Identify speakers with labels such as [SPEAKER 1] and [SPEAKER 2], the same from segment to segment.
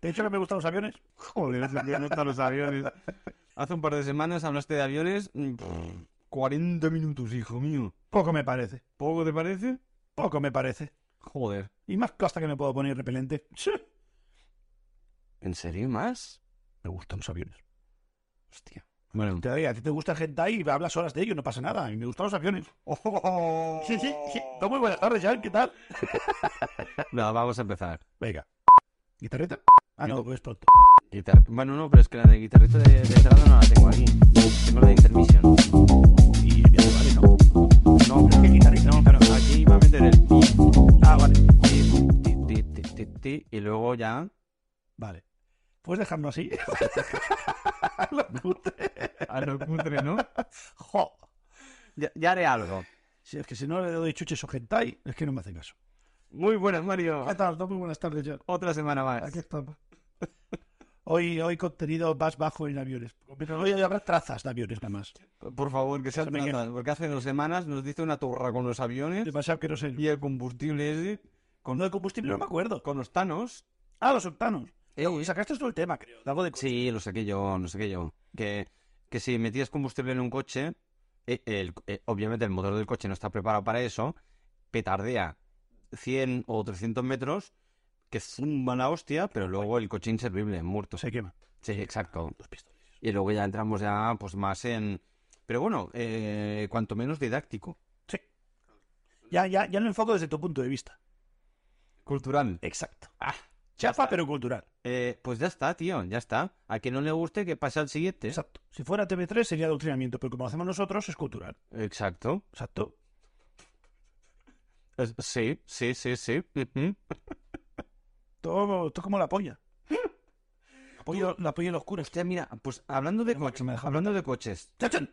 [SPEAKER 1] Te he dicho que me gustan los aviones.
[SPEAKER 2] Joder, es que me gustan los aviones. Hace un par de semanas hablaste de aviones. mm, pff, 40 minutos, hijo mío.
[SPEAKER 1] Poco me parece.
[SPEAKER 2] ¿Poco te parece?
[SPEAKER 1] Poco me parece.
[SPEAKER 2] Joder.
[SPEAKER 1] Y más costa que me puedo poner repelente. Sí.
[SPEAKER 2] ¿En serio más?
[SPEAKER 1] Me gustan los aviones.
[SPEAKER 2] Hostia. Bueno.
[SPEAKER 1] Te digo, a ti te gusta gente ahí y hablas horas de ello, no pasa nada. Y me gustan los aviones.
[SPEAKER 2] Oh.
[SPEAKER 1] Sí, sí, sí. No, muy buenas tardes, Jan, ¿qué tal?
[SPEAKER 2] No, vamos a empezar.
[SPEAKER 1] Venga. ¿Guitarreta? Ah, no, es pronto.
[SPEAKER 2] Guitar- Bueno, no, pero es que la de guitarrista de, de entrada no la tengo aquí. Tengo la de intermission.
[SPEAKER 1] Y ya te vale, no.
[SPEAKER 2] No,
[SPEAKER 1] ¿Qué guitarrista?
[SPEAKER 2] no, pero aquí iba a meter el pi,
[SPEAKER 1] Ah, vale.
[SPEAKER 2] ti, ti, ti, ti, ti, ti, y luego ya.
[SPEAKER 1] Vale. ¿Puedes dejarlo así? Lo cutre.
[SPEAKER 2] A lo cutre, Ah, ¿no?
[SPEAKER 1] Jo.
[SPEAKER 2] Ya, ya haré algo.
[SPEAKER 1] Si es que si no le doy chuches o hentai, es que no me hace caso.
[SPEAKER 2] Muy buenas, Mario.
[SPEAKER 1] ¿Qué tal? No, muy buenas tardes, Jan.
[SPEAKER 2] Otra semana
[SPEAKER 1] Ah. Aquí
[SPEAKER 2] más.
[SPEAKER 1] estamos. Hoy, hoy contenido más bajo en aviones. Pero hoy habrá trazas de aviones nada más.
[SPEAKER 2] Por favor, que sea
[SPEAKER 1] Eso me
[SPEAKER 2] tratado, porque hace dos semanas nos dice una turra con los aviones
[SPEAKER 1] Demasiado que no sé.
[SPEAKER 2] y el combustible ese,
[SPEAKER 1] Con lo de combustible no me acuerdo.
[SPEAKER 2] con los tanos.
[SPEAKER 1] Ah, los octanos.
[SPEAKER 2] Eh,
[SPEAKER 1] Y sacaste tú el tema, creo. de algo de...
[SPEAKER 2] Sí, lo sé que yo, lo sé que yo. Que, que si metías combustible en un coche, eh, el- eh, obviamente el motor del coche no está preparado para eso, petardea 100 o 300 metros, que zumba la hostia, pero luego el coche inservible, muerto.
[SPEAKER 1] Se quema.
[SPEAKER 2] Sí, exacto.
[SPEAKER 1] Los pistoles.
[SPEAKER 2] Y luego ya entramos ya pues más en... Pero bueno, eh, cuanto menos didáctico.
[SPEAKER 1] Sí. Ya, ya, ya lo enfoco desde tu punto de vista.
[SPEAKER 2] Cultural.
[SPEAKER 1] Exacto.
[SPEAKER 2] Ah,
[SPEAKER 1] Chafa, pero cultural.
[SPEAKER 2] eh, pues ya está, tío, ya está. A quien no le guste, que pase al siguiente.
[SPEAKER 1] Exacto. Si fuera TV3 sería adoctrinamiento, pero como lo hacemos nosotros es cultural.
[SPEAKER 2] Exacto.
[SPEAKER 1] Exacto.
[SPEAKER 2] Es- Sí, sí, sí, sí. ujú.
[SPEAKER 1] Todo, todo como la polla. La polla, la polla en los curas.
[SPEAKER 2] Hostia, mira, pues hablando de
[SPEAKER 1] No, macho,
[SPEAKER 2] coches,
[SPEAKER 1] me deja
[SPEAKER 2] hablando de coches,
[SPEAKER 1] ¡Chachán!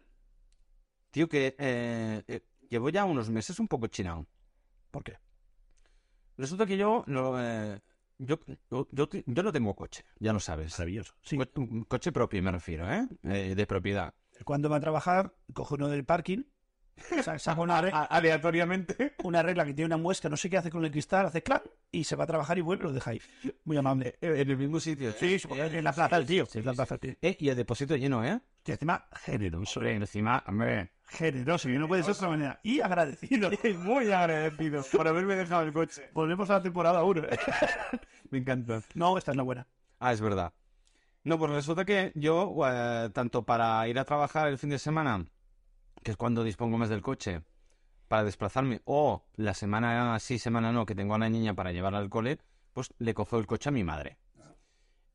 [SPEAKER 2] tío, que eh, eh, llevo ya unos meses un poco chinado.
[SPEAKER 1] ¿Por qué?
[SPEAKER 2] Resulta que yo no, eh, yo, yo, yo te- yo no tengo coche, ya lo sabes.
[SPEAKER 1] Maravilloso. Sí.
[SPEAKER 2] Co- un coche propio me refiero, ¿eh? Eh, de propiedad.
[SPEAKER 1] Cuando va a trabajar, coge uno del parking, sa- saca una, re-
[SPEAKER 2] aleatoriamente.
[SPEAKER 1] una regla que tiene una muesca, no sé qué hace con el cristal, hace clac, y se va a trabajar y vuelve, lo deja ahí. Muy amable.
[SPEAKER 2] En el mismo sitio. ¿eh?
[SPEAKER 1] Sí, sí, porque en la plaza el tío.
[SPEAKER 2] Sí,
[SPEAKER 1] en la
[SPEAKER 2] sí,
[SPEAKER 1] plaza el tío.
[SPEAKER 2] Eh, y el depósito lleno, ¿eh?
[SPEAKER 1] Y encima, generoso.
[SPEAKER 2] Sobre encima, hombre.
[SPEAKER 1] Generoso, que no puede ser de otra manera. Y agradecido.
[SPEAKER 2] Muy agradecido por haberme dejado el coche.
[SPEAKER 1] Volvemos a la temporada 1.
[SPEAKER 2] Me encanta.
[SPEAKER 1] No, esta es la buena.
[SPEAKER 2] Ah, es verdad. No, pues resulta que yo, eh, tanto para ir a trabajar el fin de semana, que es cuando dispongo más del coche, para desplazarme, o la semana sí, semana no, que tengo a la niña para llevarla al cole, pues le cojo el coche a mi madre.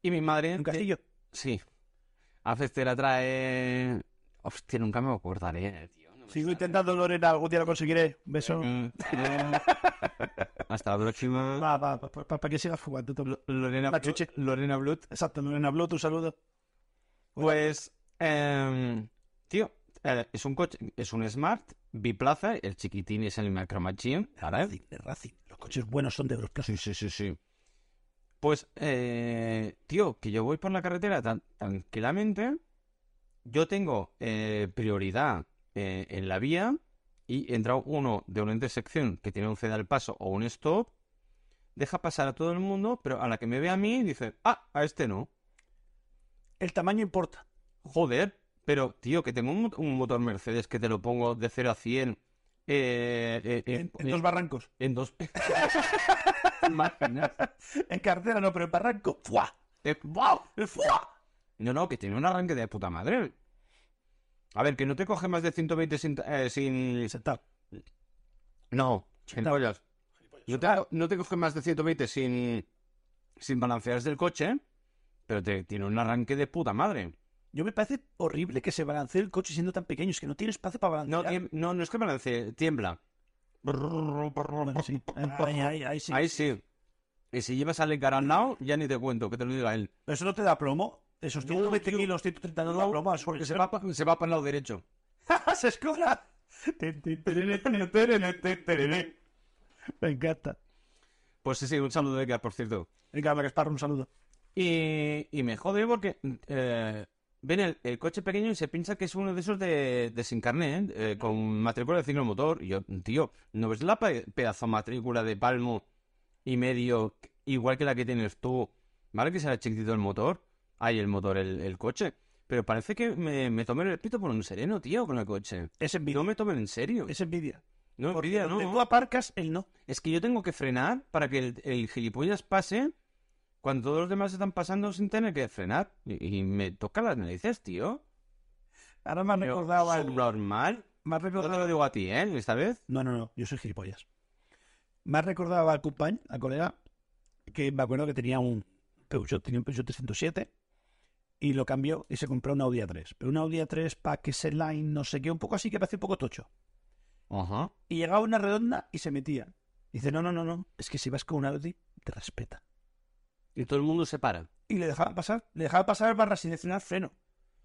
[SPEAKER 2] Y mi madre... eh,
[SPEAKER 1] En un castillo.
[SPEAKER 2] Sí. A veces te la trae... Hostia, nunca me acordaré, tío. no me
[SPEAKER 1] Sigo
[SPEAKER 2] sale.
[SPEAKER 1] intentando, Lorena, algún día lo conseguiré. Un beso.
[SPEAKER 2] Mm, Hasta la próxima.
[SPEAKER 1] Va, va, para que sigas jugando. tú.
[SPEAKER 2] Lorena,
[SPEAKER 1] La chuche.
[SPEAKER 2] Lorena Blut.
[SPEAKER 1] Exacto, Lorena Blot, un saludo.
[SPEAKER 2] Pues, em, tío, eh, es un coche, es un Smart, biplaza, el chiquitín es el Macro Machine, ¿vale?
[SPEAKER 1] Racing, de Racing. Los coches buenos son de los plazos.
[SPEAKER 2] Sí, sí, sí, sí. Pues, eh, tío, que yo voy por la carretera tan, tranquilamente, yo tengo eh, prioridad eh, en la vía y entra uno de una intersección que tiene un ceda al paso o un stop, deja pasar a todo el mundo, pero a la que me ve a mí dice, ah, a este no.
[SPEAKER 1] El tamaño importa.
[SPEAKER 2] Joder, pero tío, que tengo un, mot- un motor Mercedes que te lo pongo de 0 a 100 eh, eh, eh,
[SPEAKER 1] En, en
[SPEAKER 2] eh,
[SPEAKER 1] los barrancos.
[SPEAKER 2] en dos. Imaginas.
[SPEAKER 1] En carretera no, pero en barranco. ¡Fua!
[SPEAKER 2] Eh,
[SPEAKER 1] ¡Wow! ¡Fua!
[SPEAKER 2] no, no, que tiene un arranque de puta madre. A ver, que no te coge más de 120 sin. eh, sin-
[SPEAKER 1] Sentado.
[SPEAKER 2] No, gilipollas. No te, no te coge más de 120 sin, sin balancearse el coche, pero te, tiene un arranque de puta madre.
[SPEAKER 1] Yo me parece horrible que se balancee el coche siendo tan pequeño. Es que no tiene espacio para
[SPEAKER 2] No,
[SPEAKER 1] balancear.
[SPEAKER 2] tiem- no, no es que balancee, tiembla.
[SPEAKER 1] Bueno, sí. Ahí, ahí, ahí sí.
[SPEAKER 2] Ahí sí. Y si llevas al Edgar al lado, ya ni te cuento, que te lo diga él.
[SPEAKER 1] Pero Eso no te da plomo. Esos
[SPEAKER 2] No,
[SPEAKER 1] 120
[SPEAKER 2] tío.
[SPEAKER 1] kilos, 130 no da plomo. Porque
[SPEAKER 2] Se va, pa- se va para el lado derecho.
[SPEAKER 1] ¡Ah, se escola. Me encanta.
[SPEAKER 2] Pues sí, sí, un saludo de Edgar, por cierto.
[SPEAKER 1] Venga, va, Gaspar, un saludo.
[SPEAKER 2] Y, y me jode porque eh, ven el, el coche pequeño y se piensa que es uno de esos de, de sin carnet, eh, con matrícula de ciclomotor. Y yo, tío, ¿no ves la pe- pedazo de matrícula de palmo y medio, igual que la que tienes tú, ¿Vale? Que se le ha chiquitito el motor. Ahí el motor, el, el coche. Pero parece que me, me tomen el pito por un sereno, tío, con el coche.
[SPEAKER 1] Es envidia.
[SPEAKER 2] No me tomen en serio.
[SPEAKER 1] Es envidia.
[SPEAKER 2] No,
[SPEAKER 1] Porque
[SPEAKER 2] envidia,
[SPEAKER 1] donde
[SPEAKER 2] no.
[SPEAKER 1] tú aparcas, él no.
[SPEAKER 2] Es que yo tengo que frenar para que el, el gilipollas pase cuando todos los demás están pasando sin tener que frenar. Y, y me toca las narices, tío.
[SPEAKER 1] Ahora me has
[SPEAKER 2] Pero,
[SPEAKER 1] recordado algo.
[SPEAKER 2] Subnormal.
[SPEAKER 1] Me has
[SPEAKER 2] No te
[SPEAKER 1] recordado...
[SPEAKER 2] lo digo a ti, ¿eh? Esta vez.
[SPEAKER 1] No, no, no. Yo soy gilipollas. Me has recordado al compañero, al colega, que me acuerdo que tenía un Peugeot, tenía un Peugeot 307 y lo cambió y se compró un Audi A3. Pero un Audi A3 Package Line, no sé qué, un poco así que parece un poco tocho.
[SPEAKER 2] Ajá.
[SPEAKER 1] Y llegaba a una redonda y se metía. Y dice, no, no, no, no. Es que si vas con un Audi, te respeta.
[SPEAKER 2] Y todo el mundo se para.
[SPEAKER 1] Y le dejaban pasar. Le dejaban pasar barra sin accionar freno.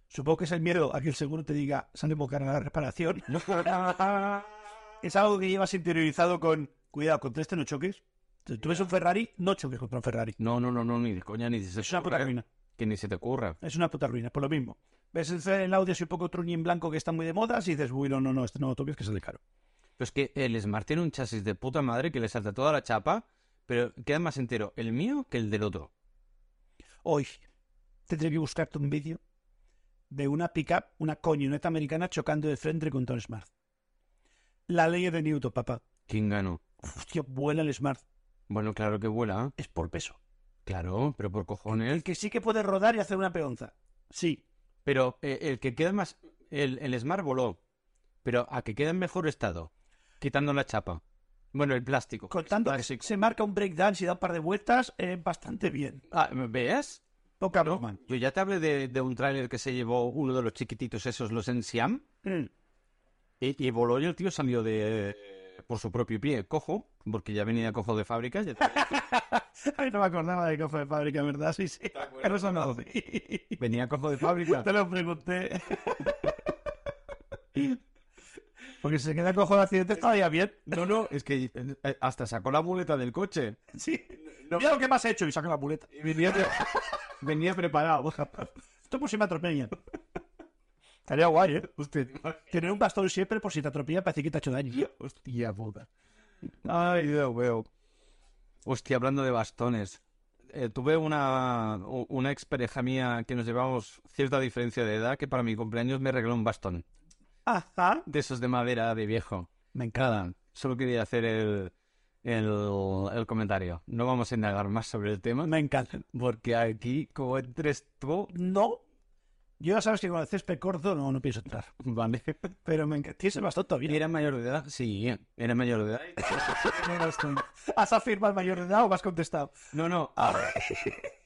[SPEAKER 1] Supongo que es el miedo a que el seguro te diga, se han evocado la reparación. es algo que llevas interiorizado con cuidado, contra este no choques. Si Tú ves un Ferrari, no choques contra un Ferrari.
[SPEAKER 2] No, no, no, no, ni de coña, ni de se
[SPEAKER 1] Es una puta ruina.
[SPEAKER 2] Que ni se te ocurra.
[SPEAKER 1] Es una puta ruina, por lo mismo. Ves el, el audio así un poco truñín blanco que está muy de moda y dices, uy, no, no, no, este no lo toques que sale caro.
[SPEAKER 2] Pero es que el Smart tiene un chasis de puta madre que le salta toda la chapa, pero queda más entero el mío que el del otro.
[SPEAKER 1] Hoy tendré que buscarte un vídeo de una pickup, una coñoneta americana chocando de frente contra un Smart. La ley de Newton, papá.
[SPEAKER 2] ¿Quién ganó?
[SPEAKER 1] Hostia, vuela el Smart.
[SPEAKER 2] Bueno, claro que vuela. ¿eh?
[SPEAKER 1] Es por peso.
[SPEAKER 2] Claro, pero por cojones.
[SPEAKER 1] El que sí que puede rodar y hacer una peonza. Sí.
[SPEAKER 2] Pero eh, el que queda más. El, el Smart voló. Pero a que queda en mejor estado. Quitando la chapa. Bueno, el plástico.
[SPEAKER 1] Contando que
[SPEAKER 2] Plástico.
[SPEAKER 1] se marca un breakdance y da un par de vueltas, eh, bastante bien.
[SPEAKER 2] Ah, ¿Ves?
[SPEAKER 1] Poca
[SPEAKER 2] ¿No?
[SPEAKER 1] broma.
[SPEAKER 2] Yo ya te hablé de, de un tráiler que se llevó uno de los chiquititos esos, los en Siam.
[SPEAKER 1] Mm.
[SPEAKER 2] Y, y voló y el tío salió de. por su propio pie, cojo. Porque ya venía cojo de fábrica. ya te-
[SPEAKER 1] Ay, no me acordaba de que fue de fábrica, ¿verdad? Sí, sí. Pero eso no. Te
[SPEAKER 2] venía cojo de fábrica.
[SPEAKER 1] lo pregunté. Porque si se queda cojo de accidente, estaba ya bien.
[SPEAKER 2] No, no, es que eh, hasta sacó la muleta del coche.
[SPEAKER 1] Sí. Mira lo que me has hecho y saca la muleta.
[SPEAKER 2] Y venía, pre- venía preparado.
[SPEAKER 1] Esto por si me atropellan. Estaría guay, ¿eh?
[SPEAKER 2] Hostia,
[SPEAKER 1] Tener un bastón siempre por si te atropellan parece que te ha hecho daño.
[SPEAKER 2] hostia puta. Ay, Dios mío. Hostia, hablando de bastones. eh, tuve una, u- una ex pareja mía que nos llevamos cierta diferencia de edad que para mi cumpleaños me regaló un bastón.
[SPEAKER 1] Ajá.
[SPEAKER 2] De esos de madera de viejo.
[SPEAKER 1] Me
[SPEAKER 2] Nada, solo quería hacer el, el, el comentario. No vamos a indagar más sobre el tema.
[SPEAKER 1] Me encanta.
[SPEAKER 2] Porque aquí, como entres tú,
[SPEAKER 1] No. Yo ya sabes que con el césped corto no, no pienso entrar.
[SPEAKER 2] vale.
[SPEAKER 1] Pero me encanta. Tienes el bastón todavía.
[SPEAKER 2] ¿Era mayor de edad? Sí, era mayor de edad.
[SPEAKER 1] ¿Has afirmado mayor de edad o me has contestado?
[SPEAKER 2] No, no.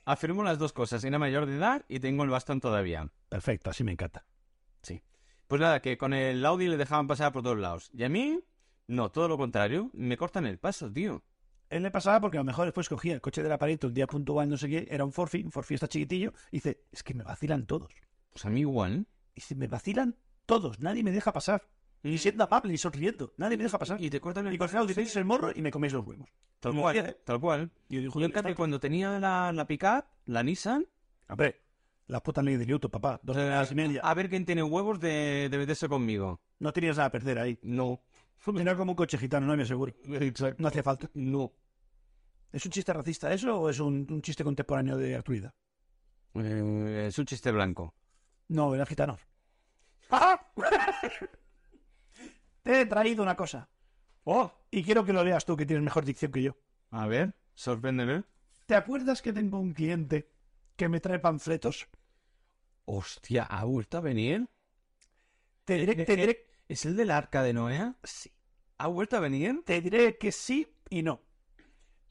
[SPEAKER 2] Afirmo las dos cosas. Era mayor de edad y tengo el bastón todavía.
[SPEAKER 1] Perfecto, así me encanta.
[SPEAKER 2] Pues nada, que con el Audi le dejaban pasar por todos lados. Y a mí, no, todo lo contrario. Me cortan el paso, tío.
[SPEAKER 1] Él le pasaba porque a lo mejor después cogía el coche del aparato un día puntual, no sé qué, era un Forfi, un Forfi está chiquitillo, y dice, es que me vacilan todos.
[SPEAKER 2] Pues a mí igual.
[SPEAKER 1] Y dice, me vacilan todos, nadie me deja pasar. Y siendo amable y sonriendo, nadie me deja pasar. Mm. Y,
[SPEAKER 2] Y te cortan el
[SPEAKER 1] con el
[SPEAKER 2] paso.
[SPEAKER 1] audio tenéis el morro y me coméis los huevos.
[SPEAKER 2] Tal
[SPEAKER 1] Como hacía,
[SPEAKER 2] cual,
[SPEAKER 1] ¿eh?
[SPEAKER 2] tal cual.
[SPEAKER 1] Y yo digo,
[SPEAKER 2] Yo en cambio, cuando tenía la, la pickup, la Nissan,
[SPEAKER 1] hombre, la puta ley de Newton, papá, dos horas y media.
[SPEAKER 2] a ver quién tiene huevos de, de meterse conmigo.
[SPEAKER 1] No tenías nada a perder ahí.
[SPEAKER 2] No.
[SPEAKER 1] Era como un coche gitano, no me aseguro.
[SPEAKER 2] Exacto.
[SPEAKER 1] No hacía falta.
[SPEAKER 2] No.
[SPEAKER 1] ¿Es un chiste racista eso o es un, un chiste contemporáneo de actualidad?
[SPEAKER 2] Eh, es un chiste blanco.
[SPEAKER 1] No, era gitanos. ¡Ah! Te he traído una cosa.
[SPEAKER 2] Oh.
[SPEAKER 1] Y quiero que lo leas tú, que tienes mejor dicción que yo.
[SPEAKER 2] A ver, sorpréndeme.
[SPEAKER 1] ¿Te acuerdas que tengo un cliente que me trae panfletos?
[SPEAKER 2] Hostia, ¿ha vuelto a venir?
[SPEAKER 1] Te diré, te diré,
[SPEAKER 2] ¿Es el del arca de Noé?
[SPEAKER 1] sí.
[SPEAKER 2] ¿Ha vuelto a venir?
[SPEAKER 1] te diré que sí y no.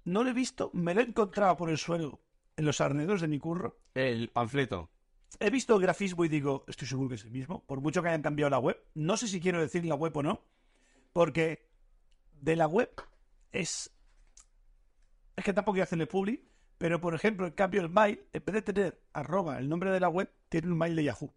[SPEAKER 1] No lo he visto, me lo he encontrado por el suelo, en los arnedos de mi curro.
[SPEAKER 2] El panfleto.
[SPEAKER 1] He visto el grafismo y digo, estoy seguro que es el mismo, por mucho que hayan cambiado la web. No sé si quiero decir la web o no, porque de la web es... Es que tampoco quiero hacerle publi, pero por ejemplo, en cambio el mail, en vez de tener arroba el nombre de la web, tiene un mail de Yahoo.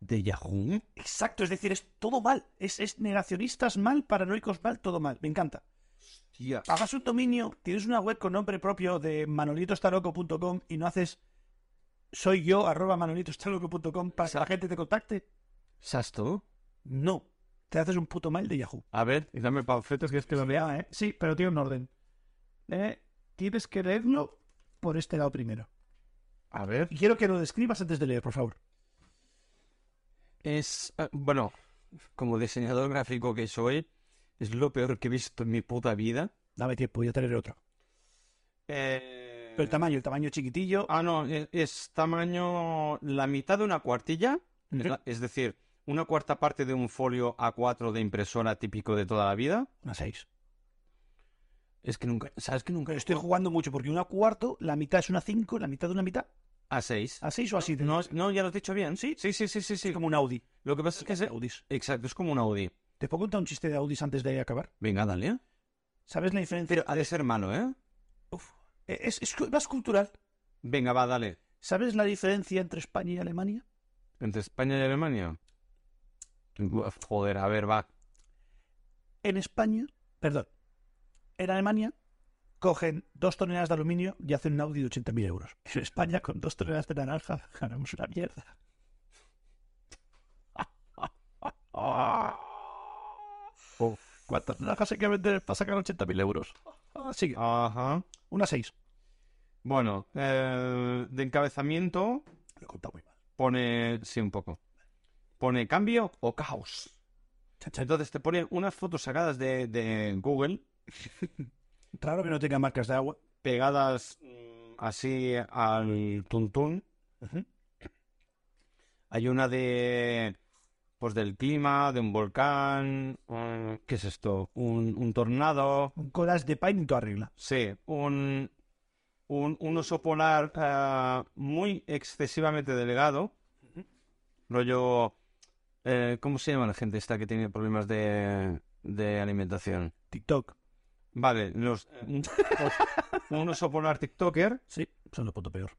[SPEAKER 2] ¿De Yahoo?
[SPEAKER 1] Exacto, es decir, es todo mal. Es, es negacionistas mal, paranoicos mal, todo mal. Me encanta.
[SPEAKER 2] Hostia.
[SPEAKER 1] Pagas un dominio, tienes una web con nombre propio de manolitoestaloco.com y no haces soy yo arroba manolitoestaloco.com para que la gente te contacte.
[SPEAKER 2] ¿Sas tú?
[SPEAKER 1] No. Te haces un puto mail de Yahoo.
[SPEAKER 2] A ver, dame panfletos que es que lo vea, ¿eh?
[SPEAKER 1] Sí, pero tiene un orden. Eh, tienes que leerlo por este lado primero.
[SPEAKER 2] A ver.
[SPEAKER 1] Y quiero que lo describas antes de leer, por favor.
[SPEAKER 2] Es, eh, bueno, como diseñador gráfico que soy, es lo peor que he visto en mi puta vida.
[SPEAKER 1] Dame tiempo, yo traeré otro.
[SPEAKER 2] Eh,
[SPEAKER 1] Pero el tamaño, el tamaño chiquitillo.
[SPEAKER 2] Ah, no, e- es tamaño la mitad de una cuartilla, es, la- es decir, una cuarta parte de un folio A4 de impresora típico de toda la vida.
[SPEAKER 1] Una 6.
[SPEAKER 2] Es que nunca, ¿sabes que nunca?
[SPEAKER 1] Estoy jugando mucho porque una cuarto, la mitad es una 5, la mitad de una mitad.
[SPEAKER 2] A6.
[SPEAKER 1] ¿A 6 o a 7?
[SPEAKER 2] No, es- no, ya lo he dicho bien. Sí, sí, sí, sí, sí.
[SPEAKER 1] como un Audi.
[SPEAKER 2] Lo que pasa es que es,
[SPEAKER 1] Audis.
[SPEAKER 2] exacto, es como un Audi.
[SPEAKER 1] ¿Te puedo contar un chiste de Audis antes de acabar?
[SPEAKER 2] Venga, dale.
[SPEAKER 1] ¿Sabes la diferencia?
[SPEAKER 2] Pero ha de ser malo, ¿eh?
[SPEAKER 1] Uf, es, es más cultural.
[SPEAKER 2] Venga, va, dale.
[SPEAKER 1] ¿Sabes la diferencia entre España y Alemania?
[SPEAKER 2] Entre España y Alemania. Uf, Joder, a ver, va.
[SPEAKER 1] En España, perdón, en Alemania cogen dos toneladas de aluminio y hacen un Audi de 80.000 euros. En España, con dos toneladas de naranja, ganamos una mierda. ¿Cuántas naranjas hay que vender para sacar 80.000 euros? Ah, sigue.
[SPEAKER 2] Ajá.
[SPEAKER 1] Una 6.
[SPEAKER 2] Bueno, eh, de encabezamiento
[SPEAKER 1] Lo he contado muy mal.
[SPEAKER 2] pone. Sí, un poco. Pone cambio o caos.
[SPEAKER 1] Chan, chan.
[SPEAKER 2] Entonces te ponen unas fotos sacadas de, de Google,
[SPEAKER 1] Raro que no tenga marcas de agua.
[SPEAKER 2] pegadas mm, así al tuntún. Hay una de. Pues del clima, de un volcán. mm, ¿Qué es esto? Un, un tornado.
[SPEAKER 1] Un collage de Pine y tu arregla.
[SPEAKER 2] Sí, un. Un, un oso polar ah, muy excesivamente delgado. Rollo. eh, ¿Cómo se llama la gente esta que tiene problemas de, de alimentación?
[SPEAKER 1] TikTok.
[SPEAKER 2] Vale, los, un, un oso polar TikToker.
[SPEAKER 1] Sí, son los puntos peor.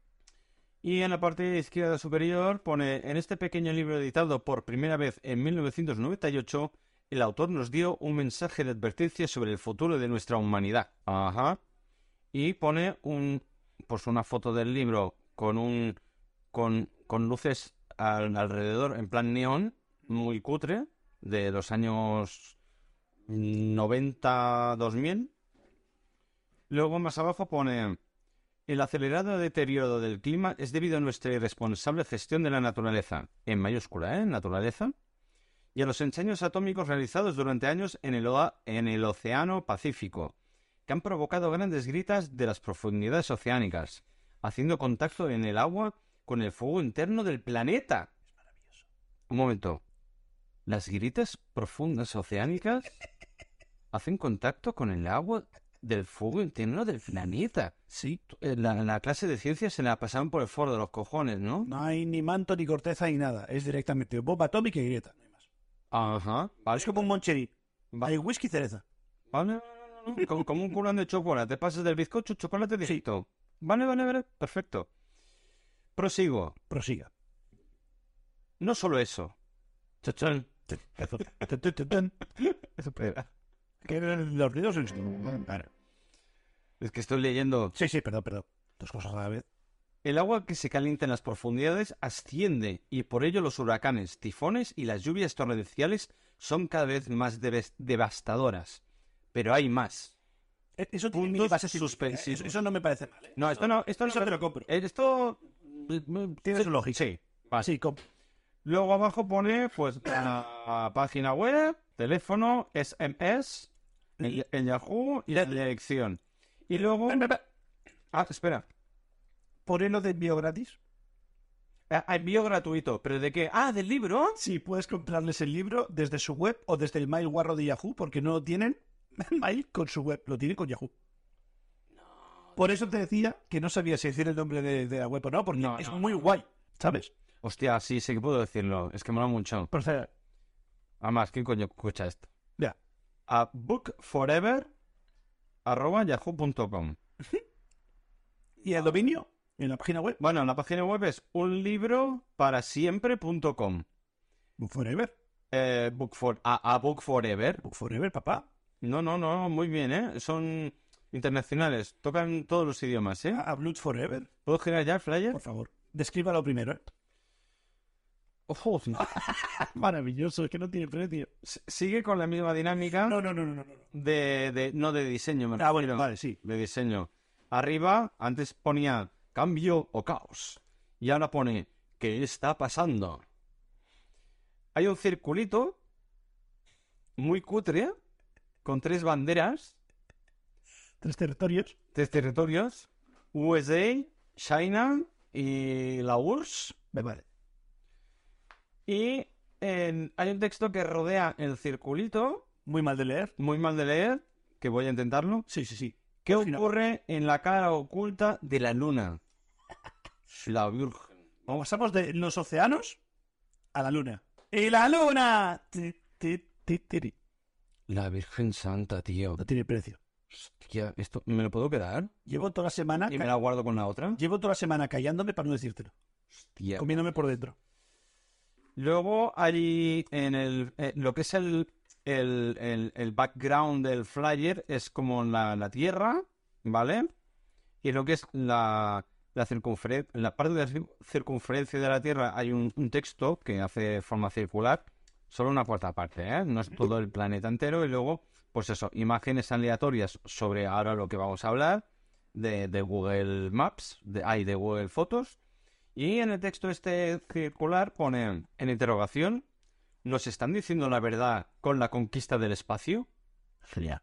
[SPEAKER 2] Y en la parte izquierda superior pone, en este pequeño libro editado por primera vez en 1998, el autor nos dio un mensaje de advertencia sobre el futuro de nuestra humanidad. Ajá. Y pone un, pues una foto del libro con un, con, con luces al- alrededor en plan neón, muy cutre, de los años 90-2000. Luego más abajo pone... El acelerado deterioro del clima es debido a nuestra irresponsable gestión de la naturaleza, en mayúscula, ¿eh? Naturaleza, y a los ensaños atómicos realizados durante años en el, oa- en el Océano Pacífico, que han provocado grandes gritas de las profundidades oceánicas, haciendo contacto en el agua con el fuego interno del planeta. Un momento. ¿Las gritas profundas oceánicas hacen contacto con el agua del fuego interno del planeta?
[SPEAKER 1] Sí.
[SPEAKER 2] Eh, La, la clase de ciencia se la pasaron por el foro de los cojones, ¿no?
[SPEAKER 1] No hay ni manto, ni corteza, ni nada. Es directamente bomba atómica y grieta. No hay más.
[SPEAKER 2] Ajá. Vale.
[SPEAKER 1] Es como un moncherí.
[SPEAKER 2] Va-
[SPEAKER 1] Hay whisky y cereza.
[SPEAKER 2] Vale, no, no, no, no. Como, como un curán de chocolate. Te pasas del bizcocho, chocolate directo. Vale, vale, vale. Perfecto. Prosigo.
[SPEAKER 1] Prosiga.
[SPEAKER 2] No solo eso. Chachán.
[SPEAKER 1] Tun, tun, tun, tun. Que eran Los ruidos en- Vale.
[SPEAKER 2] Es que estoy leyendo.
[SPEAKER 1] Sí, sí, perdón, perdón. Dos cosas a la vez.
[SPEAKER 2] El agua que se calienta en las profundidades asciende y por ello los huracanes, tifones y las lluvias torrenciales son cada vez más debes- devastadoras. Pero hay más.
[SPEAKER 1] Eh, Eso tiene
[SPEAKER 2] Puntos
[SPEAKER 1] mil bases científicas, ¿eh?
[SPEAKER 2] suspensivos.
[SPEAKER 1] Eso, eso no me parece mal. ¿eh?
[SPEAKER 2] No, esto no, esto no
[SPEAKER 1] Eso te lo compro.
[SPEAKER 2] Eh, Esto
[SPEAKER 1] Tiene su lógica.
[SPEAKER 2] Sí, vale.
[SPEAKER 1] Sí, com-
[SPEAKER 2] Luego abajo pone pues la página web, teléfono, SMS, el, el Yahoo y la dirección. Y luego. Ah, espera.
[SPEAKER 1] Ponelo de envío gratis.
[SPEAKER 2] Ah, Envío gratuito. ¿Pero de qué? Ah, del libro.
[SPEAKER 1] Sí, puedes comprarles el libro desde su web o desde el mail guarro de Yahoo, porque no lo tienen mail con su web, lo tienen con Yahoo. Por eso te decía que no sabía si decir el nombre de, de la web o no, porque
[SPEAKER 2] No,
[SPEAKER 1] es
[SPEAKER 2] no,
[SPEAKER 1] muy guay, ¿sabes?
[SPEAKER 2] Hostia, sí, sí que puedo decirlo. Es que mola mucho.
[SPEAKER 1] Pero, o sea,
[SPEAKER 2] Además, ¿quién coño escucha esto?
[SPEAKER 1] ya.
[SPEAKER 2] A bookforever.yahoo.com.
[SPEAKER 1] ¿Y el dominio? ¿En la página web?
[SPEAKER 2] Bueno, la página web es unlibroparasiempre.com.
[SPEAKER 1] Book Forever.
[SPEAKER 2] Eh, book for, a, a Book Forever.
[SPEAKER 1] Book Forever, papá.
[SPEAKER 2] No, no, no, muy bien, ¿eh? Son internacionales, tocan todos los idiomas, ¿eh?
[SPEAKER 1] A, a Blood Forever,
[SPEAKER 2] ¿Puedo girar ya el flyer?
[SPEAKER 1] Ah. por favor. Descríbalo primero, ¿eh?
[SPEAKER 2] Ojo, no.
[SPEAKER 1] Maravilloso, es que no tiene precio.
[SPEAKER 2] S- Sigue con la misma dinámica
[SPEAKER 1] No, no, no, no, no. no.
[SPEAKER 2] de, de- No, de diseño, me
[SPEAKER 1] Ah, bueno,
[SPEAKER 2] refiero.
[SPEAKER 1] vale, sí.
[SPEAKER 2] De diseño. Arriba, antes ponía cambio o caos. Y ahora pone, ¿qué está pasando? Hay un circulito muy cutre con tres banderas,
[SPEAKER 1] Tres territorios.
[SPEAKER 2] tres territorios, USA, China y la URSS.
[SPEAKER 1] Me vale.
[SPEAKER 2] Y en- hay un texto que rodea el circulito,
[SPEAKER 1] Muy mal de leer.
[SPEAKER 2] muy mal de leer, que voy a intentarlo.
[SPEAKER 1] Sí, sí, sí.
[SPEAKER 2] ¿Qué
[SPEAKER 1] Al final-
[SPEAKER 2] ocurre en la cara oculta de la luna? La Virgen.
[SPEAKER 1] Vamos, Pasamos de los océanos a la luna. ¡Y la luna! Ti, ti, ti, tiri.
[SPEAKER 2] La Virgen Santa, tío.
[SPEAKER 1] No tiene precio.
[SPEAKER 2] Hostia, esto me lo puedo quedar
[SPEAKER 1] Llevo toda la semana.
[SPEAKER 2] y
[SPEAKER 1] ca-
[SPEAKER 2] me la guardo con la otra.
[SPEAKER 1] Llevo toda la semana callándome para no decírtelo.
[SPEAKER 2] Hostia.
[SPEAKER 1] Comiéndome por dentro.
[SPEAKER 2] Luego allí en el eh, lo que es el, el, el- el background del flyer es como la, la tierra, ¿vale? Y lo que es la, la circunferencia, la parte de la cir- circunferencia de la tierra hay un, un texto que hace forma circular, solo una cuarta parte, ¿eh? No es todo el planeta entero. Y luego, pues eso, imágenes aleatorias sobre ahora lo que vamos a hablar de, de Google Maps, de, ay, de Google Fotos. Y en el texto este circular ponen en interrogación, ¿nos están diciendo la verdad con la conquista del espacio?
[SPEAKER 1] Genial.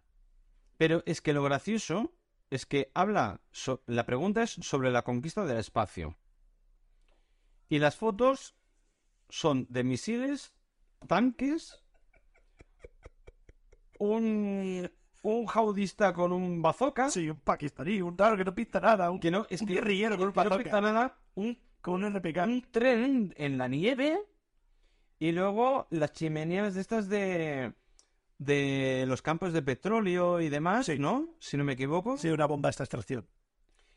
[SPEAKER 2] Pero es que lo gracioso es que habla, so- la pregunta es sobre la conquista del espacio. Y las fotos son de misiles, tanques, un, un jaudista con un bazooka,
[SPEAKER 1] Sí, un pakistaní, un tal que no pinta nada. Un,
[SPEAKER 2] que no es
[SPEAKER 1] un
[SPEAKER 2] que-
[SPEAKER 1] guerrillero con un
[SPEAKER 2] que no
[SPEAKER 1] bazooka.
[SPEAKER 2] afecta nada, un
[SPEAKER 1] Con un RPK.
[SPEAKER 2] un tren en la nieve y luego las chimeneas de estas de de los campos de petróleo y demás,
[SPEAKER 1] Sí.
[SPEAKER 2] ¿no? Si no me equivoco.
[SPEAKER 1] Sí, una bomba esta extracción.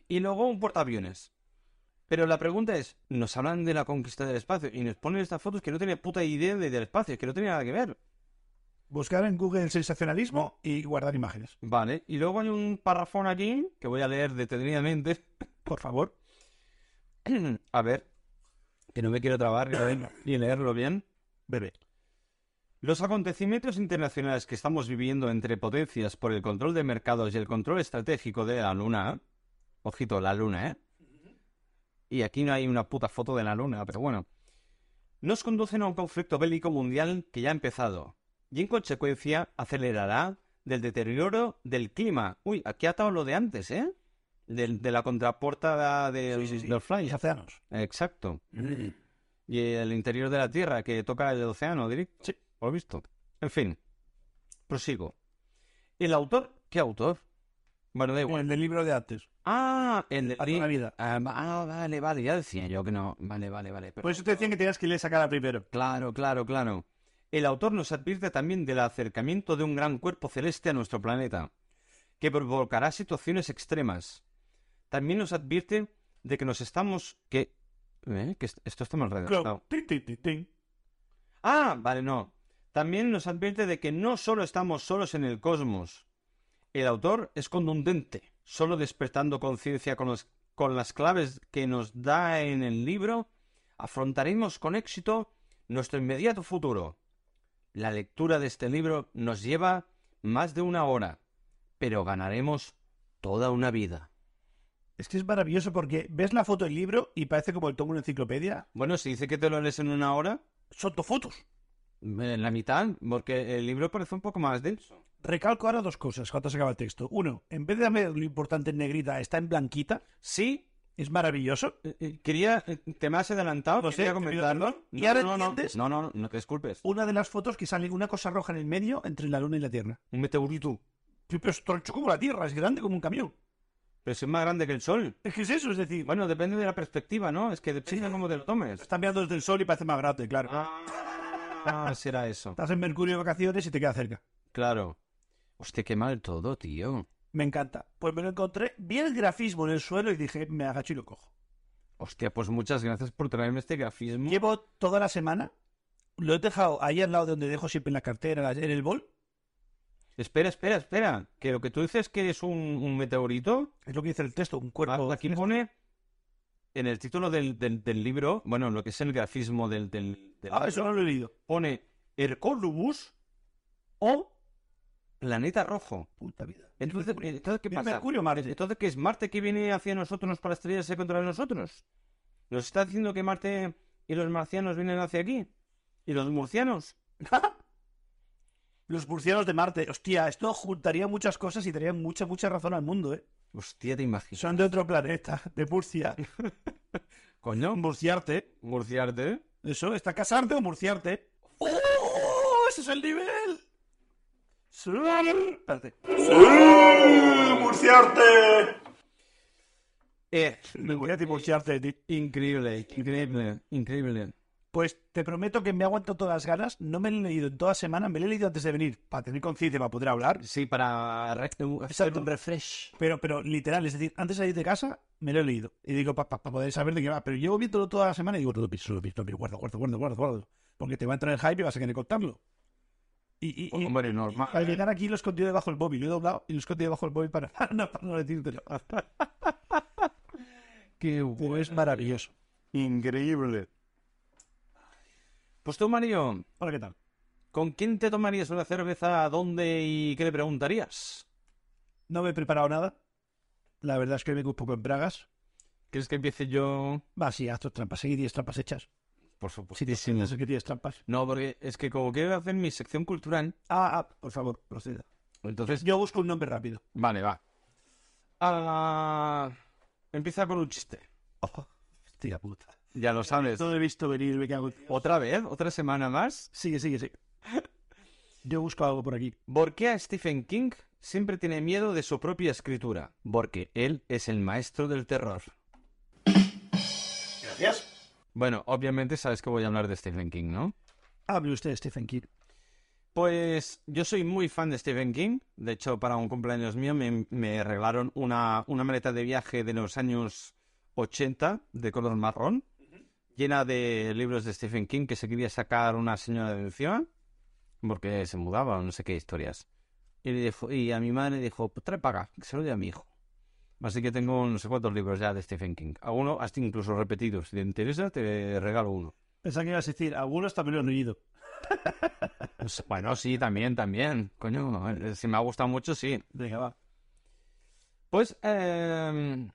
[SPEAKER 2] Y luego un portaaviones. Pero la pregunta es, nos hablan de la conquista del espacio y nos ponen estas fotos que no tienen puta idea de- del espacio, que no tiene nada que ver.
[SPEAKER 1] Buscar en Google el sensacionalismo y guardar imágenes.
[SPEAKER 2] Vale, y luego hay un parrafón aquí que voy a leer detenidamente.
[SPEAKER 1] Por favor.
[SPEAKER 2] a ver, que no me quiero trabar ni leer- ni leerlo bien.
[SPEAKER 1] Bebé.
[SPEAKER 2] Los acontecimientos internacionales que estamos viviendo entre potencias por el control de mercados y el control estratégico de la Luna. Ojito, la Luna, ¿eh? Y aquí no hay una puta foto de la Luna, pero bueno. Nos conducen a un conflicto bélico mundial que ya ha empezado. Y en consecuencia acelerará del deterioro del clima. Uy, aquí ha atado lo de antes, ¿eh? Del- de la contraportada del,
[SPEAKER 1] Sí, sí, sí.
[SPEAKER 2] del
[SPEAKER 1] Y
[SPEAKER 2] flyer.
[SPEAKER 1] océanos.
[SPEAKER 2] Exacto. Y el interior de la Tierra, que toca el océano directo.
[SPEAKER 1] Sí.
[SPEAKER 2] Por lo visto. En fin. Prosigo. ¿El autor? ¿Qué autor? Bueno, da
[SPEAKER 1] O
[SPEAKER 2] igual.
[SPEAKER 1] el del libro de antes.
[SPEAKER 2] Ah, el de...
[SPEAKER 1] A toda la vida.
[SPEAKER 2] Ah, va- ah, vale, vale. Ya decía yo que no. Vale, vale, vale. pero-
[SPEAKER 1] Por eso Pues te decían que tenías que leer esa cara primero.
[SPEAKER 2] Claro, claro, claro. El autor nos advierte también del acercamiento de un gran cuerpo celeste a nuestro planeta, que provocará situaciones extremas. También nos advierte de que nos estamos... que... ¿Eh? que est- esto está mal redactado.
[SPEAKER 1] Clock. Tin, tin, tin, tin.
[SPEAKER 2] Ah, vale, no. También nos advierte de que no solo estamos solos en el cosmos. El autor es contundente. Solo despertando conciencia con, los- con las claves que nos da en el libro, afrontaremos con éxito nuestro inmediato futuro. La lectura de este libro nos lleva más de una hora, pero ganaremos toda una vida.
[SPEAKER 1] Es que es maravilloso porque ves la foto del libro y parece como el tomo de una enciclopedia.
[SPEAKER 2] Bueno, si dice que te lo lees en una hora,
[SPEAKER 1] Son dos fotos.
[SPEAKER 2] en la mitad, porque el libro parece un poco más denso.
[SPEAKER 1] Recalco ahora dos cosas cuando se acaba el texto. Uno, en vez de darme lo importante en negrita, está en blanquita.
[SPEAKER 2] Sí,
[SPEAKER 1] Es maravilloso.
[SPEAKER 2] Eh, eh, Quería, eh, te me has adelantado,
[SPEAKER 1] Lo sé,
[SPEAKER 2] quería
[SPEAKER 1] te pido
[SPEAKER 2] comentarlo.
[SPEAKER 1] perdón. ¿Y ahora
[SPEAKER 2] no, no,
[SPEAKER 1] entiendes? Uh.
[SPEAKER 2] no, no, no, no te disculpes.
[SPEAKER 1] Una de las fotos que sale una cosa roja en el medio entre la luna y la tierra.
[SPEAKER 2] Un meteorito.
[SPEAKER 1] Sí, Pero es troncho como la tierra, es grande como un camión.
[SPEAKER 2] Pero si es más grande que el sol.
[SPEAKER 1] Es que es eso, es decir,
[SPEAKER 2] Bueno, depende de la perspectiva, ¿no? Es que depende de cómo te lo tomes.
[SPEAKER 1] están mirando desde el sol y parece más grande, claro.
[SPEAKER 2] Ah, será eso.
[SPEAKER 1] Estás en Mercurio de vacaciones y te queda cerca.
[SPEAKER 2] Claro. Hostia, qué mal todo, tío.
[SPEAKER 1] Me encanta. Pues me lo encontré, vi el grafismo en el suelo y dije, me agacho y lo cojo.
[SPEAKER 2] Hostia, pues muchas gracias por traerme este grafismo.
[SPEAKER 1] Llevo toda la semana, lo he dejado ahí al lado de donde dejo siempre en la cartera, en el bol.
[SPEAKER 2] Espera, espera, espera. Que lo que tú dices que es un, un meteorito,
[SPEAKER 1] Es lo que dice el texto, un cuerpo.
[SPEAKER 2] Ah, aquí pone en el título del, del- del libro, bueno, lo que es el grafismo del... del, del
[SPEAKER 1] Ah, eso no lo he leído.
[SPEAKER 2] pone Hercolubus o planeta rojo.
[SPEAKER 1] Puta vida.
[SPEAKER 2] Oh, Entonces,
[SPEAKER 1] Mercurio.
[SPEAKER 2] entonces ¿qué
[SPEAKER 1] Mira,
[SPEAKER 2] pasa?
[SPEAKER 1] Mercurio, Marte.
[SPEAKER 2] Entonces, ¿qué es Marte que viene hacia nosotros para estrellarse contra nosotros? ¿Nos está diciendo que Marte y los marcianos vienen hacia aquí? ¿Y los murcianos?
[SPEAKER 1] Los murcianos de Marte. Hostia, esto juntaría muchas cosas y daría mucha, mucha razón al mundo, ¿eh?
[SPEAKER 2] Hostia, te imaginas.
[SPEAKER 1] Son de otro planeta, de Murcia.
[SPEAKER 2] Coño,
[SPEAKER 1] Murciarte.
[SPEAKER 2] murciarte.
[SPEAKER 1] Eso, está casarte o murciarte. ¡Oh! ¡Ese es el nivel! ¡Sí! Espérate.
[SPEAKER 2] Eh,
[SPEAKER 1] Me voy a divorciarte de ti.
[SPEAKER 2] increíble, increíble, increíble.
[SPEAKER 1] Pues te prometo que me aguanto todas las ganas. No me lo he leído en toda semana. Me lo he leído antes de venir para tener conciencia, para poder hablar.
[SPEAKER 2] Sí, para re- hacer un refresh.
[SPEAKER 1] Pero, pero literal, es decir, antes de salir de casa me lo he leído. Y digo, para poder saber de qué va. Pero llevo viéndolo toda la semana y digo, todo piso, todo piso, guardo, guardo, guardo, guardo, guardo. Porque te va a entrar el hype y vas a querer contarlo. Y, y, y-
[SPEAKER 2] Hombre, eh.
[SPEAKER 1] al
[SPEAKER 2] normal.
[SPEAKER 1] llegar aquí lo he escondido debajo del móvil. Lo he doblado y lo he escondido debajo del móvil para, para no, para no decírtelo.
[SPEAKER 2] Qué
[SPEAKER 1] Pero es maravilloso.
[SPEAKER 2] Increíble. Pues tú, Mario,
[SPEAKER 1] Hola, ¿qué tal?
[SPEAKER 2] ¿con quién te tomarías una cerveza? ¿Dónde y qué le preguntarías?
[SPEAKER 1] No me he preparado nada. La verdad es que vengo un poco en bragas.
[SPEAKER 2] ¿Quieres que empiece yo?
[SPEAKER 1] Va, sí, haz tus trampas. Sí, tienes trampas hechas.
[SPEAKER 2] Por
[SPEAKER 1] Sí,
[SPEAKER 2] supuesto.
[SPEAKER 1] tienes, no sé que tienes trampas.
[SPEAKER 2] No, porque es que como quiero hacer mi sección cultural,
[SPEAKER 1] Ah, ah, por favor, proceda.
[SPEAKER 2] entonces...
[SPEAKER 1] Yo busco un nombre rápido.
[SPEAKER 2] Vale, va. Ah, Empieza con un chiste.
[SPEAKER 1] Ojo, hostia puta.
[SPEAKER 2] Ya lo sabes.
[SPEAKER 1] Todo he visto venir, me cago en Dios.
[SPEAKER 2] ¿Otra vez? ¿Otra semana más?
[SPEAKER 1] Sigue, sigue, sigue. Yo busco algo por aquí.
[SPEAKER 2] ¿Por qué a Stephen King siempre tiene miedo de su propia escritura? Porque él es el maestro del terror.
[SPEAKER 1] Gracias.
[SPEAKER 2] Bueno, obviamente sabes que voy a hablar de Stephen King, ¿no?
[SPEAKER 1] Hable usted, Stephen King.
[SPEAKER 2] Pues yo soy muy fan de Stephen King. De hecho, para un cumpleaños mío me, me regalaron una, una maleta de viaje de los años 80 de color marrón, llena de libros de Stephen King que se quería sacar una señora de encima porque se mudaba o no sé qué historias. Y, le dijo- y a mi madre le dijo, pues trae paga, que se lo dé a mi hijo. Así que tengo no sé cuántos libros ya de Stephen King. Algunos hasta incluso repetidos. Si te interesa, te regalo uno.
[SPEAKER 1] Pensaba que ibas a decir, algunos también lo han oído.
[SPEAKER 2] Pues, Bueno, sí, también, también. Coño, eh, si me ha gustado mucho, sí.
[SPEAKER 1] Venga, va.
[SPEAKER 2] Pues, em,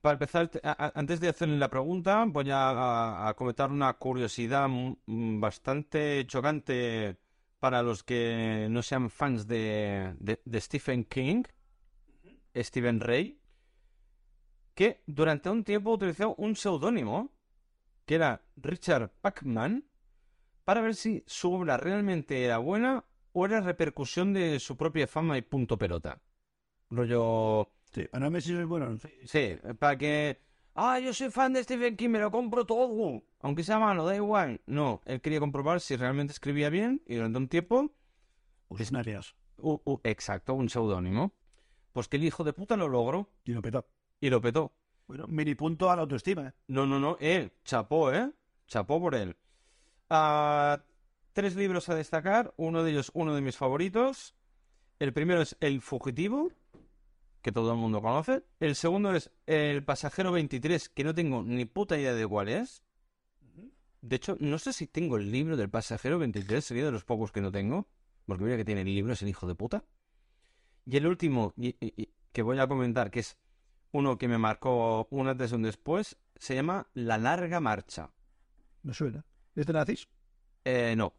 [SPEAKER 2] para empezar, te- a- a- antes de hacerle la pregunta, voy a, a- a comentar una curiosidad mu- mm, bastante chocante para los que no sean fans de, de- de Stephen King, Stephen Ray, que durante un tiempo utilizó un seudónimo, que era Richard Pacman, para ver si su obra realmente era buena o era repercusión de su propia fama y punto pelota. Rollo...
[SPEAKER 1] Sí, para ver si soy bueno. o no.
[SPEAKER 2] Sí, para que. Ah, yo soy fan de Stephen King, me lo compro todo. Aunque sea malo, da igual. No, él quería comprobar si realmente escribía bien y durante un tiempo.
[SPEAKER 1] Pues no harías.
[SPEAKER 2] u- u- exacto, un seudónimo. Pues que el hijo de puta lo logró
[SPEAKER 1] Y lo petó.
[SPEAKER 2] y lo petó.
[SPEAKER 1] Bueno, mini punto a la autoestima, ¿eh?
[SPEAKER 2] No, no, no, él, chapó, ¿eh? Chapó por él. Ah, tres libros a destacar, uno de ellos, uno de mis favoritos. El primero es El Fugitivo, que todo el mundo conoce. El segundo es El Pasajero 23, que no tengo ni puta idea de cuál es. De hecho, no sé si tengo el libro del Pasajero 23, sería de los pocos que no tengo, porque mira que tiene el libro, es el hijo de puta. Y el último y- y- y que voy a comentar, que es uno que me marcó un antes y un después, se llama La Larga Marcha.
[SPEAKER 1] Me suena. ¿Es de nazis?
[SPEAKER 2] Eh, no.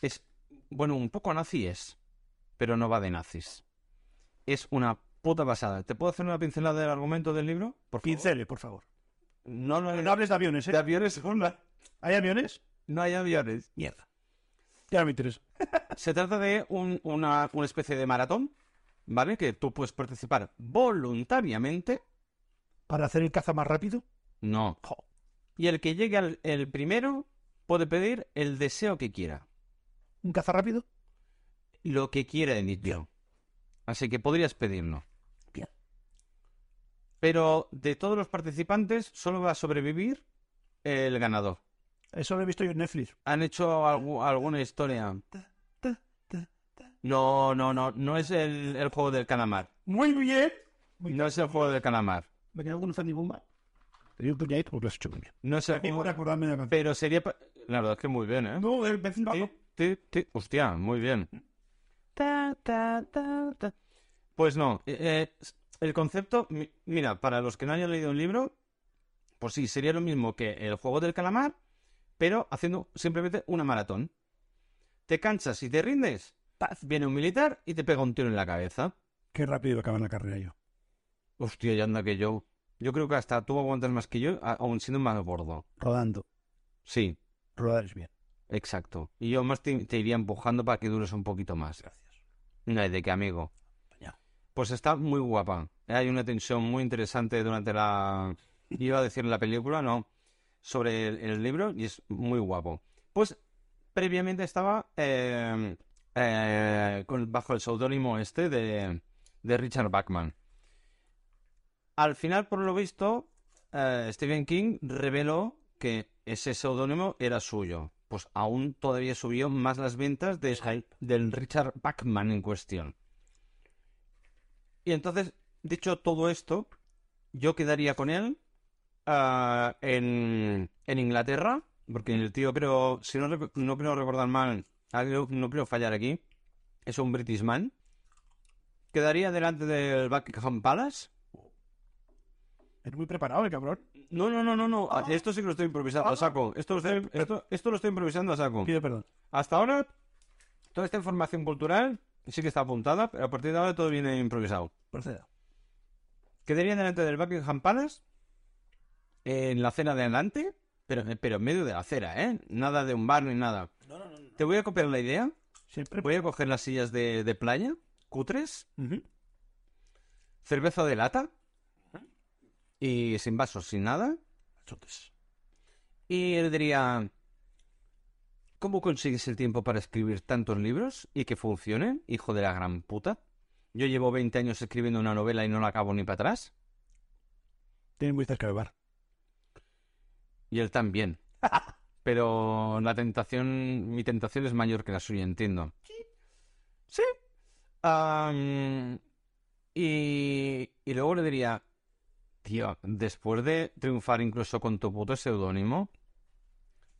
[SPEAKER 2] Es, bueno, un poco nazi es, pero no va de nazis. Es una puta pasada. ¿Te puedo hacer una pincelada del argumento del libro? Por favor.
[SPEAKER 1] Pincele, por favor.
[SPEAKER 2] No, no,
[SPEAKER 1] Pero
[SPEAKER 2] hay-
[SPEAKER 1] no hables de aviones,
[SPEAKER 2] de
[SPEAKER 1] ¿eh?
[SPEAKER 2] aviones. hola.
[SPEAKER 1] ¿Hay aviones?
[SPEAKER 2] No hay aviones.
[SPEAKER 1] Mierda. Ya no me interesa.
[SPEAKER 2] Se trata de un- una, una especie de maratón, ¿vale? Que tú puedes participar voluntariamente.
[SPEAKER 1] ¿Para hacer el caza más rápido?
[SPEAKER 2] No.
[SPEAKER 1] Jo.
[SPEAKER 2] Y el que llegue al el primero puede pedir el deseo que quiera.
[SPEAKER 1] ¿Un caza rápido?
[SPEAKER 2] lo que quiera en dicho. Así que podrías pedirlo.
[SPEAKER 1] Bien.
[SPEAKER 2] Pero de todos los participantes, solo va a sobrevivir el ganador.
[SPEAKER 1] Eso lo he visto yo en Netflix.
[SPEAKER 2] ¿Han hecho algu- alguna historia? No, no, no. No es el, el juego del calamar.
[SPEAKER 1] Muy bien.
[SPEAKER 2] No es el juego del calamar.
[SPEAKER 1] Me quedo con un Sandy Bumba. Te doy un puñadito porque lo has hecho muy bien.
[SPEAKER 2] No es el
[SPEAKER 1] Y por
[SPEAKER 2] juego-
[SPEAKER 1] acordarme de la canción.
[SPEAKER 2] Pero sería. pa- La verdad es que muy bien, ¿eh?
[SPEAKER 1] No, el vecino.
[SPEAKER 2] Ti, ti, Hostia, muy bien. ta, ta, ta, ta. Pues no, eh, eh, el concepto, mi- mira, para los que no hayan leído un libro, pues sí, sería lo mismo que el juego del calamar, pero haciendo simplemente una maratón. Te cansas y te rindes, ¡paf! viene un militar y te pega un tiro en la cabeza.
[SPEAKER 1] Qué rápido acaban la carrera yo.
[SPEAKER 2] Hostia, ya anda que yo. Yo creo que hasta tú aguantas más que yo, a- aún siendo más gordo.
[SPEAKER 1] Rodando.
[SPEAKER 2] Sí,
[SPEAKER 1] Rodar es bien.
[SPEAKER 2] exacto. Y yo más te, te iría empujando para que dures un poquito más.
[SPEAKER 1] Gracias.
[SPEAKER 2] No hay de qué, amigo.
[SPEAKER 1] Ya.
[SPEAKER 2] Pues está muy guapa. Hay una tensión muy interesante durante la... Iba a decir la película, no. Sobre el, el libro y es muy guapo. Pues previamente estaba eh, eh, con- bajo el seudónimo este de, de Richard Bachman. Al final, por lo visto, eh, Stephen King reveló que ese seudónimo era suyo. Pues aún todavía subió más las ventas de, del Richard Bachman en cuestión. Y entonces, dicho todo esto, yo quedaría con él ah, en, en Inglaterra, porque el tío creo, si no, rec- no creo recordar mal, ah, creo- no creo fallar aquí, es un Britishman. Quedaría delante del Buckingham Palace.
[SPEAKER 1] Es muy preparado el cabrón.
[SPEAKER 2] No, no, no, no, no. Ah, Esto sí que lo estoy improvisando a saco. Esto, lo estoy- esto, esto lo estoy improvisando a saco.
[SPEAKER 1] Pido perdón.
[SPEAKER 2] Hasta ahora, toda esta información cultural sí que está apuntada, pero a partir de ahora todo viene improvisado.
[SPEAKER 1] Proceda.
[SPEAKER 2] Quedaría delante del Buckingham Palace en la acera de adelante, pero, pero en medio de la acera, ¿eh? Nada de un bar ni nada.
[SPEAKER 1] No, no, no.
[SPEAKER 2] Te voy a copiar la idea.
[SPEAKER 1] Siempre.
[SPEAKER 2] Voy a coger las sillas de, de playa, cutres,
[SPEAKER 1] Ujú.
[SPEAKER 2] cerveza de lata y sin vasos, sin nada.
[SPEAKER 1] Azotes.
[SPEAKER 2] Y él diría, ¿cómo consigues el tiempo para escribir tantos libros y que funcionen, hijo de la gran puta? Yo llevo 20 años escribiendo una novela y no la acabo ni para atrás.
[SPEAKER 1] Tienen muy cerca de bar.
[SPEAKER 2] Y él también. Pero la tentación, mi tentación es mayor que la suya, entiendo. Sí. Am, y, y luego le diría, tío, después de triunfar incluso con tu puto seudónimo,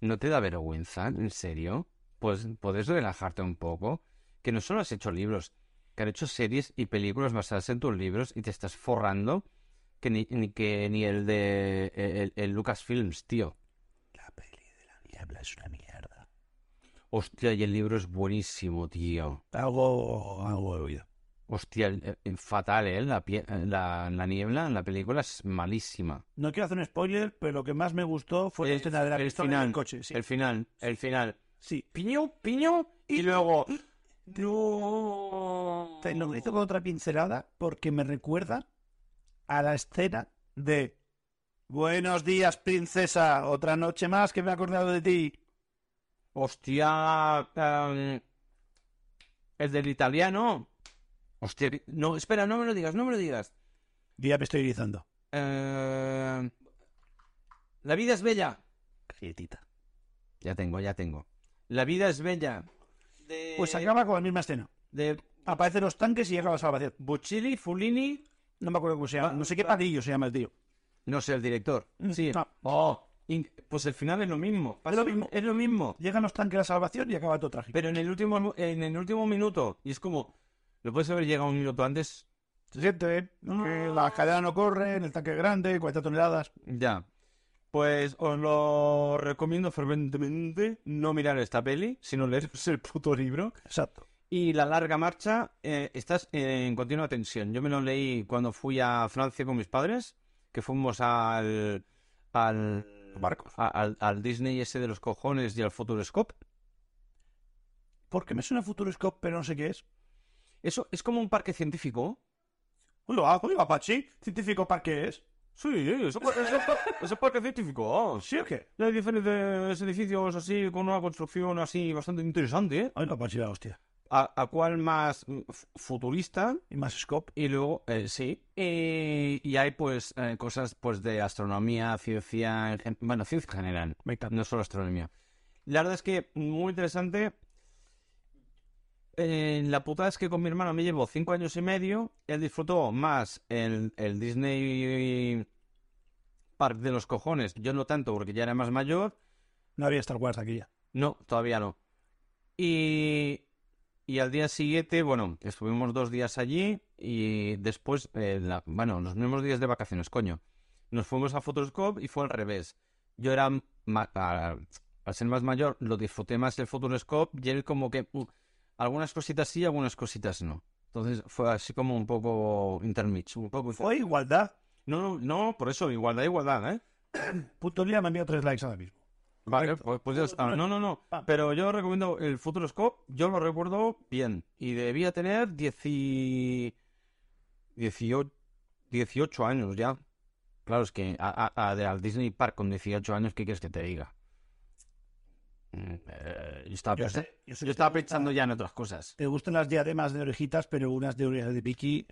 [SPEAKER 2] ¿no te da vergüenza? ¿En serio? Pues puedes relajarte un poco. Que no solo has hecho libros, que han hecho series y películas basadas en tus libros y te estás forrando que ni, ni que ni el de el, el Lucasfilms, tío.
[SPEAKER 1] La peli de la niebla es una mierda.
[SPEAKER 2] Hostia, y el libro es buenísimo, tío.
[SPEAKER 1] Algo, algo he oído.
[SPEAKER 2] Hostia, el- el- fatal, ¿eh? La, pie- la, la niebla en la película es malísima.
[SPEAKER 1] No quiero hacer un spoiler, pero lo que más me gustó fue la
[SPEAKER 2] El-
[SPEAKER 1] escena de la
[SPEAKER 2] el
[SPEAKER 1] pistola en
[SPEAKER 2] final.
[SPEAKER 1] el coche. Sí.
[SPEAKER 2] El final, el final.
[SPEAKER 1] sí.
[SPEAKER 2] Piño, piño, y luego... No.
[SPEAKER 1] Te Lo hizo con otra pincelada porque me recuerda a la escena de Buenos días, princesa. Otra noche más que me he acordado de ti.
[SPEAKER 2] Hostia... em, el del italiano. Hostia, que- no, espera, no me lo digas, no me lo digas.
[SPEAKER 1] Yo ya me estoy irizando.
[SPEAKER 2] Eh, La vida es bella.
[SPEAKER 1] Galletita.
[SPEAKER 2] Ya tengo, ya tengo. La vida es bella. De...
[SPEAKER 1] Pues acaba con la misma escena.
[SPEAKER 2] De
[SPEAKER 1] Aparecen los tanques y llega la salvación.
[SPEAKER 2] Buccilli, Fulini.
[SPEAKER 1] No me acuerdo cómo se llama. No sé qué padillo se llama el tío.
[SPEAKER 2] No sé, el director. Sí.
[SPEAKER 1] Ah.
[SPEAKER 2] Oh, in- pues el final es lo mismo.
[SPEAKER 1] Es lo mismo.
[SPEAKER 2] Es lo mismo.
[SPEAKER 1] Llegan los tanques a la salvación y acaba todo trágico.
[SPEAKER 2] Pero en el último, en el último minuto. Y es como. Lo puedes haber llegado un minuto antes.
[SPEAKER 1] Se siente eh, que la cadena no corre, en el tanque es grande, 40 toneladas.
[SPEAKER 2] Ya. Pues os lo recomiendo ferventemente no mirar esta peli, sino leeros el puto libro.
[SPEAKER 1] Exacto.
[SPEAKER 2] Y la larga marcha, eh, estás en continua tensión. Yo me lo leí cuando fui a Francia con mis padres, que fuimos al. al.
[SPEAKER 1] Barcos.
[SPEAKER 2] a- al, al Disney ese de los cojones y al Futuroscope.
[SPEAKER 1] Porque me suena Futuroscope, pero no sé qué es.
[SPEAKER 2] Eso es como un parque científico.
[SPEAKER 1] Uy, lo hago, Apache. Científico parque es.
[SPEAKER 2] Sí, es un, parque científico.
[SPEAKER 1] ¿Sí o qué?
[SPEAKER 2] Hay diferentes edificios así, con una construcción así bastante interesante. ¿eh?
[SPEAKER 1] Ay, la Apache, la hostia.
[SPEAKER 2] A, a cual más mm, f- futurista,
[SPEAKER 1] Y más Scope.
[SPEAKER 2] Y luego, eh, sí, y, y hay pues eh, cosas pues de astronomía, ciencia, en gen- bueno, ciencia en general,
[SPEAKER 1] Me encanta.
[SPEAKER 2] no solo astronomía. La verdad es que muy interesante. Eh, la putada es que con mi hermano me llevo cinco años y medio, él disfrutó más el, el Disney Park de los cojones, yo no tanto porque ya era más mayor,
[SPEAKER 1] No había Star Wars aquí ya.
[SPEAKER 2] no, todavía no. Y, Y al día siguiente, bueno, estuvimos dos días allí y después, eh, la- bueno, los mismos días de vacaciones, coño. Nos fuimos a Photoshop y fue al revés. Yo era, ma- a- al ser más mayor, lo disfruté más el Photoshop y él como que uh, algunas cositas sí, algunas cositas no. Entonces fue así como un poco intermix, un poco...
[SPEAKER 1] Fue igualdad.
[SPEAKER 2] No, no, no, por eso, igualdad, igualdad, ¿eh?
[SPEAKER 1] Puto Lía me ha enviado tres likes ahora mismo.
[SPEAKER 2] Vale, pues, pues ya está. No, no, no.
[SPEAKER 1] Pam.
[SPEAKER 2] Pero yo recomiendo el Futuroscope, yo lo recuerdo bien. Y debía tener 18, 18 años ya. Claro, es que a- a- a- de- al Disney Park con 18 años, ¿qué quieres que te diga? Mm, eh, yo, estaba
[SPEAKER 1] Yo,
[SPEAKER 2] pensa-
[SPEAKER 1] sé- yo sé
[SPEAKER 2] yo
[SPEAKER 1] que
[SPEAKER 2] estaba
[SPEAKER 1] te gusta-
[SPEAKER 2] pensando ya en otras cosas.
[SPEAKER 1] Te gustan las diademas de orejitas, pero unas de orejas de piqui.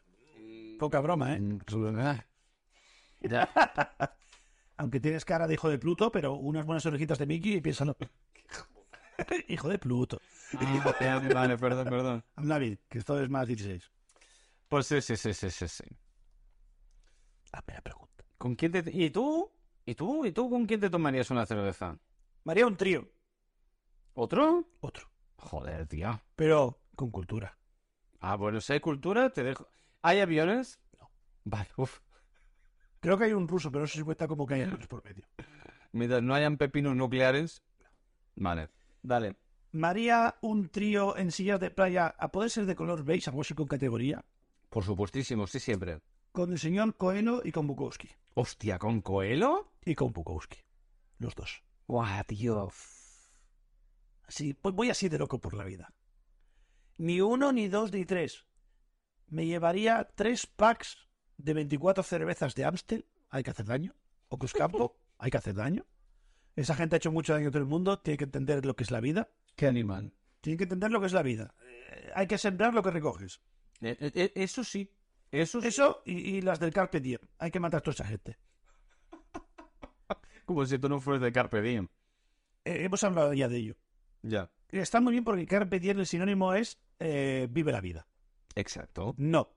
[SPEAKER 1] Poca broma, ¿eh?
[SPEAKER 2] Mm, Ya.
[SPEAKER 1] Aunque tienes cara de hijo de Pluto, pero unas buenas orejitas de Mickey y piénsalo. hijo de Pluto.
[SPEAKER 2] Ah, vale, vale, perdón, perdón.
[SPEAKER 1] Habla bien, que esto es más 16.
[SPEAKER 2] Pues sí, sí, sí, sí, sí, sí.
[SPEAKER 1] Hazme Ah, la pregunta.
[SPEAKER 2] ¿Con quién te... ¿Y tú? ¿Y tú? ¿Y tú con quién te tomarías una cerveza?
[SPEAKER 1] María, un trío.
[SPEAKER 2] ¿Otro?
[SPEAKER 1] Otro.
[SPEAKER 2] Joder, tío.
[SPEAKER 1] Pero con cultura.
[SPEAKER 2] Ah, bueno, si hay cultura, te dejo. ¿Hay aviones?
[SPEAKER 1] No.
[SPEAKER 2] Vale, uff.
[SPEAKER 1] Creo que hay un ruso, pero no sé si cuenta como que hay años por medio.
[SPEAKER 2] Mientras no hayan pepinos nucleares. Vale. Dale.
[SPEAKER 1] María, un trío en sillas de playa, a poder ser de color beige, algo así con categoría,
[SPEAKER 2] Por supuestísimo, sí, siempre.
[SPEAKER 1] con el señor Coelho y con Bukowski.
[SPEAKER 2] Hostia, ¿con Coelho?
[SPEAKER 1] Y con Bukowski. Los dos.
[SPEAKER 2] Guau, tío.
[SPEAKER 1] Así, pues voy así de loco por la vida. Ni uno, ni dos, ni tres. Me llevaría tres packs de 24 cervezas de Amstel. Hay que hacer daño. O Cruzcampo. Hay que hacer daño. Esa gente ha hecho mucho daño a todo el mundo. Tiene que entender lo que es la vida.
[SPEAKER 2] Qué animal.
[SPEAKER 1] Tiene que entender lo que es la vida. Eh, hay que sembrar lo que recoges.
[SPEAKER 2] Eh, eh, eh, eso sí. Eso sí.
[SPEAKER 1] Eso y, y las del Carpe Diem. Hay que matar a toda esa gente.
[SPEAKER 2] Como si tú no fueras de Carpe Diem.
[SPEAKER 1] Eh, hemos hablado ya de ello.
[SPEAKER 2] Ya.
[SPEAKER 1] Está muy bien porque Carpe Diem el sinónimo es eh, vive la vida.
[SPEAKER 2] Exacto.
[SPEAKER 1] No.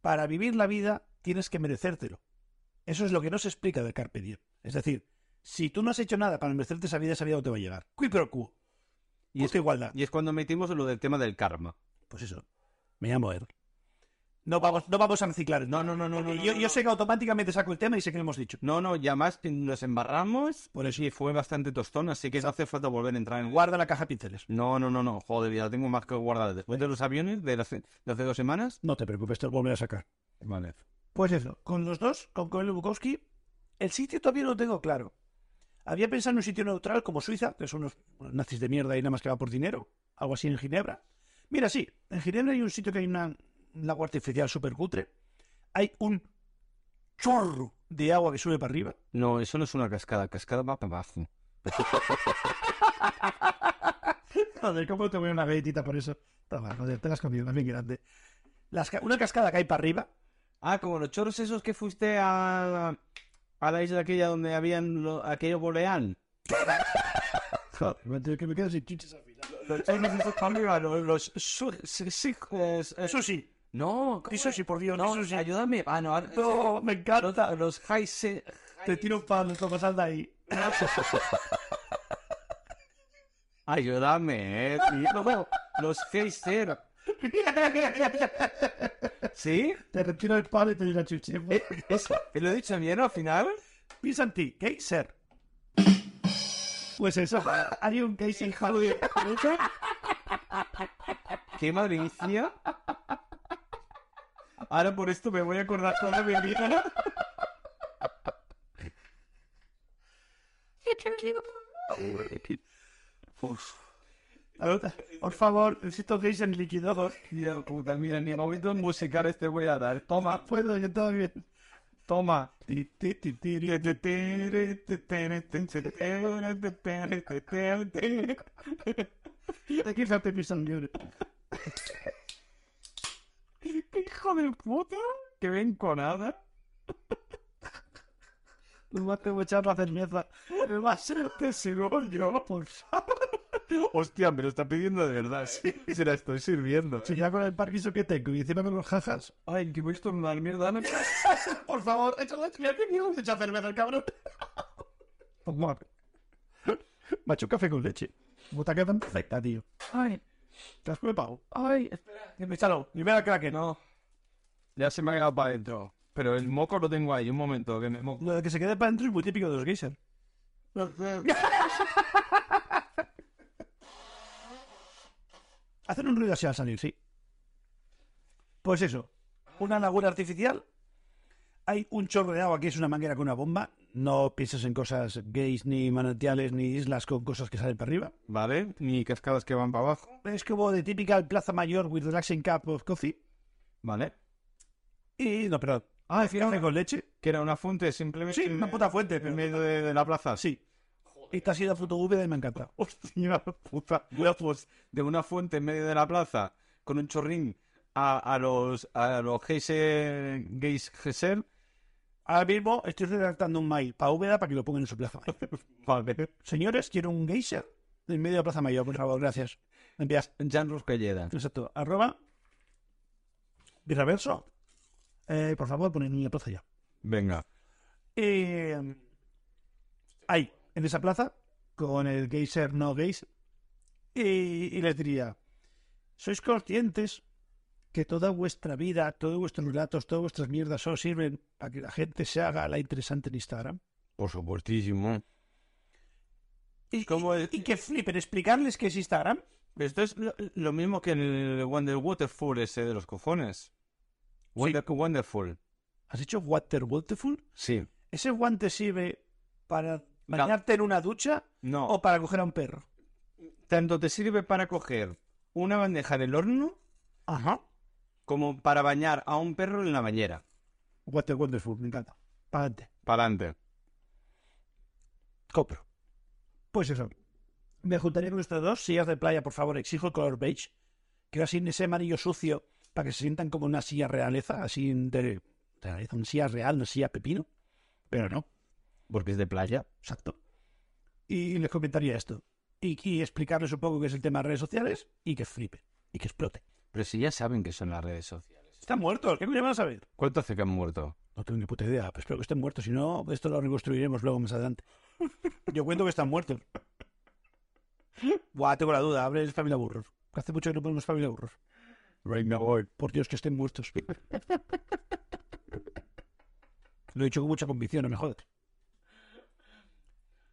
[SPEAKER 1] Para vivir la vida tienes que merecértelo. Eso es lo que no se explica del Carpe Diem. Es decir, si tú no has hecho nada para merecerte esa vida, esa vida no te va a llegar. Qui pro quo.
[SPEAKER 2] Y
[SPEAKER 1] Y
[SPEAKER 2] es-
[SPEAKER 1] esta igualdad.
[SPEAKER 2] Y es cuando metimos lo del tema del karma.
[SPEAKER 1] Pues eso. Me llamo Er. No vamos, no vamos a reciclar.
[SPEAKER 2] No, no, no, no, no.
[SPEAKER 1] Porque
[SPEAKER 2] no,
[SPEAKER 1] yo,
[SPEAKER 2] no,
[SPEAKER 1] yo sé que automáticamente saco el tema y sé que lo hemos dicho.
[SPEAKER 2] No, no, ya más nos embarramos. pues
[SPEAKER 1] Por eso.
[SPEAKER 2] Sí, fue bastante tostón, así que no hace falta volver a entrar en
[SPEAKER 1] Guarda la caja de pinceles.
[SPEAKER 2] No, no, no, no, joder, ya la tengo más que guardada. Después de los aviones de, las- de hace dos semanas.
[SPEAKER 1] No te preocupes, te lo volveré a sacar.
[SPEAKER 2] Vale.
[SPEAKER 1] Pues eso, con los dos, con Coelho y Bukowski, el sitio todavía no lo tengo claro. Había pensado en un sitio neutral como Suiza, que son unos nazis de mierda y nada más que va por dinero, algo así en Ginebra. Mira, sí, en Ginebra hay un sitio que hay una, un lago artificial súper cutre. Hay un chorro de agua que sube para arriba.
[SPEAKER 2] No, eso no es una cascada, cascada va para abajo.
[SPEAKER 1] Joder, ¿cómo te voy a una galletita por eso? Toma, joder, te la has comido, también grande. Las ca- una cascada que hay para arriba,
[SPEAKER 2] Ah, como los choros esos que fuiste a, a la isla aquella donde habían lo- aquello boreal.
[SPEAKER 1] Joder, me entiendo que me quedo sin chiches al final.
[SPEAKER 2] Los choros esos para arriba, los, los su- eh, sí, sí, es- es-
[SPEAKER 1] Eso sí,
[SPEAKER 2] No, ¿cómo
[SPEAKER 1] eso
[SPEAKER 2] es?
[SPEAKER 1] sí, por Dios,
[SPEAKER 2] No,
[SPEAKER 1] eso sí.
[SPEAKER 2] ayúdame. Ah, no, ahora-
[SPEAKER 1] No, me encanta.
[SPEAKER 2] los, los high se-
[SPEAKER 1] Te tiro un palo, Tomás, anda ahí.
[SPEAKER 2] Ayúdame, eh. tío. No, bueno, los high ser. ¿Sí?
[SPEAKER 1] Te retiro el palo y te doy la chuche.
[SPEAKER 2] ¿Te lo he dicho bien al final?
[SPEAKER 1] Piensa en ti, Kaiser. Pues eso, haría un Kaiser Halloween.
[SPEAKER 2] ¡Qué malicia! Ahora por esto me voy a acordar toda mi vida. Uf,
[SPEAKER 1] Por favor, necesito Kaiser líquido.
[SPEAKER 2] tío, puta, mira, ni momentos musicales te este voy a dar. Toma,
[SPEAKER 1] Puedo, yo todo bien.
[SPEAKER 2] toma.
[SPEAKER 1] Aquí se hace pisan libre.
[SPEAKER 2] ¡Qué hijo de puta! ¡Qué bien conada!
[SPEAKER 1] No más tengo que echar la cerveza. Me va a ser te sigo yo, por favor.
[SPEAKER 2] Hostia, me lo está pidiendo de verdad. Se la estoy sirviendo.
[SPEAKER 1] Si ya con el parquiso que tengo y encima con los jajas.
[SPEAKER 2] Ay, que voy a estornudar mierda. no-
[SPEAKER 1] Por favor, échale, mira que hijo se echa cerveza el cabrón. Pues Macho, café con leche. Butaca tan perfecta, tío.
[SPEAKER 2] Ay.
[SPEAKER 1] Te has culpado.
[SPEAKER 2] Ay,
[SPEAKER 1] Échalo, libera al Kraken.
[SPEAKER 2] no. Ya se me ha quedado para adentro. Pero el moco lo tengo ahí, un momento, que me moco.
[SPEAKER 1] Lo de que se quede para adentro es muy típico de los geysers. Hacen un ruido así al salir, sí. Pues eso. Una laguna artificial. Hay un chorro de agua que es una manguera con una bomba. No pienses en cosas gays, ni manantiales, ni islas con cosas que salen para arriba.
[SPEAKER 2] ¿Vale? Ni cascadas que van para abajo.
[SPEAKER 1] Es como de típica Plaza Mayor with relaxing cup of coffee.
[SPEAKER 2] ¿Vale?
[SPEAKER 1] Y no, perdón. Ah, es café con leche.
[SPEAKER 2] Que era una fuente simplemente.
[SPEAKER 1] Sí,
[SPEAKER 2] en-
[SPEAKER 1] una puta fuente,
[SPEAKER 2] En
[SPEAKER 1] pero...
[SPEAKER 2] medio de, de la plaza.
[SPEAKER 1] Sí. Esta ha sido fruto húmeda y me encanta.
[SPEAKER 2] Hostia puta. pues, de una fuente en medio de la plaza, con un chorrín a, a los a los geyser, gays geyser.
[SPEAKER 1] Ahora mismo estoy redactando un mail para Úbeda para que lo pongan en su plaza mayor.
[SPEAKER 2] Vale.
[SPEAKER 1] Señores, quiero un geyser en medio de Plaza Mayor, por favor, gracias. Envías.
[SPEAKER 2] Jan Ruscalleda.
[SPEAKER 1] Exacto. Arroba. Birraverso. Eh, por favor, ponen una plaza ya.
[SPEAKER 2] Venga.
[SPEAKER 1] Eh, ahí, en esa plaza, con el geyser no gays, y, y les diría, ¿sois conscientes que toda vuestra vida, todos vuestros datos, todas vuestras mierdas solo sirven para que la gente se haga la interesante en Instagram?
[SPEAKER 2] Por supuestísimo.
[SPEAKER 1] Y,
[SPEAKER 2] ¿Cómo
[SPEAKER 1] y-
[SPEAKER 2] es?
[SPEAKER 1] y que flipen, explicarles qué es Instagram.
[SPEAKER 2] Esto es lo, lo mismo que en el Wonder Waterfall ese de los cojones. Wonder Wonderful.
[SPEAKER 1] ¿Has hecho Water Waterful?
[SPEAKER 2] Sí.
[SPEAKER 1] ¿Ese guante sirve para bañarte en una ducha
[SPEAKER 2] No.
[SPEAKER 1] o para coger a un perro?
[SPEAKER 2] Oh, Tanto te sirve para coger una bandeja en el horno
[SPEAKER 1] Ajá.
[SPEAKER 2] como para bañar a un perro en la bañera.
[SPEAKER 1] Water Wonderful, me encanta. Para adelante.
[SPEAKER 2] Para adelante.
[SPEAKER 1] Copro. Pues eso. Me juntaría con estos dos. Sillas de playa, por favor, exijo el color beige. Quiero así ese amarillo sucio para que se sientan como una silla realeza, así de realeza, una silla real, una silla pepino. Pero no,
[SPEAKER 2] Porque es de playa.
[SPEAKER 1] exacto. Y les comentaría esto. Y, y explicarles un poco qué es el tema de redes sociales y que flipe y que explote.
[SPEAKER 2] Pero si ya saben que son las redes sociales.
[SPEAKER 1] Están muertos, ¿qué coño van a saber?
[SPEAKER 2] ¿Cuánto hace que han muerto?
[SPEAKER 1] No tengo ni puta idea, pero espero que estén muertos, si no, esto lo reconstruiremos luego más adelante. Yo cuento que están muertos. Buah, tengo la duda, abre el Familia Burros. Que hace mucho que no ponemos Familia Burros.
[SPEAKER 2] Venga, voy.
[SPEAKER 1] Por Dios, que estén muertos. Lo he dicho con mucha convicción, no me jodas.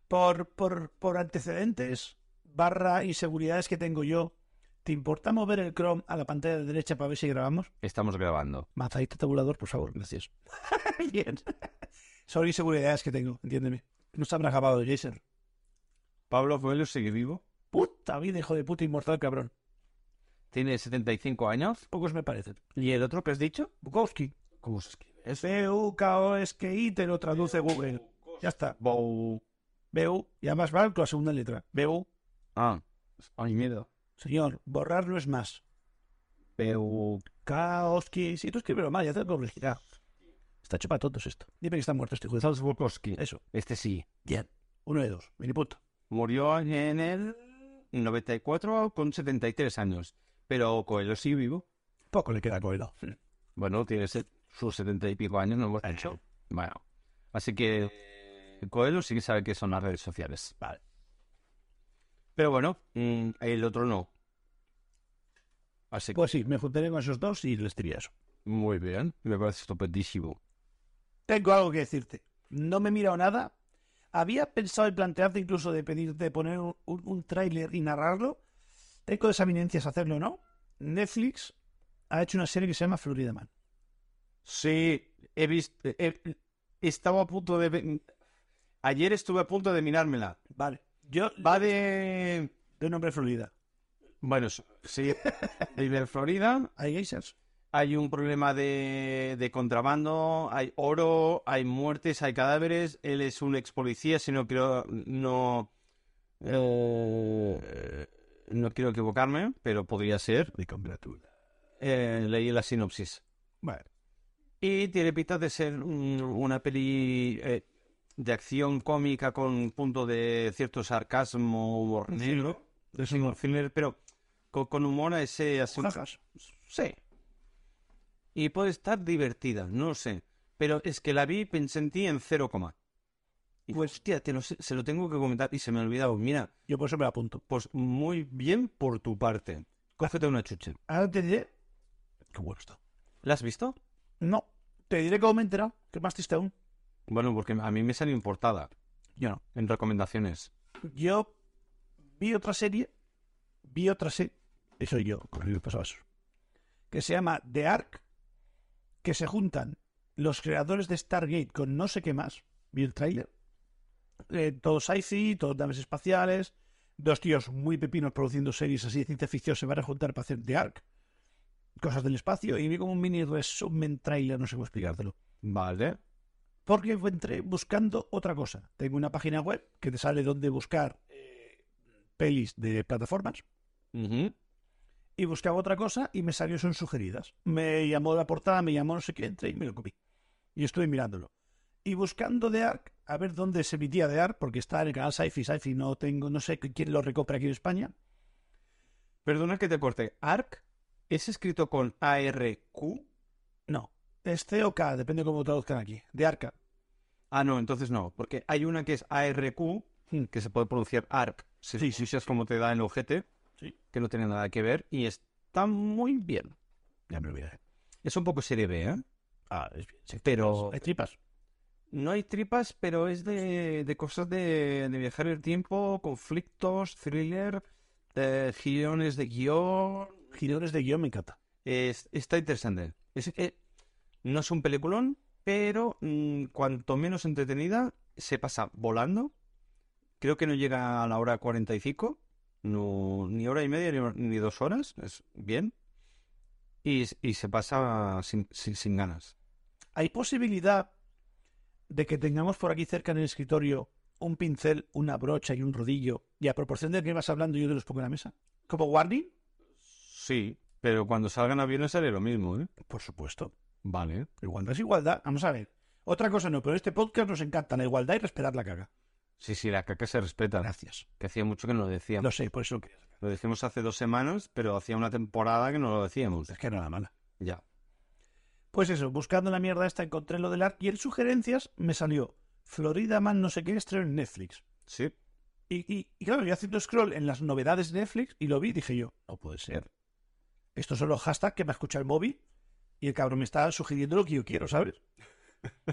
[SPEAKER 1] Por, por, por antecedentes, barra inseguridades que tengo yo, ¿te importa mover el Chrome a la pantalla de derecha para ver si grabamos?
[SPEAKER 2] Estamos grabando.
[SPEAKER 1] Manzanita tabulador, por favor, gracias. Bien. Son inseguridades que tengo, entiéndeme. No se habrá acabado el Jason.
[SPEAKER 2] Pablo Coelho sigue vivo.
[SPEAKER 1] Puta vida, hijo de puta inmortal, cabrón.
[SPEAKER 2] Tiene 75 años.
[SPEAKER 1] Pocos me parecen.
[SPEAKER 2] ¿Y el otro que has dicho?
[SPEAKER 1] Bukowski.
[SPEAKER 2] ¿Cómo se escribe? Es
[SPEAKER 1] B-U-K-O-S-K-I te lo traduce Google. Ya está.
[SPEAKER 2] Bou.
[SPEAKER 1] B-U. Y además va con la segunda letra. B-U.
[SPEAKER 2] Ah. Ay, miedo.
[SPEAKER 1] Señor, borrar no es más.
[SPEAKER 2] Beu.
[SPEAKER 1] Kaoski. Si tú escribes mal, ya te lo corregirá. Está hecho para todos esto. Dime que está muerto este juez.
[SPEAKER 2] Bukowski.
[SPEAKER 1] Eso.
[SPEAKER 2] Este sí.
[SPEAKER 1] Bien. Uno de dos. Mini punto.
[SPEAKER 2] Murió en el 94 con 73 años. Pero Coelho sigue vivo.
[SPEAKER 1] Poco le queda coelho.
[SPEAKER 2] Bueno, tiene se- sus 70 y pico años. No hemos hecho. Bueno. Así que Coelho sí que sabe que son las redes sociales.
[SPEAKER 1] Vale.
[SPEAKER 2] Pero bueno, mm, el otro no. Así que
[SPEAKER 1] Pues sí, me juntaré con esos dos y les diría eso.
[SPEAKER 2] muy bien. Me parece estupendísimo.
[SPEAKER 1] Tengo algo que decirte. No me he mirado nada. Había pensado en plantearte incluso de pedirte poner un, un- un tráiler y narrarlo. Tengo desavenencias hacerlo, ¿no? Netflix ha hecho una serie que se llama Florida Man.
[SPEAKER 2] Sí, he visto. he- estaba a punto de. ve- Ayer estuve a punto de mirármela.
[SPEAKER 1] Vale. Yo
[SPEAKER 2] Va de.
[SPEAKER 1] de un hombre Florida.
[SPEAKER 2] Bueno, s- sí. Y de Florida
[SPEAKER 1] ¿Hay geysers?
[SPEAKER 2] hay un problema de, de contrabando, hay oro, hay muertes, hay cadáveres. Él es un ex policía, si no quiero. No. eh, no quiero equivocarme, pero podría ser.
[SPEAKER 1] De congratula.
[SPEAKER 2] Eh, leí la sinopsis.
[SPEAKER 1] Vale.
[SPEAKER 2] Y tiene pinta de ser un- una peli eh, de acción cómica con un punto de cierto sarcasmo, humor negro,
[SPEAKER 1] De
[SPEAKER 2] sin thriller, pero con, con humor a ese asunto.
[SPEAKER 1] Jajas.
[SPEAKER 2] Sí. Y puede estar divertida, no lo sé. Pero es que la vi y pensé en ti en cero coma. Y pues, hostia, te lo sé- se lo tengo que comentar y se me ha olvidado. Mira,
[SPEAKER 1] Yo por eso me la apunto.
[SPEAKER 2] pues muy bien por tu parte. Cógete una chuche.
[SPEAKER 1] Ahora te diré. Qué bueno está.
[SPEAKER 2] ¿La has visto?
[SPEAKER 1] No, te diré cómo me he enterado, que es más triste aún.
[SPEAKER 2] Bueno, porque a mí me salió importada
[SPEAKER 1] Yo no.
[SPEAKER 2] en recomendaciones.
[SPEAKER 1] Yo vi otra serie, vi otra serie, eso yo, con el que me pasaba eso, que se llama The Ark, que se juntan los creadores de Stargate con no sé qué más, vi el tráiler, eh, todos sci-fi, todos naves espaciales, dos tíos muy pepinos produciendo series así de ciencia ficción se van a juntar para hacer The Ark, cosas del espacio, y vi como un mini resumen tráiler, no sé cómo explicártelo
[SPEAKER 2] Vale.
[SPEAKER 1] porque entré buscando otra cosa. Tengo una página web que te sale donde buscar eh, pelis de plataformas
[SPEAKER 2] Ujú.
[SPEAKER 1] y buscaba otra cosa y me salió son sugeridas. Me llamó la portada, me llamó no sé qué, entré y me lo copié. Y estuve mirándolo. Y buscando de ARC, a ver dónde se emitía de ARC, porque está en el canal Sci-Fi, Sci-Fi no tengo, no sé quién lo recopra aquí en España.
[SPEAKER 2] Perdona que te corte. ARC es escrito con ARQ.
[SPEAKER 1] No, es COK, depende cómo traduzcan aquí, de ARCA.
[SPEAKER 2] Ah, no, entonces no, porque hay una que es ARQ,
[SPEAKER 1] Hmm.
[SPEAKER 2] que se puede pronunciar ARC. Si
[SPEAKER 1] Sí,
[SPEAKER 2] sí,
[SPEAKER 1] sí.
[SPEAKER 2] como te da en el ojete,
[SPEAKER 1] Sí.
[SPEAKER 2] que no tiene nada que ver, y está muy bien.
[SPEAKER 1] Ya me olvidé.
[SPEAKER 2] Es un poco serie B, ¿eh?
[SPEAKER 1] Ah, es bien. sí.
[SPEAKER 2] Pero
[SPEAKER 1] Hay tripas.
[SPEAKER 2] no hay tripas, pero es de, de cosas de, de viajar el tiempo, conflictos, thriller, eh, guiones de guión.
[SPEAKER 1] Girones de guión me encanta.
[SPEAKER 2] Es- está interesante. Es, eh, no es un peliculón, pero mm, cuanto menos entretenida, se pasa volando. Creo que no llega a la hora 45, no, ni hora y media ni, ni dos horas, es bien. Y, s- y se pasa sin, sin- sin ganas.
[SPEAKER 1] ¿Hay posibilidad de que tengamos por aquí cerca en el escritorio un pincel, una brocha y un rodillo? Y a proporción de que vas hablando, yo te los pongo en la mesa. ¿Como warning?
[SPEAKER 2] Sí, pero cuando salgan aviones sale lo mismo, ¿eh?
[SPEAKER 1] Por supuesto.
[SPEAKER 2] Vale.
[SPEAKER 1] Igualdad es igualdad. Vamos a ver. Otra cosa no, pero en este podcast nos encanta la igualdad y respetar la caga.
[SPEAKER 2] Sí, sí, la caca se respeta,
[SPEAKER 1] Gracias.
[SPEAKER 2] que hacía mucho que no lo
[SPEAKER 1] Lo
[SPEAKER 2] decíamos.
[SPEAKER 1] sé, por eso lo quería sacar.
[SPEAKER 2] Lo decimos hace dos semanas, pero hacía una temporada que no lo decíamos.
[SPEAKER 1] Es que era la mala.
[SPEAKER 2] Ya.
[SPEAKER 1] Pues eso, buscando la mierda esta encontré lo del ARC y en sugerencias me salió Florida Man no sé qué estreno en Netflix.
[SPEAKER 2] Sí.
[SPEAKER 1] Y, y- y claro, yo haciendo scroll en las novedades de Netflix y lo vi y dije yo, no puede ser. Estos son los hashtags que me ha escuchado el móvil y el cabrón me está sugiriendo lo que yo quiero, ¿sabes?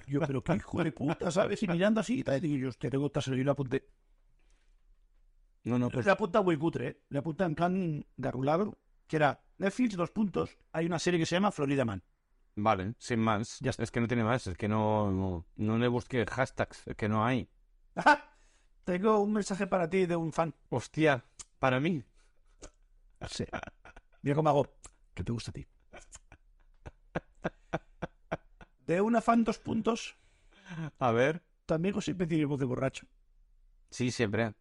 [SPEAKER 1] Yo, pero qué hijo de puta, ¿sabes? Y mirando así, y tal, digo yo, hostia, tengo otra serie, yo la apunté.
[SPEAKER 2] No, no, pero
[SPEAKER 1] La apunta muy cutre, ¿eh? La apunta en plan garrulado, que era Netflix, dos puntos. Hay una serie que se llama Florida Man.
[SPEAKER 2] Vale, sin más.
[SPEAKER 1] Ya está.
[SPEAKER 2] Es que no tiene más, es que no, no, no le busqué hashtags, es que no hay.
[SPEAKER 1] ¡Ajá! Tengo un mensaje para ti de un fan.
[SPEAKER 2] Hostia, para mí.
[SPEAKER 1] Sí. Mira cómo hago. Que te gusta a ti. De una fan, dos puntos.
[SPEAKER 2] A ver.
[SPEAKER 1] Tu amigo siempre tiene voz de borracho.
[SPEAKER 2] Sí, siempre.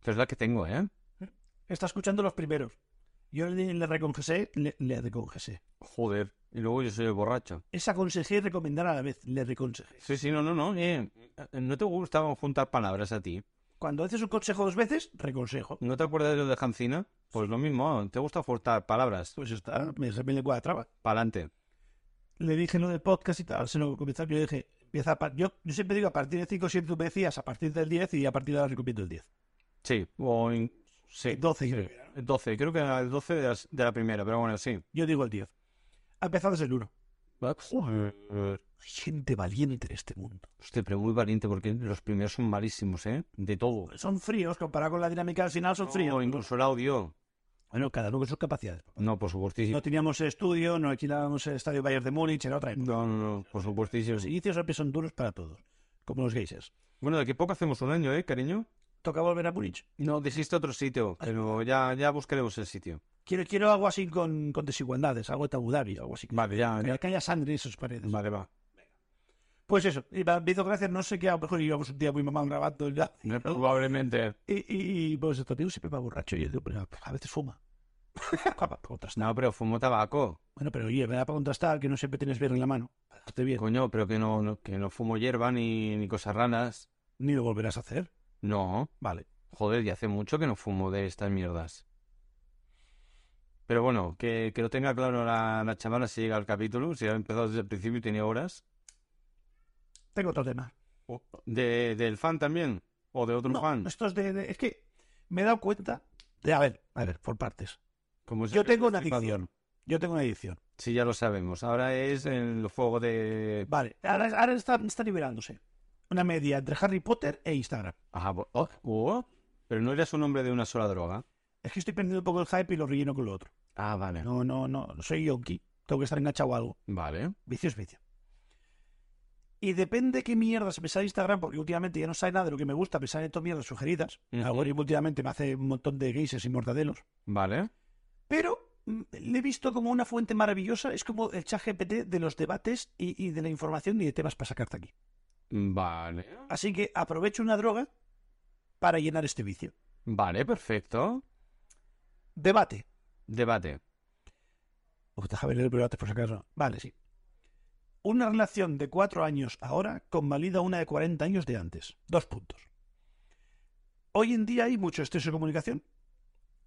[SPEAKER 2] Pero es la que tengo, ¿eh?
[SPEAKER 1] Está escuchando los primeros. Yo le, le recongesé, le, le recongesé.
[SPEAKER 2] Joder. Y luego yo soy el borracho.
[SPEAKER 1] Es aconsejé y recomendar a la vez. Le reconsejé.
[SPEAKER 2] Sí, sí, no, no, no. eh, No te gustaba juntar palabras a ti.
[SPEAKER 1] Cuando haces un consejo dos veces, reconsejo.
[SPEAKER 2] ¿No te acuerdas de lo de Hancina? Pues lo mismo, te gusta juntar palabras.
[SPEAKER 1] Pues está, me se me lengua de traba.
[SPEAKER 2] Pa'lante.
[SPEAKER 1] Le dije lo del podcast y tal, se lo comenzar. Yo dije, empieza a par- yo, yo siempre digo a partir de 5 o 7 tú me decías, a partir del 10 y a partir de ahora recomiendo el 10.
[SPEAKER 2] Sí, o en- sí.
[SPEAKER 1] 12 yo,
[SPEAKER 2] El 12, creo que era el 12 de las- de la primera, pero bueno, sí.
[SPEAKER 1] yo digo el 10. Ha empezado desde el 1.
[SPEAKER 2] Joder.
[SPEAKER 1] Hay gente valiente en este mundo.
[SPEAKER 2] Hostia, pero muy valiente porque los primeros son malísimos, ¿eh? De todo.
[SPEAKER 1] Son fríos, comparado con la dinámica al final, son fríos.
[SPEAKER 2] O incluso el audio.
[SPEAKER 1] Bueno, cada uno con sus capacidades.
[SPEAKER 2] No, por supuestísimo.
[SPEAKER 1] No teníamos estudio, no alquilábamos el estadio Bayern de Múnich, era otra época.
[SPEAKER 2] No, no, no, por supuestísimo.
[SPEAKER 1] Los inicios siempre son duros para todos, como los geysers.
[SPEAKER 2] Bueno, de aquí a poco hacemos un año, ¿eh, cariño?
[SPEAKER 1] Toca volver a Múnich.
[SPEAKER 2] No, dijiste otro sitio, pero ya, ya buscaremos el sitio.
[SPEAKER 1] Quiero, quiero algo así con, con desigualdades, algo de Abu Dhabi, algo así.
[SPEAKER 2] Vale, ya,
[SPEAKER 1] Que
[SPEAKER 2] ya.
[SPEAKER 1] haya sangre en esas paredes.
[SPEAKER 2] Vale, va.
[SPEAKER 1] Pues eso, y me me hizo gracia, no sé qué, a lo mejor íbamos un día muy mamado grabando ya,
[SPEAKER 2] Probablemente.
[SPEAKER 1] y, y, y, pues tu amigo siempre va borracho. Y yo digo, pero a veces fuma. para contrastar.
[SPEAKER 2] No, pero fumo tabaco.
[SPEAKER 1] Bueno, pero oye, me da para contrastar que no siempre tienes bien en la mano. Para dejarte bien.
[SPEAKER 2] Coño, pero que no, no- que no fumo hierba ni, ni cosas raras.
[SPEAKER 1] Ni lo volverás a hacer.
[SPEAKER 2] No.
[SPEAKER 1] Vale.
[SPEAKER 2] Joder, y hace mucho que no fumo de estas mierdas. Pero bueno, que, que lo tenga claro la, la chavala si llega al capítulo, si ha empezado desde el principio y tiene horas.
[SPEAKER 1] Tengo otro tema.
[SPEAKER 2] Oh. ¿De, ¿Del fan también? ¿O de otro
[SPEAKER 1] No,
[SPEAKER 2] fan?
[SPEAKER 1] esto Pues es de, de- Es que me he dado cuenta. De, a ver, a ver, por partes.
[SPEAKER 2] Como
[SPEAKER 1] Yo
[SPEAKER 2] siempre,
[SPEAKER 1] tengo una
[SPEAKER 2] flipado.
[SPEAKER 1] adicción. Yo tengo una adicción.
[SPEAKER 2] Sí, ya lo sabemos. Ahora es el fuego de...
[SPEAKER 1] Vale, ahora, ahora está, está liberándose. Una media entre Harry Potter e Instagram.
[SPEAKER 2] Ajá, bo- oh, oh, pero no eras un hombre de una sola droga.
[SPEAKER 1] Es que estoy perdiendo un poco el hype y lo relleno con lo otro.
[SPEAKER 2] Ah, vale.
[SPEAKER 1] No, no, no. Soy yonki. Tengo que estar enganchado a algo.
[SPEAKER 2] Vale.
[SPEAKER 1] Vicio es vicio. Y depende qué mierdas me sale Instagram, porque últimamente ya no sale nada de lo que me gusta, me salen todas mierdas sugeridas.
[SPEAKER 2] Ujú.
[SPEAKER 1] El algoritmo últimamente me hace un montón de geises y mortadelos.
[SPEAKER 2] Vale.
[SPEAKER 1] Pero mm, le he visto como una fuente maravillosa. Es como el chat GPT de los debates y, y de la información y de temas para sacarte aquí.
[SPEAKER 2] Vale.
[SPEAKER 1] Así que aprovecho una droga para llenar este vicio.
[SPEAKER 2] Vale, perfecto.
[SPEAKER 1] Debate.
[SPEAKER 2] Debate.
[SPEAKER 1] Uf, déjame leer el primero antes por si acaso. Vale, sí. Una relación de cuatro años ahora convalida una de 40 años de antes. Dos puntos. Hoy en día hay mucho exceso de comunicación.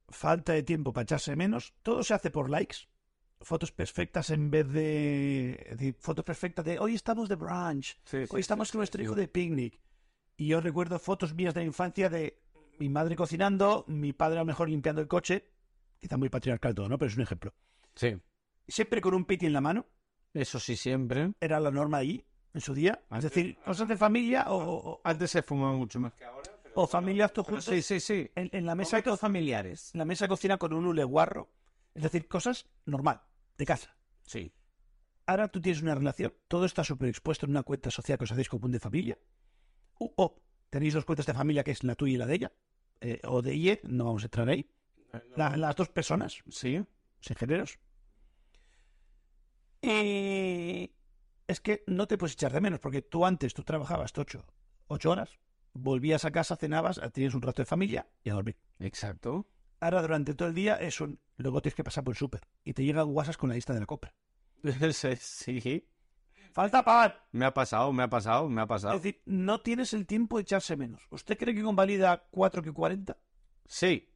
[SPEAKER 1] Falta de tiempo para echarse menos. Todo se hace por likes. Fotos perfectas en vez de, de fotos perfectas de hoy estamos de brunch.
[SPEAKER 2] Sí,
[SPEAKER 1] Hoy estamos con nuestro hijo de picnic. Y yo recuerdo fotos mías de la infancia de mi madre cocinando, mi padre a lo mejor limpiando el coche. Quizá muy patriarcal todo, ¿no? Pero es un ejemplo
[SPEAKER 2] Sí.
[SPEAKER 1] siempre con un piti en la mano,
[SPEAKER 2] Eso sí, siempre.
[SPEAKER 1] era la norma allí, en su día. Es decir, cosas de familia o, o-
[SPEAKER 2] Antes se fumaba mucho más que ahora.
[SPEAKER 1] o familias todos juntos
[SPEAKER 2] Sí, sí, sí.
[SPEAKER 1] en, en la mesa
[SPEAKER 2] Momentos familiares.
[SPEAKER 1] en la mesa de cocina con un uleguarro. Es decir, cosas normal, de casa.
[SPEAKER 2] Sí.
[SPEAKER 1] Ahora tú tienes una relación, todo está súper expuesto en una cuenta social que os hacéis común de familia. O, o tenéis dos cuentas de familia que es la tuya y la de ella. eh, o de IE, no vamos a entrar ahí. La- las dos personas,
[SPEAKER 2] Sí.
[SPEAKER 1] sin géneros. Y Eh, es que no te puedes echar de menos, porque tú antes tú trabajabas ocho, ocho horas, volvías a casa, cenabas, tenías un rato de familia y a dormir.
[SPEAKER 2] Exacto.
[SPEAKER 1] Ahora durante todo el día es un... Luego tienes que pasar por el súper y te llegan guasas con la lista de la compra.
[SPEAKER 2] Sí, sí.
[SPEAKER 1] ¡Falta pagar!
[SPEAKER 2] Me ha pasado, me ha pasado, me ha
[SPEAKER 1] Es
[SPEAKER 2] pasado.
[SPEAKER 1] decir, no tienes el tiempo de echarse menos. ¿Usted cree que convalida 4 que 40?
[SPEAKER 2] Sí.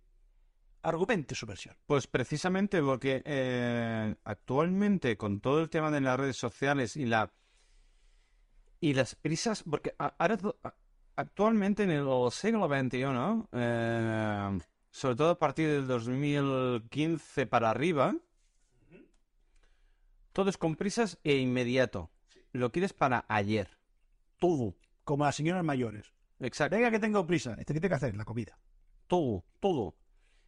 [SPEAKER 1] Argumente su versión.
[SPEAKER 2] Pues precisamente porque eh, actualmente con todo el tema de las redes sociales y la y las prisas, porque a- ahora to- a- actualmente en el siglo XXI, eh, sobre todo a partir del 2015 para arriba, todo es con prisas e inmediato. Lo quieres para ayer.
[SPEAKER 1] Todo. Como las señoras mayores.
[SPEAKER 2] Exacto.
[SPEAKER 1] Venga que tengo prisa. Este que tengo que hacer la comida.
[SPEAKER 2] todo, todo.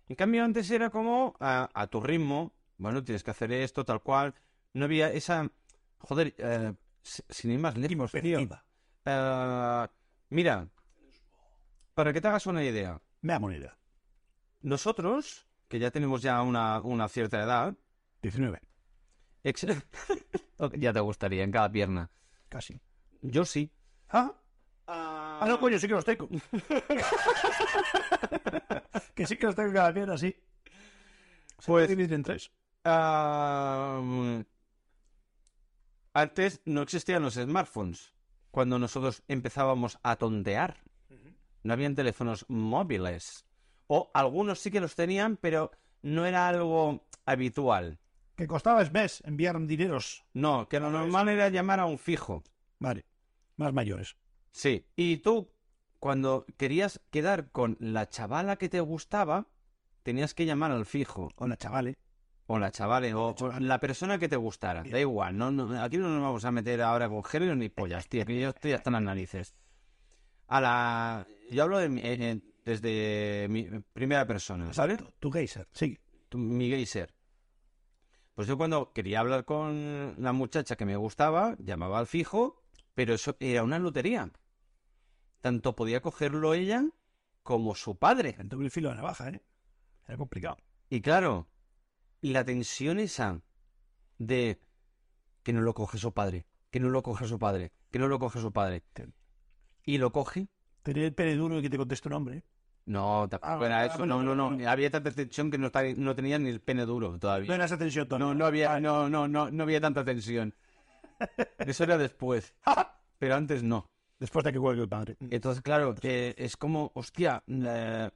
[SPEAKER 2] En cambio, antes era como a, a tu ritmo, bueno, tienes que hacer esto, tal cual. No había esa. Joder, eh, si- sin ir más lejos, tío.
[SPEAKER 1] Perspectiva.
[SPEAKER 2] Eh, mira, para que te hagas una idea,
[SPEAKER 1] Me da moneda.
[SPEAKER 2] nosotros, que ya tenemos ya una, una cierta edad,
[SPEAKER 1] 19.
[SPEAKER 2] ex- ya te gustaría en cada pierna.
[SPEAKER 1] Casi.
[SPEAKER 2] Yo sí.
[SPEAKER 1] ¿Ah? Ah, no, coño, sí que los tengo. que sí que los tengo cada pierna, sí. Se
[SPEAKER 2] Pues-
[SPEAKER 1] puede dividir en tres.
[SPEAKER 2] Ah, mm, antes no existían los smartphones. Cuando nosotros empezábamos a tontear, no habían teléfonos móviles. O algunos sí que los tenían, pero no era algo habitual.
[SPEAKER 1] Que costaba es mes enviar dineros.
[SPEAKER 2] No, que lo normal era llamar a un fijo.
[SPEAKER 1] Vale. Más mayores.
[SPEAKER 2] Sí. Y tú, cuando querías quedar con la chavala que te gustaba, tenías que llamar al fijo.
[SPEAKER 1] Hola, chavales.
[SPEAKER 2] O la chavales, o
[SPEAKER 1] chaval.
[SPEAKER 2] o la persona que te gustara. Da igual, no, no- aquí no nos vamos a meter ahora con género ni pollas, tío, que yo estoy hasta las narices. A la... Yo hablo de mi- eh, eh, desde mi primera persona, ¿sabes?
[SPEAKER 1] Tu, tu geyser. Sí.
[SPEAKER 2] Tu- Mi geyser. Pues yo cuando quería hablar con la muchacha que me gustaba, llamaba al fijo, pero eso era una lotería. Tanto podía cogerlo ella como su padre.
[SPEAKER 1] En doble filo de navaja, ¿eh? Era complicado.
[SPEAKER 2] Y claro, y la tensión esa de que no lo coge su padre, que no lo coge su padre, que no lo coge su padre.
[SPEAKER 1] Ten-
[SPEAKER 2] ¿Y lo coge?
[SPEAKER 1] Tener el pene duro y que te conteste un hombre. ¿eh?
[SPEAKER 2] No, tampoco
[SPEAKER 1] Ah,
[SPEAKER 2] era
[SPEAKER 1] ah,
[SPEAKER 2] eso.
[SPEAKER 1] bueno,
[SPEAKER 2] No, no, no.
[SPEAKER 1] bueno.
[SPEAKER 2] Había tanta tensión que no, esta- no tenía ni el pene duro
[SPEAKER 1] No
[SPEAKER 2] todavía.
[SPEAKER 1] era esa tensión
[SPEAKER 2] No, no había, no, no, no, no había tanta tensión. Eso era después, pero antes no.
[SPEAKER 1] Después de que cuelgue el padre.
[SPEAKER 2] Entonces, claro, eh, es como, hostia, eh,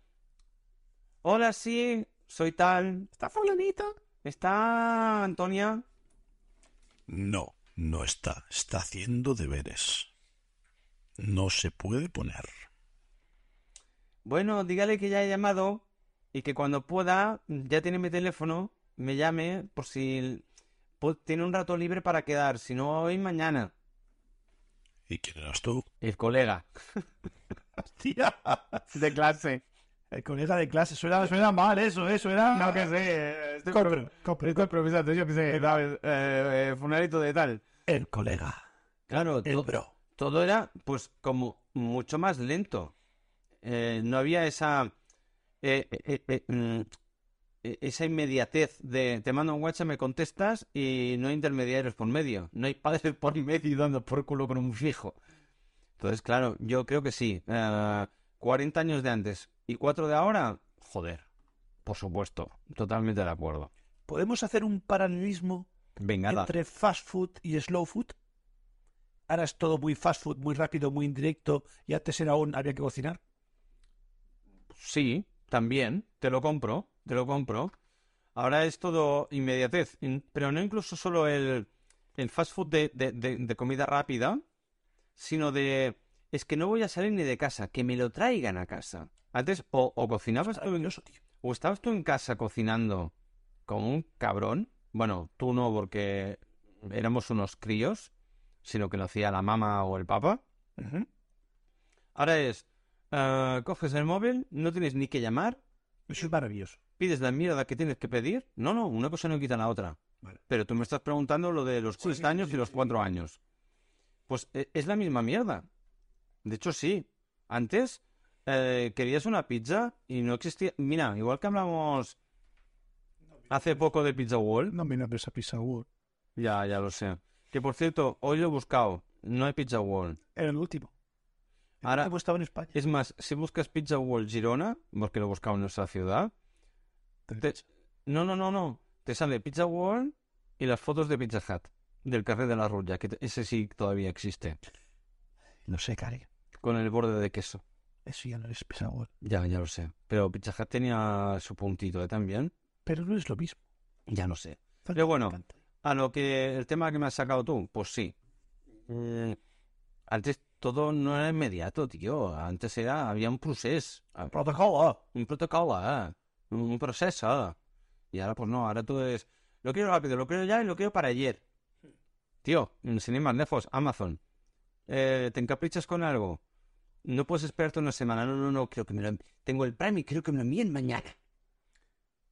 [SPEAKER 2] hola, sí, soy tal. ¿Está fulanita? ¿Está Antonia?
[SPEAKER 3] No, no está. Está haciendo deberes. No se puede poner.
[SPEAKER 2] Bueno, dígale que ya he llamado. y que cuando pueda, ya tiene mi teléfono, me llame por si po- tiene un rato libre para quedar, si no hoy, mañana.
[SPEAKER 3] ¿Y quién eras tú?
[SPEAKER 2] El colega
[SPEAKER 1] Hostia.
[SPEAKER 2] de clase.
[SPEAKER 1] El colega de clase. Suena, suena mal eso, ¿eh? Suena...
[SPEAKER 2] No, que sé, eh, estoy
[SPEAKER 1] Compro,
[SPEAKER 2] es improvisando, yo que sé, ¿sabes? Eh, eh, funeralito de tal.
[SPEAKER 1] El colega.
[SPEAKER 2] Claro,
[SPEAKER 1] El
[SPEAKER 2] to-
[SPEAKER 1] bro.
[SPEAKER 2] todo era pues como mucho más lento. Eh, no había esa eh, eh, eh, mm, eh, esa inmediatez de te mando un WhatsApp, me contestas y no hay intermediarios por medio. No hay padres por medio dando por culo con un fijo. Entonces, claro, yo creo que sí. Eh, 40 años de antes y 4 de ahora, joder. Por supuesto, totalmente de acuerdo.
[SPEAKER 1] ¿Podemos hacer un paralelismo
[SPEAKER 2] Venga, da.
[SPEAKER 1] entre fast food y slow food? Ahora es todo muy fast food, muy rápido, muy indirecto. Y antes era aún había que cocinar.
[SPEAKER 2] Sí, también, te lo compro, te lo compro. Ahora es todo inmediatez, in- pero no incluso solo el, el fast food de, de- de- de comida rápida, sino de, es que no voy a salir ni de casa, que me lo traigan a casa. Antes, o, o cocinabas tú en-
[SPEAKER 1] Maravilloso, tío.
[SPEAKER 2] o estabas tú en casa cocinando como un cabrón, bueno, tú no porque éramos unos críos, sino que lo hacía la mamá o el papá.
[SPEAKER 1] Ujú.
[SPEAKER 2] Ahora es, eh, coges el móvil, no tienes ni que llamar,
[SPEAKER 1] Eso es maravilloso.
[SPEAKER 2] pides la mierda que tienes que pedir. No, no, una cosa no quita la otra.
[SPEAKER 1] Vale.
[SPEAKER 2] Pero tú me estás preguntando lo de los
[SPEAKER 1] Sí,
[SPEAKER 2] 6
[SPEAKER 1] sí, sí,
[SPEAKER 2] años
[SPEAKER 1] sí,
[SPEAKER 2] y los
[SPEAKER 1] sí.
[SPEAKER 2] 4 años. Pues e- es la misma mierda. De hecho, sí. Antes eh, querías una pizza y no existía. Mira, igual que hablamos hace poco de Pizza Wall.
[SPEAKER 1] No me nombres a Pizza World.
[SPEAKER 2] Ya, ya lo sé. Que por cierto, hoy lo he buscado. No hay Pizza Wall.
[SPEAKER 1] Era el último. El
[SPEAKER 2] Ahora-
[SPEAKER 1] último estaba en España.
[SPEAKER 2] Es más, si buscas Pizza Wall Girona, porque lo he buscado en nuestra ciudad, te- No, no, no, no. Te sale Pizza World y las fotos de Pizza Hut, del carré de la Rulla, que te- ese sí todavía existe,
[SPEAKER 1] No sé, Cari.
[SPEAKER 2] con el borde de queso.
[SPEAKER 1] Eso ya no es Pizza World.
[SPEAKER 2] Ya, ya lo sé. Pero Pizza Hut tenía su puntito, ¿eh? También.
[SPEAKER 1] Pero no es lo mismo.
[SPEAKER 2] Ya no sé. Pero bueno.
[SPEAKER 1] Me encanta.
[SPEAKER 2] A lo que el tema que me has sacado tú, pues sí. Mm, antes todo no era inmediato, tío. Antes era, había un proceso, Ah,
[SPEAKER 1] Protocolo.
[SPEAKER 2] un protocolo, ¿eh? un un proceso. Y ahora pues no, ahora todo es, lo quiero rápido, lo quiero ya y lo quiero para ayer. Tío, mm, sin ir más lejos, Amazon. Eh, ¿te encaprichas con algo? No puedes esperarte una semana, no, no, no, creo que me lo... Tengo el Prime y creo que me lo envíen mañana.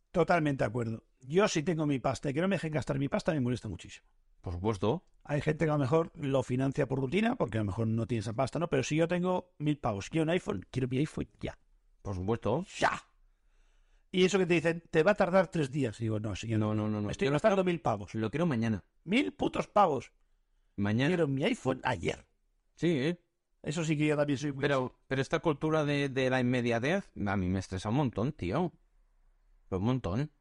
[SPEAKER 1] Totalmente de acuerdo. Yo si tengo mi pasta y que no me dejen gastar mi pasta, me molesta muchísimo.
[SPEAKER 2] Por supuesto.
[SPEAKER 1] Hay gente que a lo mejor lo financia por rutina, porque a lo mejor no tiene esa pasta, ¿no? Pero si yo tengo mil pavos, quiero un iPhone, quiero mi iPhone ya.
[SPEAKER 2] Por supuesto.
[SPEAKER 1] ¡Ya! Y eso que te dicen, te va a tardar tres días. Y digo, no, si yo no.
[SPEAKER 2] No, no, no, no.
[SPEAKER 1] Me estoy
[SPEAKER 2] Yo lo,
[SPEAKER 1] gastando mil pavos.
[SPEAKER 2] lo quiero mañana.
[SPEAKER 1] Mil putos pavos.
[SPEAKER 2] Mañana.
[SPEAKER 1] Quiero mi iPhone ayer.
[SPEAKER 2] Sí, ¿eh?
[SPEAKER 1] Eso sí pues. que yo también soy muy...
[SPEAKER 2] Pero, pero esta cultura de, de la inmediatez a mí me estresa un montón, tío. Pero un montón.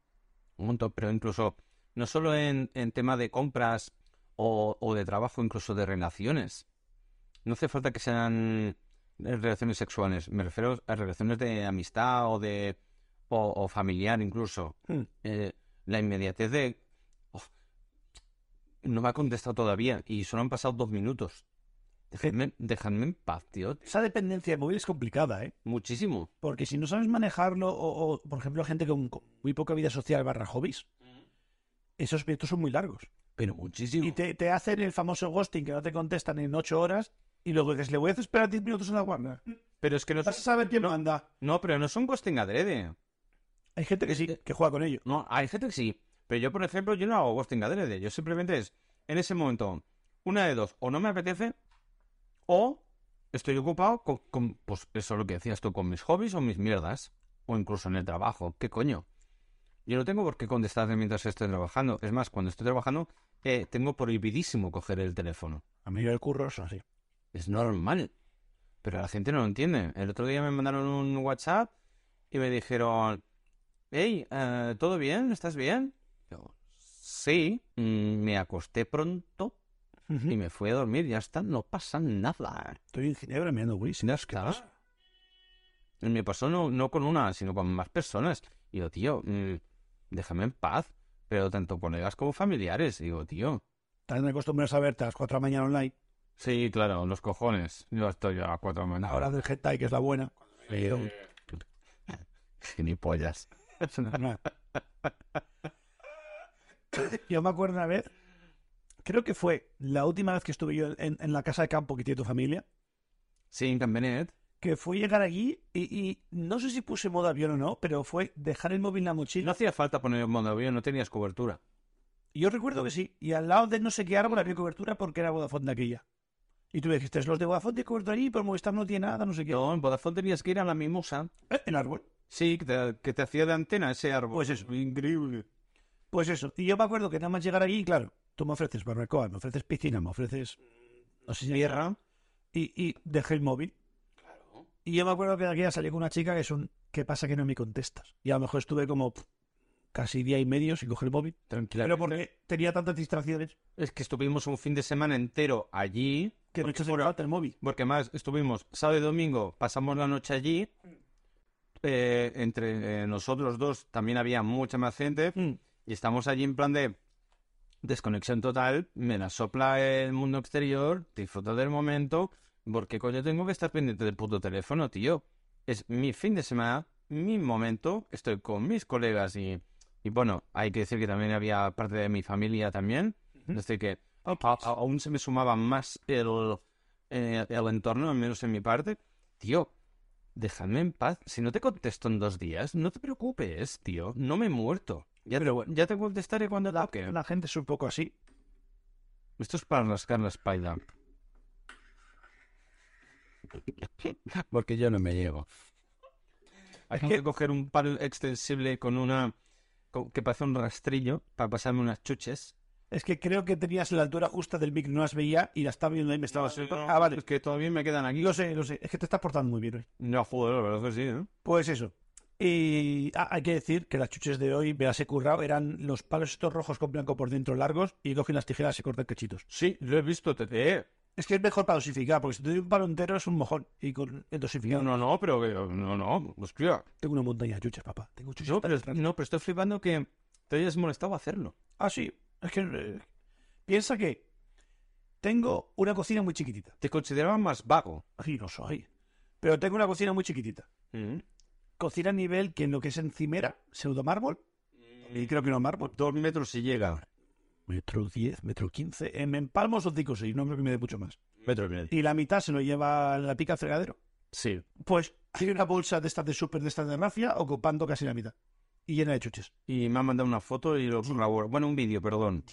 [SPEAKER 2] Un montón, pero incluso no solo en, en tema de compras o, o de trabajo, incluso de relaciones. No hace falta que sean eh, relaciones sexuales. Me refiero a relaciones de amistad o de o, o familiar incluso.
[SPEAKER 1] Hmm.
[SPEAKER 2] Eh, la inmediatez de... "Uf, no me ha contestado todavía y solo han pasado dos minutos. Dejadme, dejadme en paz, tío.
[SPEAKER 1] Esa dependencia de móvil es complicada, ¿eh?
[SPEAKER 2] Muchísimo.
[SPEAKER 1] Porque si no sabes manejarlo, o, o, por ejemplo, gente con, con muy poca vida social barra hobbies, esos proyectos son muy largos.
[SPEAKER 2] Pero muchísimo.
[SPEAKER 1] Y te, te hacen el famoso ghosting que no te contestan en ocho horas y luego dices, le voy a hacer esperar 10 minutos en la guardia.
[SPEAKER 2] Pero es que no,
[SPEAKER 1] Vas a saber quién manda.
[SPEAKER 2] no, pero no son ghosting adrede.
[SPEAKER 1] Hay gente que
[SPEAKER 2] Eh,
[SPEAKER 1] sí, que juega con ello.
[SPEAKER 2] No, hay gente que sí. Pero yo, por ejemplo, yo no hago ghosting adrede. Yo simplemente es, en ese momento, una de dos, o no me apetece, o estoy ocupado con, con- pues eso es lo que decías tú, con mis hobbies o mis mierdas. O incluso en el trabajo. ¿Qué coño? Yo no tengo por qué contestarte mientras estoy trabajando. Es más, cuando estoy trabajando, eh, tengo prohibidísimo coger el teléfono.
[SPEAKER 1] A medio del curro son así.
[SPEAKER 2] Es normal. Pero la gente no lo entiende. El otro día me mandaron un WhatsApp y me dijeron, hey, eh, ¿todo bien? ¿Estás bien? Yo, sí, Mm, me acosté pronto y me fui a dormir. Ya está, no pasa nada.
[SPEAKER 1] Estoy en Ginebra mirando güey.
[SPEAKER 2] Sin las
[SPEAKER 1] ¿eh?
[SPEAKER 2] caras. Y Me pasó no, no con una, sino con más personas. Y digo, tío, mm, déjame en paz. Pero tanto colegas como familiares. Y digo, tío,
[SPEAKER 1] Están acostumbrados a verte a las 4 de la mañana online.
[SPEAKER 2] sí, claro, los cojones. Yo estoy a cuatro
[SPEAKER 1] Ahora
[SPEAKER 2] manos.
[SPEAKER 1] del hentai, que es la buena.
[SPEAKER 2] Gilipollas.
[SPEAKER 1] No. Yo me acuerdo una vez, creo que fue la última vez que estuve yo en, en la casa de campo que tiene tu familia,
[SPEAKER 2] Sí, en Campenet.
[SPEAKER 1] que fue llegar allí y, y no sé si puse modo avión o no, pero fue dejar el móvil en la
[SPEAKER 2] No
[SPEAKER 1] mochila.
[SPEAKER 2] hacía falta poner el modo avión, no tenías cobertura.
[SPEAKER 1] Yo recuerdo que sí, y al lado de no sé qué árbol había cobertura porque era Vodafone de aquella. Y tú me dijiste, los de Vodafone tienen cobertura allí, pero Movistar no tiene nada, no sé qué.
[SPEAKER 2] No, en Vodafone tenías que ir a la mimosa.
[SPEAKER 1] Eh, el árbol.
[SPEAKER 2] Sí, que te, que te hacía de antena ese árbol.
[SPEAKER 1] Pues eso.
[SPEAKER 2] Increíble.
[SPEAKER 1] Pues eso. Y yo me acuerdo que nada más llegar allí, claro, tú me ofreces barbacoa, me ofreces piscina, me ofreces. No sé si hay
[SPEAKER 2] Tierra.
[SPEAKER 1] y, y dejé el móvil. Y yo me acuerdo que de aquí ya salí con una chica que es un ¿qué pasa que no me contestas? Y a lo mejor estuve como pf, casi día y medio sin coger el móvil.
[SPEAKER 2] Tranquila.
[SPEAKER 1] Pero porque tenía tantas distracciones
[SPEAKER 2] Es que estuvimos un fin de semana entero allí.
[SPEAKER 1] que no
[SPEAKER 2] Porque
[SPEAKER 1] echas de falta el móvil.
[SPEAKER 2] Porque más estuvimos sábado y domingo, pasamos la noche allí. Eh, entre eh, nosotros dos también había mucha más gente. Y estamos allí en plan de desconexión total. Me la sopla el mundo exterior, disfruto del momento. Porque coño tengo que estar pendiente del puto teléfono, tío. Es mi fin de semana, mi momento. Estoy con mis colegas y, y bueno, hay que decir que también había parte de mi familia también.
[SPEAKER 1] Ujú.
[SPEAKER 2] Así que a- a- aún se me sumaba más el, eh, el entorno, al menos en mi parte. Tío, déjame en paz. Si no te contesto en dos días, no te preocupes, tío. No me he muerto. Ya, te, ya te contestaré cuando
[SPEAKER 1] La,
[SPEAKER 2] toque.
[SPEAKER 1] la gente es un poco así.
[SPEAKER 2] Esto es para rascar la espalda. Porque yo no me llego. Hay que coger un palo extensible con una... con- que parece un rastrillo para pasarme unas chuches.
[SPEAKER 1] Es que creo que tenías la altura justa del mic, no las veía y la estaba viendo ahí, me estaba... ah,
[SPEAKER 2] Es
[SPEAKER 1] vale.
[SPEAKER 2] que todavía me quedan aquí.
[SPEAKER 1] Lo sé, lo sé. Es que te estás portando muy bien hoy.
[SPEAKER 2] No, joder, la verdad es que sí, ¿eh?
[SPEAKER 1] Pues eso. Y ah, hay que decir que las chuches de hoy, me las he currado, eran los palos estos rojos con blanco por dentro largos y cogen las tijeras y cortan cachitos.
[SPEAKER 2] Sí, lo he visto. Te... eh,
[SPEAKER 1] Es que es mejor para dosificar, porque si te doy un palo entero es un mojón. Y con el dosificado
[SPEAKER 2] No, no, pero que- no, no, hostia.
[SPEAKER 1] tengo una montaña de chuches, papá. Tengo chuches.
[SPEAKER 2] No,
[SPEAKER 1] para
[SPEAKER 2] pero,
[SPEAKER 1] entrar.
[SPEAKER 2] no, pero estoy flipando que te hayas molestado a hacerlo.
[SPEAKER 1] Ah, sí. Es que eh, piensa que tengo una cocina muy chiquitita.
[SPEAKER 2] Te consideraban más vago.
[SPEAKER 1] Ay, no soy. Pero tengo una cocina muy chiquitita. Cocina a nivel que en lo que es encimera, pseudo mármol. Y creo que no es mármol.
[SPEAKER 2] Dos metros y llega.
[SPEAKER 1] Metro 10, metro 15. En empalmos o 5 6, no creo que me dé mucho más.
[SPEAKER 2] Metro y medio.
[SPEAKER 1] y la mitad se lo lleva la pica al fregadero.
[SPEAKER 2] Sí.
[SPEAKER 1] Pues hay una bolsa de estas de súper de estas de rafia ocupando casi la mitad y llena de chuches.
[SPEAKER 2] Y me han mandado una foto y lo corroboro. Bueno, un vídeo, perdón.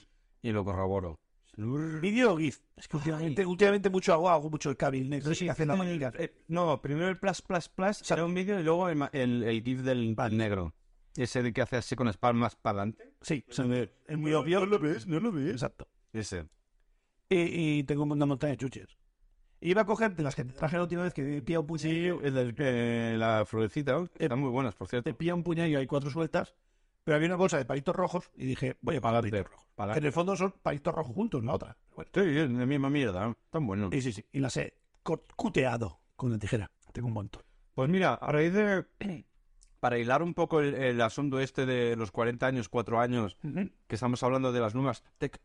[SPEAKER 2] Y lo corroboro.
[SPEAKER 1] ¿Vídeo o GIF? Es que últimamente, últimamente mucho hago, hago mucho el cabil, no sé si hacen la mayoría.
[SPEAKER 2] Eh, No, primero el plas, plas, plas, será un vídeo y luego el, ma- el, el GIF del negro. Ese de que hace así con las palmas para adelante.
[SPEAKER 1] Sí, se ve- es muy obvio. eh, No lo ves, no lo ves. Exacto.
[SPEAKER 2] Ese.
[SPEAKER 1] Y, y tengo una montaña de chuches. Iba a coger de las que te traje la última vez que te pilla un puñallo,
[SPEAKER 2] El del que la florecita. Están muy buenas, por cierto.
[SPEAKER 1] te pilla un puñallo, hay cuatro sueltas, pero había una bolsa de palitos rojos y dije, voy a pagar palitos rojos.
[SPEAKER 2] Para...
[SPEAKER 1] Que En el fondo son palitos rojos juntos, la otra. Bueno,
[SPEAKER 2] Sí, es la misma mierda. Tan bueno.
[SPEAKER 1] y sí, sí, y las he cor- cuteado con la tijera. Tengo un montón.
[SPEAKER 2] Pues mira, a raíz de... Para hilar un poco el, el asunto este de los 40 años, 4 años, que estamos hablando de las nuevas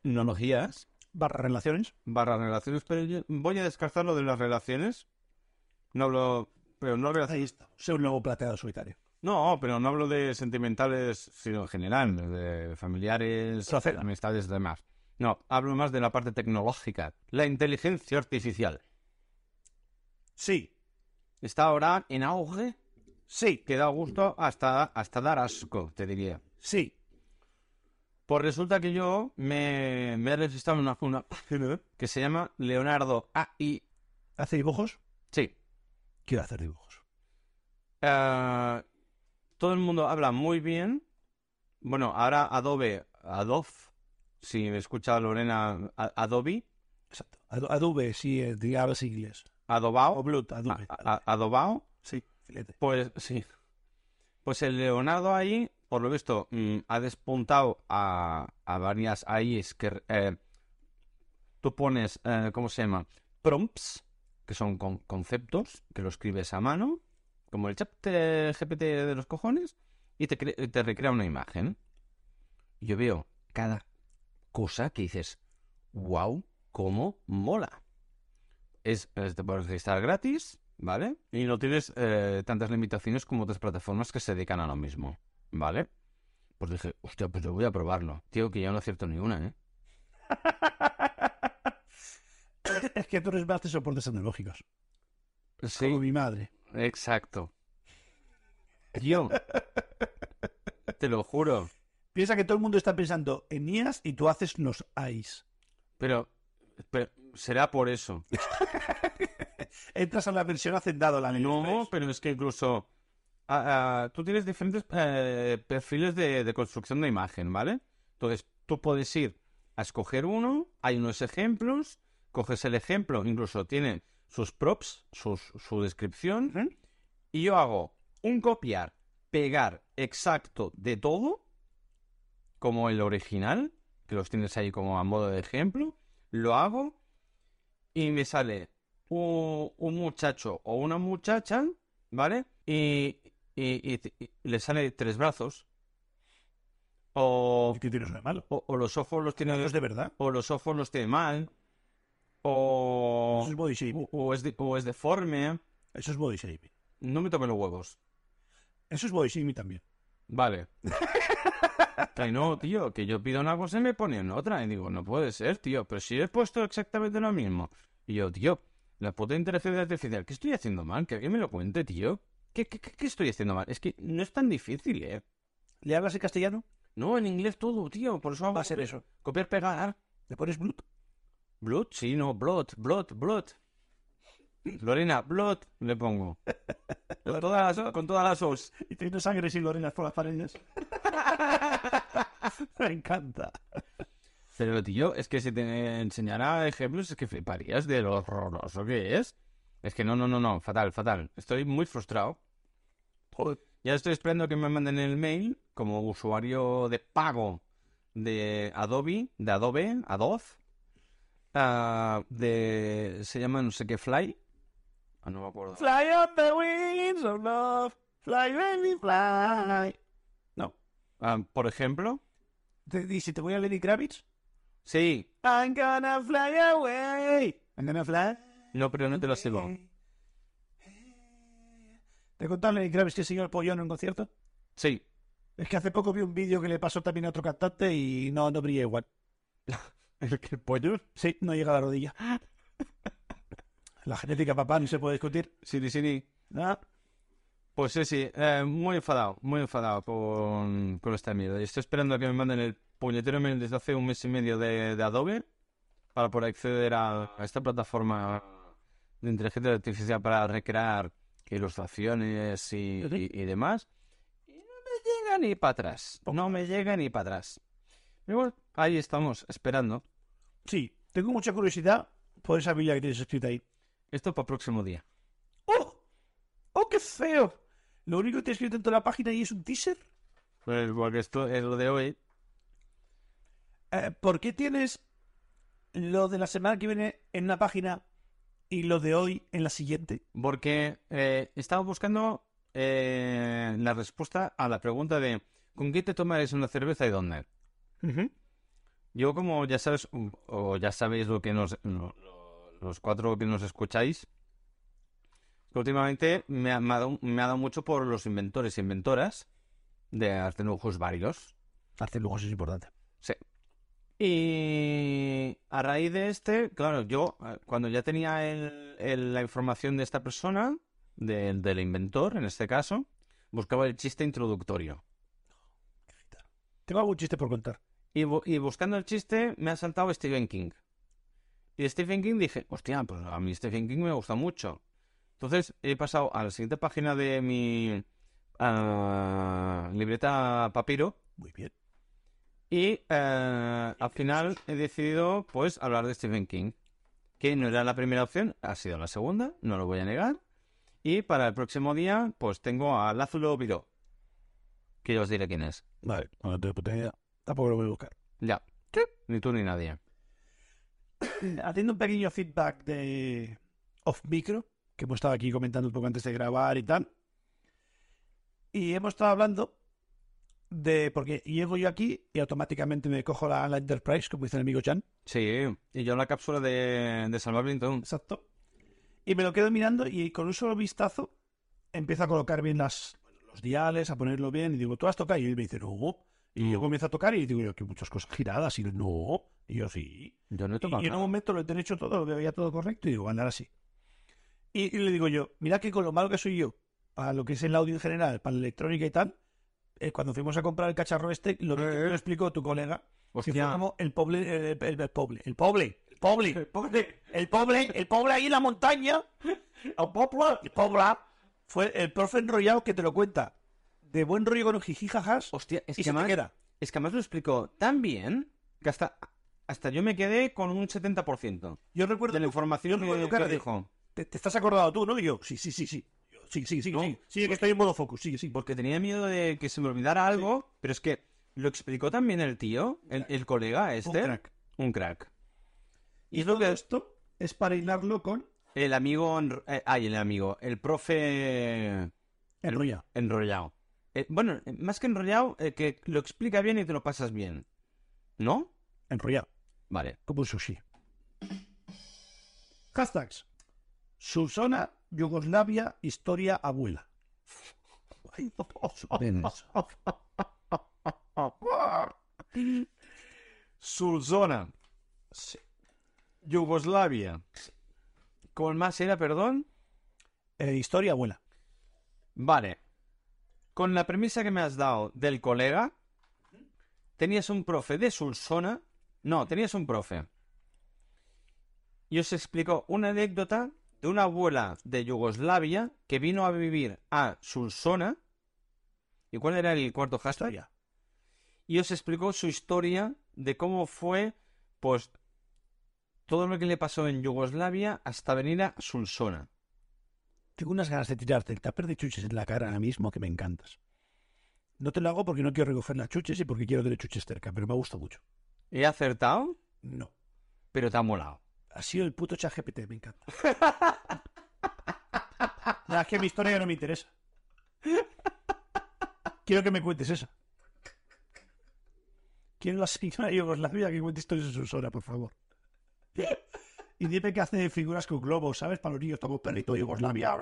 [SPEAKER 2] tecnologías,
[SPEAKER 1] barra relaciones.
[SPEAKER 2] barra relaciones, pero yo voy a descartar lo de las relaciones. No hablo... Pero no, hablo-
[SPEAKER 1] Ahí está. Soy un nuevo plateado solitario.
[SPEAKER 2] no, pero no hablo de sentimentales, sino en general, de familiares,
[SPEAKER 1] Trocera.
[SPEAKER 2] amistades y demás. No, hablo más de la parte tecnológica, la inteligencia artificial.
[SPEAKER 1] Sí,
[SPEAKER 2] Está ahora en auge
[SPEAKER 1] sí,
[SPEAKER 2] que da gusto hasta, hasta dar asco, te diría.
[SPEAKER 1] sí.
[SPEAKER 2] Pues resulta que yo me, me he registrado en una, una página que se llama Leonardo AI.
[SPEAKER 1] ¿Hace dibujos?
[SPEAKER 2] Sí.
[SPEAKER 1] Quiero hacer dibujos.
[SPEAKER 2] Eh, todo el mundo habla muy bien. Bueno, ahora Adobe, Adobe, si me escucha Lorena, a- Adobe,
[SPEAKER 1] Exacto. Ad- Adobe, sí, eh, di- hablas inglés. O
[SPEAKER 2] Adobao,
[SPEAKER 1] Blood, Adobe.
[SPEAKER 2] a- a- Adobao,
[SPEAKER 1] Sí, filete.
[SPEAKER 2] Pues sí. Pues el Leonardo ahí, por lo visto, mm, ha despuntado a, a varias AIs que eh, tú pones, eh, ¿cómo se llama? Prompts, que son con- conceptos que lo escribes a mano, como el chat eh, GPT de los cojones, y te, cre- te recrea una imagen. Yo veo cada cosa que dices, wow, cómo mola. Es, es- te puedes eh, registrar gratis, ¿vale? Y no tienes eh, tantas limitaciones como otras plataformas que se dedican a lo mismo, ¿vale? Pues dije, hostia, pues yo voy a probarlo. Tío, que yo no acierto ni una, ¿eh?
[SPEAKER 1] Es que tú eres más de soportes tecnológicos. Como
[SPEAKER 2] Sí,
[SPEAKER 1] mi madre.
[SPEAKER 2] exacto. Tío, te lo juro.
[SPEAKER 1] Piensa que todo el mundo está pensando en IAS y tú haces los AIS.
[SPEAKER 2] Pero, pero será por eso.
[SPEAKER 1] Entras a la versión hacendado, la
[SPEAKER 2] No,
[SPEAKER 1] Linux.
[SPEAKER 2] pero es que incluso ah, ah, tú tienes diferentes eh, perfiles de, de construcción de imagen, ¿vale? Entonces, tú puedes ir a escoger uno, hay unos ejemplos, coges el ejemplo, incluso tiene sus props, sus, su descripción,
[SPEAKER 1] Ujú.
[SPEAKER 2] y yo hago un copiar, pegar exacto de todo, como el original, que los tienes ahí como a modo de ejemplo, lo hago y me sale u- un, muchacho o una muchacha, ¿vale? Y, y- y te- y le sale tres brazos. O,
[SPEAKER 1] ¿Y ¿Qué tienes de malo?
[SPEAKER 2] o- o los ojos los tiene
[SPEAKER 1] ¿Es de verdad?
[SPEAKER 2] o los ojos los tiene mal. O,
[SPEAKER 1] Eso es body shaming.
[SPEAKER 2] o- o es de- o es deforme.
[SPEAKER 1] Eso es body shaming.
[SPEAKER 2] No me tomen los huevos.
[SPEAKER 1] Eso es body shaming también.
[SPEAKER 2] Vale. Que no, tío, que yo pido una cosa y me ponen otra. Y digo, no puede ser, tío, pero si he puesto exactamente lo mismo. Y yo, tío, la puta inteligencia artificial, ¿qué estoy haciendo mal? Que alguien me lo cuente, tío. ¿Qué, qué, qué- qué estoy haciendo mal? Es que no es tan difícil, ¿eh?
[SPEAKER 1] ¿Le hablas en castellano?
[SPEAKER 2] No, en inglés todo, tío, por eso hago
[SPEAKER 1] Va a ser eso.
[SPEAKER 2] copiar, pegar.
[SPEAKER 1] ¿Le pones brut?
[SPEAKER 2] Blood, sí, no, blood, blood, blood. Lorena, blood, le pongo. Con todas las, con todas las os.
[SPEAKER 1] Y tienes sangre sin lorenas por las paredes. Me encanta.
[SPEAKER 2] Pero, tío, es que si te enseñara ejemplos, es que fliparías de lo horroroso que es. Es que no, no, no, no, fatal, fatal. Estoy muy frustrado. Ya estoy esperando que me manden el mail como usuario de pago de Adobe, de Adobe, Adobe, ah, de... se llama no sé qué Fly. Ah, no me acuerdo.
[SPEAKER 1] Fly on the wings of love. Fly, baby, fly. No.
[SPEAKER 2] Ah, por ejemplo.
[SPEAKER 1] Te- ¿Y si te voy a Lenny Kravitz?
[SPEAKER 2] Sí.
[SPEAKER 1] I'm gonna fly away. I'm gonna fly.
[SPEAKER 2] No, pero no te lo sigo.
[SPEAKER 1] ¿Te contaron Lenny Kravitz que enseñó el pollón en un concierto?
[SPEAKER 2] Sí.
[SPEAKER 1] Es que hace poco vi un vídeo que le pasó también a otro cantante y no, no brilla igual.
[SPEAKER 2] ¿El que pollo?
[SPEAKER 1] Pues Sí, no llega a la rodilla. La genética, papá, no se puede discutir. ¿Ah?
[SPEAKER 2] Siri, Siri.
[SPEAKER 1] ¿no?
[SPEAKER 2] Pues sí, sí, eh, muy enfadado, muy enfadado con, con esta mierda. Y estoy esperando a que me manden el puñetero mail desde hace un mes y medio de, de Adobe para poder acceder a, a esta plataforma de inteligencia artificial para recrear ilustraciones y,
[SPEAKER 1] Ujú.
[SPEAKER 2] y- y demás. Y no me llega ni para atrás. No me llega ni para atrás. Y bueno, ahí estamos, esperando.
[SPEAKER 1] Sí, tengo mucha curiosidad por esa villa que tienes escrita ahí.
[SPEAKER 2] Esto para el próximo día.
[SPEAKER 1] ¡Oh! ¡Oh, qué feo! Lo único que te he escrito en toda la página ahí es un teaser.
[SPEAKER 2] Pues, porque esto es lo de hoy.
[SPEAKER 1] Eh, ¿Por qué tienes lo de la semana que viene en una página y lo de hoy en la siguiente?
[SPEAKER 2] Porque eh, estaba buscando eh, la respuesta a la pregunta de ¿con qué te tomaréis una cerveza y dónde? Yo como ya sabes, u- o ya sabéis lo que nos, lo- lo- los cuatro que nos escucháis, que últimamente me ha, me ha dado, me ha dado mucho por los inventores e inventoras de artenujos varios.
[SPEAKER 1] Hacer luego eso es importante.
[SPEAKER 2] Y a raíz de este, claro, yo eh, cuando ya tenía el- el- la información de esta persona, del- del inventor en este caso, buscaba el chiste introductorio.
[SPEAKER 1] Tengo algún chiste por contar.
[SPEAKER 2] Y, bu- y buscando el chiste me ha saltado Stephen King. Y Stephen King dije, hostia, pues a mí Stephen King me gusta mucho. Entonces he pasado a la siguiente página de mi ah, libreta papiro.
[SPEAKER 1] Muy bien.
[SPEAKER 2] Y eh, al final he decidido pues hablar de Stephen King, que no era la primera opción, ha sido la segunda, no lo voy a negar. Y para el próximo día pues tengo a Lázaro Viró, que ya os diré quién es.
[SPEAKER 1] Vale, no tengo puta idea. Tampoco lo voy a buscar.
[SPEAKER 2] Ya, ni tú ni nadie.
[SPEAKER 1] Haciendo un pequeño feedback de off micro, que hemos estado aquí comentando un poco antes de grabar y tal. Y hemos estado hablando de. Porque llego yo aquí y automáticamente me cojo la, la Enterprise, como dice el amigo Chan.
[SPEAKER 2] Sí, y yo en la cápsula de, de Salvar Blinton.
[SPEAKER 1] Exacto. Y me lo quedo mirando y con un solo vistazo empiezo a colocar bien las, los diales, a ponerlo bien. Y digo, ¿tú has tocado? Y él me dice, no. Y yo
[SPEAKER 2] Mm.
[SPEAKER 1] comienzo a tocar y digo, yo, que muchas cosas giradas. Y él, no. Y yo, sí.
[SPEAKER 2] Yo no he tocado
[SPEAKER 1] Y en un
[SPEAKER 2] nada.
[SPEAKER 1] momento lo he hecho todo, lo veía todo correcto y digo, andar así. Y, y le digo yo, mira que con lo malo que soy yo, para lo que es el audio en general, para la electrónica y tal, eh, cuando fuimos a comprar el cacharro este, lo que lo explicó tu colega, si
[SPEAKER 2] Hostia.
[SPEAKER 1] fuéramos el poble, el, el- el poble, el poble, el poble, el poble, el poble ahí en la montaña, el pobla, el pobla, fue el profe enrollado que te lo cuenta, de buen rollo con un jijijajas,
[SPEAKER 2] Hostia, es
[SPEAKER 1] y se
[SPEAKER 2] que
[SPEAKER 1] te
[SPEAKER 2] más.
[SPEAKER 1] queda.
[SPEAKER 2] Es que además lo explicó tan bien que hasta, hasta yo me quedé con un 70%
[SPEAKER 1] Yo recuerdo
[SPEAKER 2] de la
[SPEAKER 1] yo
[SPEAKER 2] información
[SPEAKER 1] recuerdo
[SPEAKER 2] que,
[SPEAKER 1] cara
[SPEAKER 2] que
[SPEAKER 1] de-
[SPEAKER 2] dijo.
[SPEAKER 1] ¿Te, te estás acordado tú, no? Y yo, sí, sí, sí, sí. Yo, Sí, sí, sí, sí. Sí, que estoy en modo focus, sí, sí.
[SPEAKER 2] Porque tenía miedo de que se me olvidara algo, pero es que lo explicó tan bien el tío, el, el colega este.
[SPEAKER 1] crack.
[SPEAKER 2] Un crack.
[SPEAKER 1] Y todo esto es para hilarlo con
[SPEAKER 2] El amigo. enro- eh, ay, el amigo. El profe
[SPEAKER 1] el Ruya.
[SPEAKER 2] enrollado. Eh, bueno, eh, más que enrollado, eh, que lo explica bien y te lo pasas bien. ¿No?
[SPEAKER 1] Enrollado,
[SPEAKER 2] Vale.
[SPEAKER 1] como un sushi. Hashtags. Susana, Yugoslavia, historia, abuela.
[SPEAKER 2] Surzona. Yugoslavia. ¿Con más era, perdón?
[SPEAKER 1] Eh, historia, abuela.
[SPEAKER 2] Vale. Con la premisa que me has dado del colega, tenías un profe de Sursona. No, tenías un profe. Y os explicó una anécdota de una abuela de Yugoslavia que vino a vivir a Sursona. ¿Y cuál era el cuarto hashtag?
[SPEAKER 1] Historia.
[SPEAKER 2] y os explicó su historia de cómo fue, pues, todo lo que le pasó en Yugoslavia hasta venir a Sulsona.
[SPEAKER 1] Tengo unas ganas de tirarte el tupper de chuches en la cara ahora mismo que me encantas. No te lo hago porque no quiero recoger las chuches y porque quiero tener chuches cerca, pero me gusta mucho.
[SPEAKER 2] He acertado,
[SPEAKER 1] No.
[SPEAKER 2] pero te ha molado.
[SPEAKER 1] Ha sido el puto chat GPT, me encanta. Nada, es que mi historia ya no me interesa. Quiero que me cuentes esa. Quiero la señora Yugoslavia que cuente historias en sus horas, por favor. Y dime que hace figuras con globos, ¿sabes? Para los niños, tomo un perrito de Yugoslavia.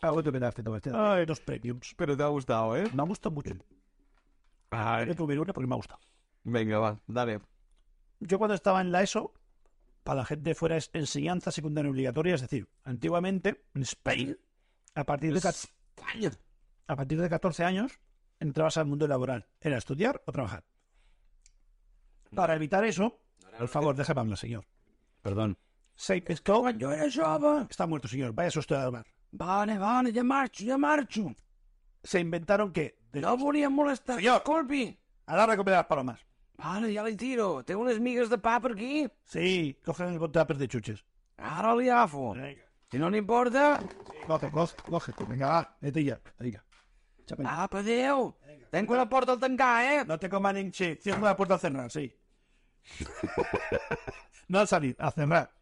[SPEAKER 1] Algo te quedaste, no, este. Ay, dos premiums.
[SPEAKER 2] Pero te ha gustado, ¿eh?
[SPEAKER 1] Me ha gustado mucho. Voy a comer una porque me ha gustado.
[SPEAKER 2] venga, va, dale.
[SPEAKER 1] Yo cuando estaba en la ESO, para la gente fuera es enseñanza secundaria obligatoria, es decir, antiguamente en Spain, a partir de, ca- a partir de 14 años, entrabas al mundo laboral. Era estudiar o trabajar. Para evitar eso, por favor, déjame hablar, señor.
[SPEAKER 2] Perdón.
[SPEAKER 1] Se pescó. Está muerto, señor. Vaya susto de hablar.
[SPEAKER 2] Vale, vale, ya marcho, ya marcho.
[SPEAKER 1] Se inventaron que. de-
[SPEAKER 2] No volia molestar,
[SPEAKER 1] Señor.
[SPEAKER 2] Corby.
[SPEAKER 1] A la recogida de las palomas.
[SPEAKER 2] Vale, ja li tiro. Té unes migues de pa per aquí.
[SPEAKER 1] Sí, cogen el botáper de chuches.
[SPEAKER 2] Ara li agafo.
[SPEAKER 1] Venga.
[SPEAKER 2] Si no n'importa,
[SPEAKER 1] Coge, coge, coge. Venga, va, vete ya. Venga. Chapa ya.
[SPEAKER 2] apa, adéu. Tengo la porta al tancar, eh?
[SPEAKER 1] No te coman en sí. Cierra la puerta pues a cerrar, sí. no al salir, a cerrar.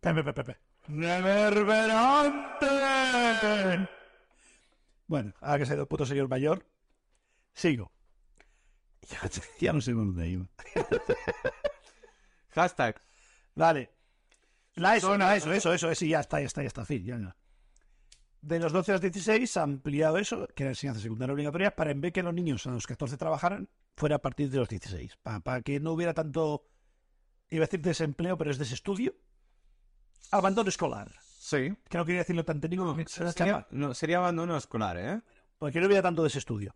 [SPEAKER 1] Pepe, pepe, pepe. ¡Reverberante! Bueno, ahora que se ha ido el puto señor mayor, sigo. Ya, ya no sé por dónde iba.
[SPEAKER 2] Hashtag.
[SPEAKER 1] Vale. La ESO, no, eso, eso, eso, eso, y ya está, ya está, ya está, fin, ya, ya. De los 12 a los 16 ha ampliado eso, que era enseñanza secundaria obligatoria, para en vez que los niños a los 14 trabajaran, fuera a partir de los 16. pa- Para, que no hubiera tanto, iba a decir desempleo, pero es desestudio. Abandono escolar.
[SPEAKER 2] Sí.
[SPEAKER 1] Que no quería decirlo tan técnico, porque se la
[SPEAKER 2] Sería,
[SPEAKER 1] chapa,
[SPEAKER 2] no, sería abandono escolar, ¿eh?
[SPEAKER 1] porque no hubiera tanto desestudio.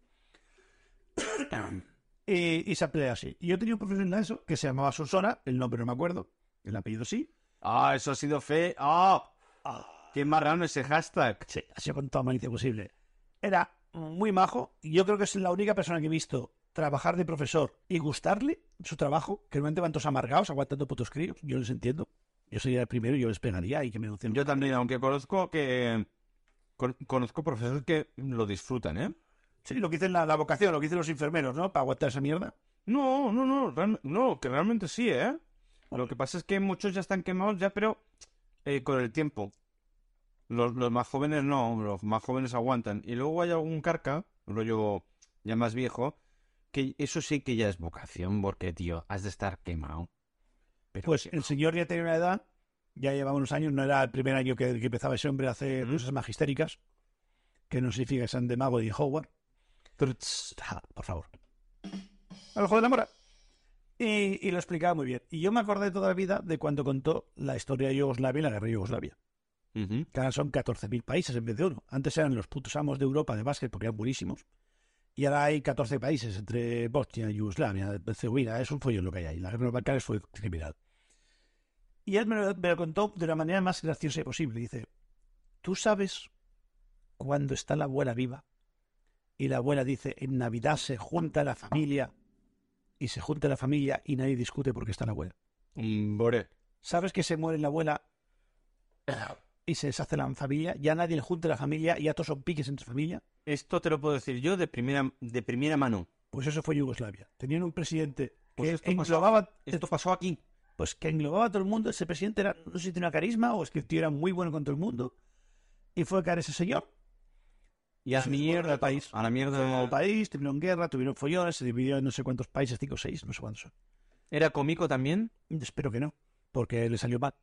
[SPEAKER 1] y, y se amplía así. Y yo tenía un profesor en la ESO que se llamaba Susana, el nombre no me acuerdo, el apellido sí,
[SPEAKER 2] Ah, eso ha sido fe. ¡Ah! ¡Qué marrano ese hashtag!
[SPEAKER 1] Sí, ha sido con toda malicia posible. Era muy majo y yo creo que es la única persona que he visto trabajar de profesor y gustarle su trabajo, que normalmente van todos amargados aguantando putos críos, yo les entiendo. Yo sería el primero y yo les pegaría y que me denuncien.
[SPEAKER 2] Yo también, aunque conozco que. con- conozco profesores que lo disfrutan, ¿eh?
[SPEAKER 1] Sí, lo que dicen la, la vocación, lo que dicen los enfermeros, ¿no? Para aguantar esa mierda.
[SPEAKER 2] No, no, no, real- no, que realmente sí, ¿eh? Lo que pasa es que muchos ya están quemados ya, pero eh, con el tiempo. Los, los más jóvenes no, los más jóvenes aguantan. Y luego hay algún carca, rollo ya más viejo, que eso sí que ya es vocación, porque, tío, has de estar quemado. Pero
[SPEAKER 1] Pues
[SPEAKER 2] sí.
[SPEAKER 1] el señor ya tenía una edad, ya llevaba unos años, no era el primer año que, que empezaba ese hombre a hacer
[SPEAKER 2] Ujú.
[SPEAKER 1] cosas magistéricas, que no significa que sean de mago y de Howard.
[SPEAKER 2] Truts.
[SPEAKER 1] Ja, por favor. Al ojo de la mora. Y, y lo explicaba muy bien. Y yo me acordé toda la vida de cuando contó la historia de Yugoslavia y la guerra de Yugoslavia.
[SPEAKER 2] Ujú.
[SPEAKER 1] Que ahora son 14.000 países en vez de uno. Antes eran los putos amos de Europa de básquet porque eran buenísimos. Y ahora hay 14 países entre Bosnia, Yugoslavia, Herzegovina. Es un follón lo que hay ahí. La guerra de los Balcanes fue criminal. Y él me lo, me lo contó de la manera más graciosa posible. Dice, ¿tú sabes cuando está la abuela viva? Y la abuela dice, en Navidad se junta la familia. Y se junta la familia y nadie discute porque está la abuela.
[SPEAKER 2] Hombre.
[SPEAKER 1] ¿Sabes que se muere la abuela y se deshace la familia? Ya nadie le junta la familia, ya todos son piques entre familia.
[SPEAKER 2] Esto te lo puedo decir yo de primera, de primera mano.
[SPEAKER 1] Pues eso fue Yugoslavia. Tenían un presidente
[SPEAKER 2] Pues
[SPEAKER 1] que
[SPEAKER 2] esto
[SPEAKER 1] englobaba,
[SPEAKER 2] Esto pasó aquí.
[SPEAKER 1] pues que englobaba a todo el mundo. Ese presidente era, no sé si tenía carisma o es que el tío era muy bueno con todo el mundo. Y fue a caer ese señor.
[SPEAKER 2] Y a la
[SPEAKER 1] Sí,
[SPEAKER 2] mierda
[SPEAKER 1] del país.
[SPEAKER 2] A la mierda
[SPEAKER 1] Como
[SPEAKER 2] del país.
[SPEAKER 1] país, tuvieron guerra, tuvieron follones, se dividió en no sé cuántos países, cinco o seis, no sé cuántos son.
[SPEAKER 2] ¿Era cómico también?
[SPEAKER 1] Espero que no, porque le salió mal.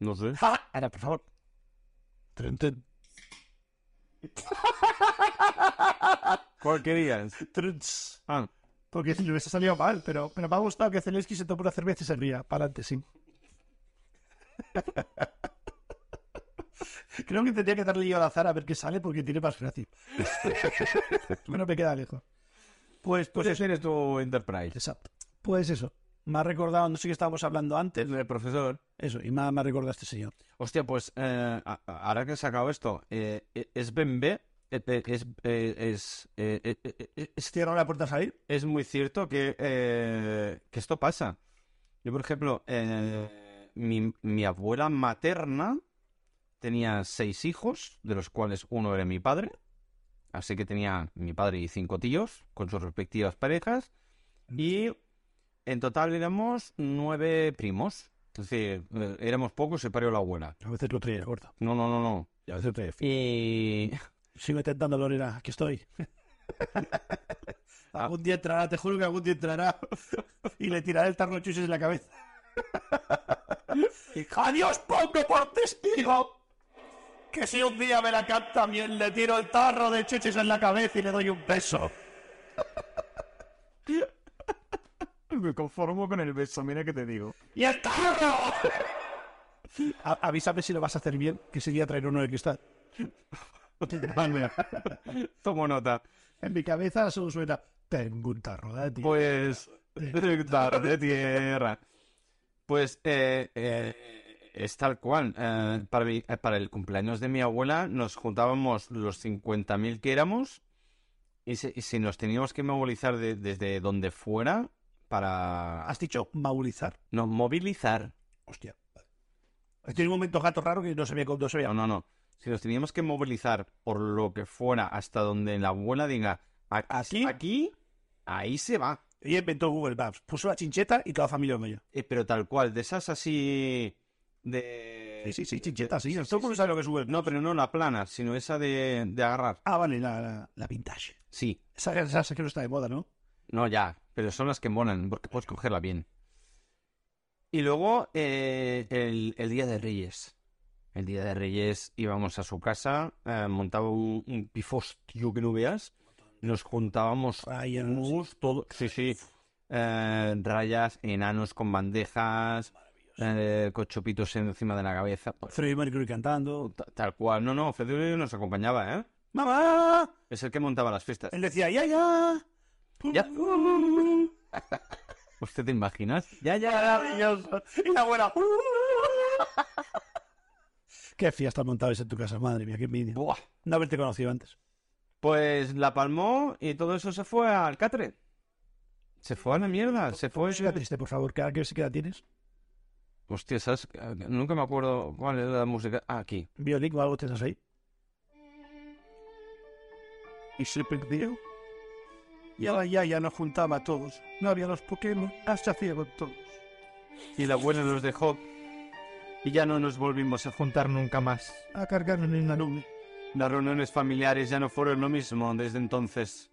[SPEAKER 2] No sé.
[SPEAKER 1] Ahora, por favor. Tren, tren.
[SPEAKER 2] Porquerías.
[SPEAKER 1] Truts.
[SPEAKER 2] Ah,
[SPEAKER 1] Porque le hubiese salido mal, pero, pero me ha gustado que Zelensky se tomó una cerveza y se ría. Para adelante, sí. Creo que tendría que darle yo al azar a ver qué sale porque tiene más gracia. bueno, me queda lejos. Pues, pues
[SPEAKER 2] pues
[SPEAKER 1] eso.
[SPEAKER 2] ese eres tu Enterprise.
[SPEAKER 1] Exacto. Pues eso. Me ha recordado, no sé qué estábamos hablando antes.
[SPEAKER 2] El profesor.
[SPEAKER 1] Eso, y me ha, me ha recordado a este señor.
[SPEAKER 2] Hostia, pues eh, a- a- ahora que he sacado esto, eh, eh, es Ben B. eh, eh, Es, eh, es, eh, eh, eh, eh, es,
[SPEAKER 1] Cierra Este la puerta a salir.
[SPEAKER 2] es muy cierto que, eh, que esto pasa. Yo, por ejemplo, eh, mi, mi abuela materna tenía seis hijos, de los cuales uno era mi padre. Así que tenía mi padre y cinco tíos con sus respectivas parejas. Y en total éramos nueve primos. Es decir, eh, éramos pocos, se parió la abuela.
[SPEAKER 1] A veces lo traía gordo.
[SPEAKER 2] No, no, no, no.
[SPEAKER 1] Y a veces lo traía fino.
[SPEAKER 2] Y...
[SPEAKER 1] Sigo intentando, Lorena. Aquí estoy. algún día entrará, te juro que algún día entrará. y le tiraré el tarro de chuches en la cabeza. ¡Adiós, pongo por testigo! Que si un día me la canta también le tiro el tarro de chuches en la cabeza y le doy un beso.
[SPEAKER 2] Me conformo con el beso, mira que te digo.
[SPEAKER 1] ¡Y el tarro! A- avísame si lo vas a hacer bien, que sería traer uno de cristal.
[SPEAKER 2] Tomo nota.
[SPEAKER 1] en mi cabeza solo suena. Tengo un tarro de ti.
[SPEAKER 2] Pues... Dar de tierra. Pues eh, eh, es tal cual. Eh, para, mi- eh, para el cumpleaños de mi abuela nos juntábamos los 50.000 que éramos y si, y si nos teníamos que movilizar de- desde donde fuera para...
[SPEAKER 1] ¿Has dicho maulizar?
[SPEAKER 2] No, movilizar.
[SPEAKER 1] Hostia. Estoy en un momento gato raro que no se veía no se veía.
[SPEAKER 2] No, no, no. Si nos teníamos que movilizar por lo que fuera hasta donde la abuela diga, "A-
[SPEAKER 1] Aquí".
[SPEAKER 2] aquí, ahí se va.
[SPEAKER 1] Y inventó Google Maps. Puso la chincheta y toda la familia con ella.
[SPEAKER 2] Eh, pero tal cual, de esas así de...
[SPEAKER 1] Sí, sí, Eh, sí, chincheta, sí. Todo el mundo sabe lo que es Google Maps.
[SPEAKER 2] No, pero no la plana, sino esa de, de agarrar.
[SPEAKER 1] Ah, vale, la, la, la vintage.
[SPEAKER 2] Sí,
[SPEAKER 1] Esa, esa, esa que no está de moda, ¿no?
[SPEAKER 2] no ya, pero son las que molan, porque puedes cogerla bien. Y luego eh, el, el Día de Reyes. El Día de Reyes íbamos a su casa, eh, montaba un, un pifostio que no veas, nos juntábamos
[SPEAKER 1] Ryan, sí.
[SPEAKER 2] Mus, todo. Sí, sí. Eh, rayas, enanos con bandejas, eh, con chupitos encima de la cabeza. Pues,
[SPEAKER 1] Freddie Mercury cantando.
[SPEAKER 2] ta- tal cual. No, no, Fedulio nos acompañaba, ¿eh?
[SPEAKER 1] ¡Mamá!
[SPEAKER 2] Es el que montaba las fiestas.
[SPEAKER 1] Él decía, ¡ya, ya!
[SPEAKER 2] Ya. ¿Usted te imaginas? Ya, ya.
[SPEAKER 1] Maravilloso. Y la abuela. "Uh". Qué fiesta montabas en tu casa, madre mía, qué envidia.
[SPEAKER 2] Buah.
[SPEAKER 1] No haberte conocido antes.
[SPEAKER 2] Pues la palmó y todo eso se fue al catre. Se fue a la mierda, se fue.
[SPEAKER 1] Música triste, por favor, ¿qué, qué, qué edad tienes?
[SPEAKER 2] Hostia, ¿sabes? Nunca me acuerdo cuál era la música. Ah, aquí.
[SPEAKER 1] ¿Violín o algo tienes ahí? Y se perdió. Y ahora ya ya nos juntaba a todos. No había los Pokémon, hasta ciegos todos.
[SPEAKER 2] Y la abuela nos dejó. Y ya no nos volvimos a juntar nunca más.
[SPEAKER 1] A cargarnos en la nube.
[SPEAKER 2] Las reuniones familiares ya no fueron lo mismo desde entonces.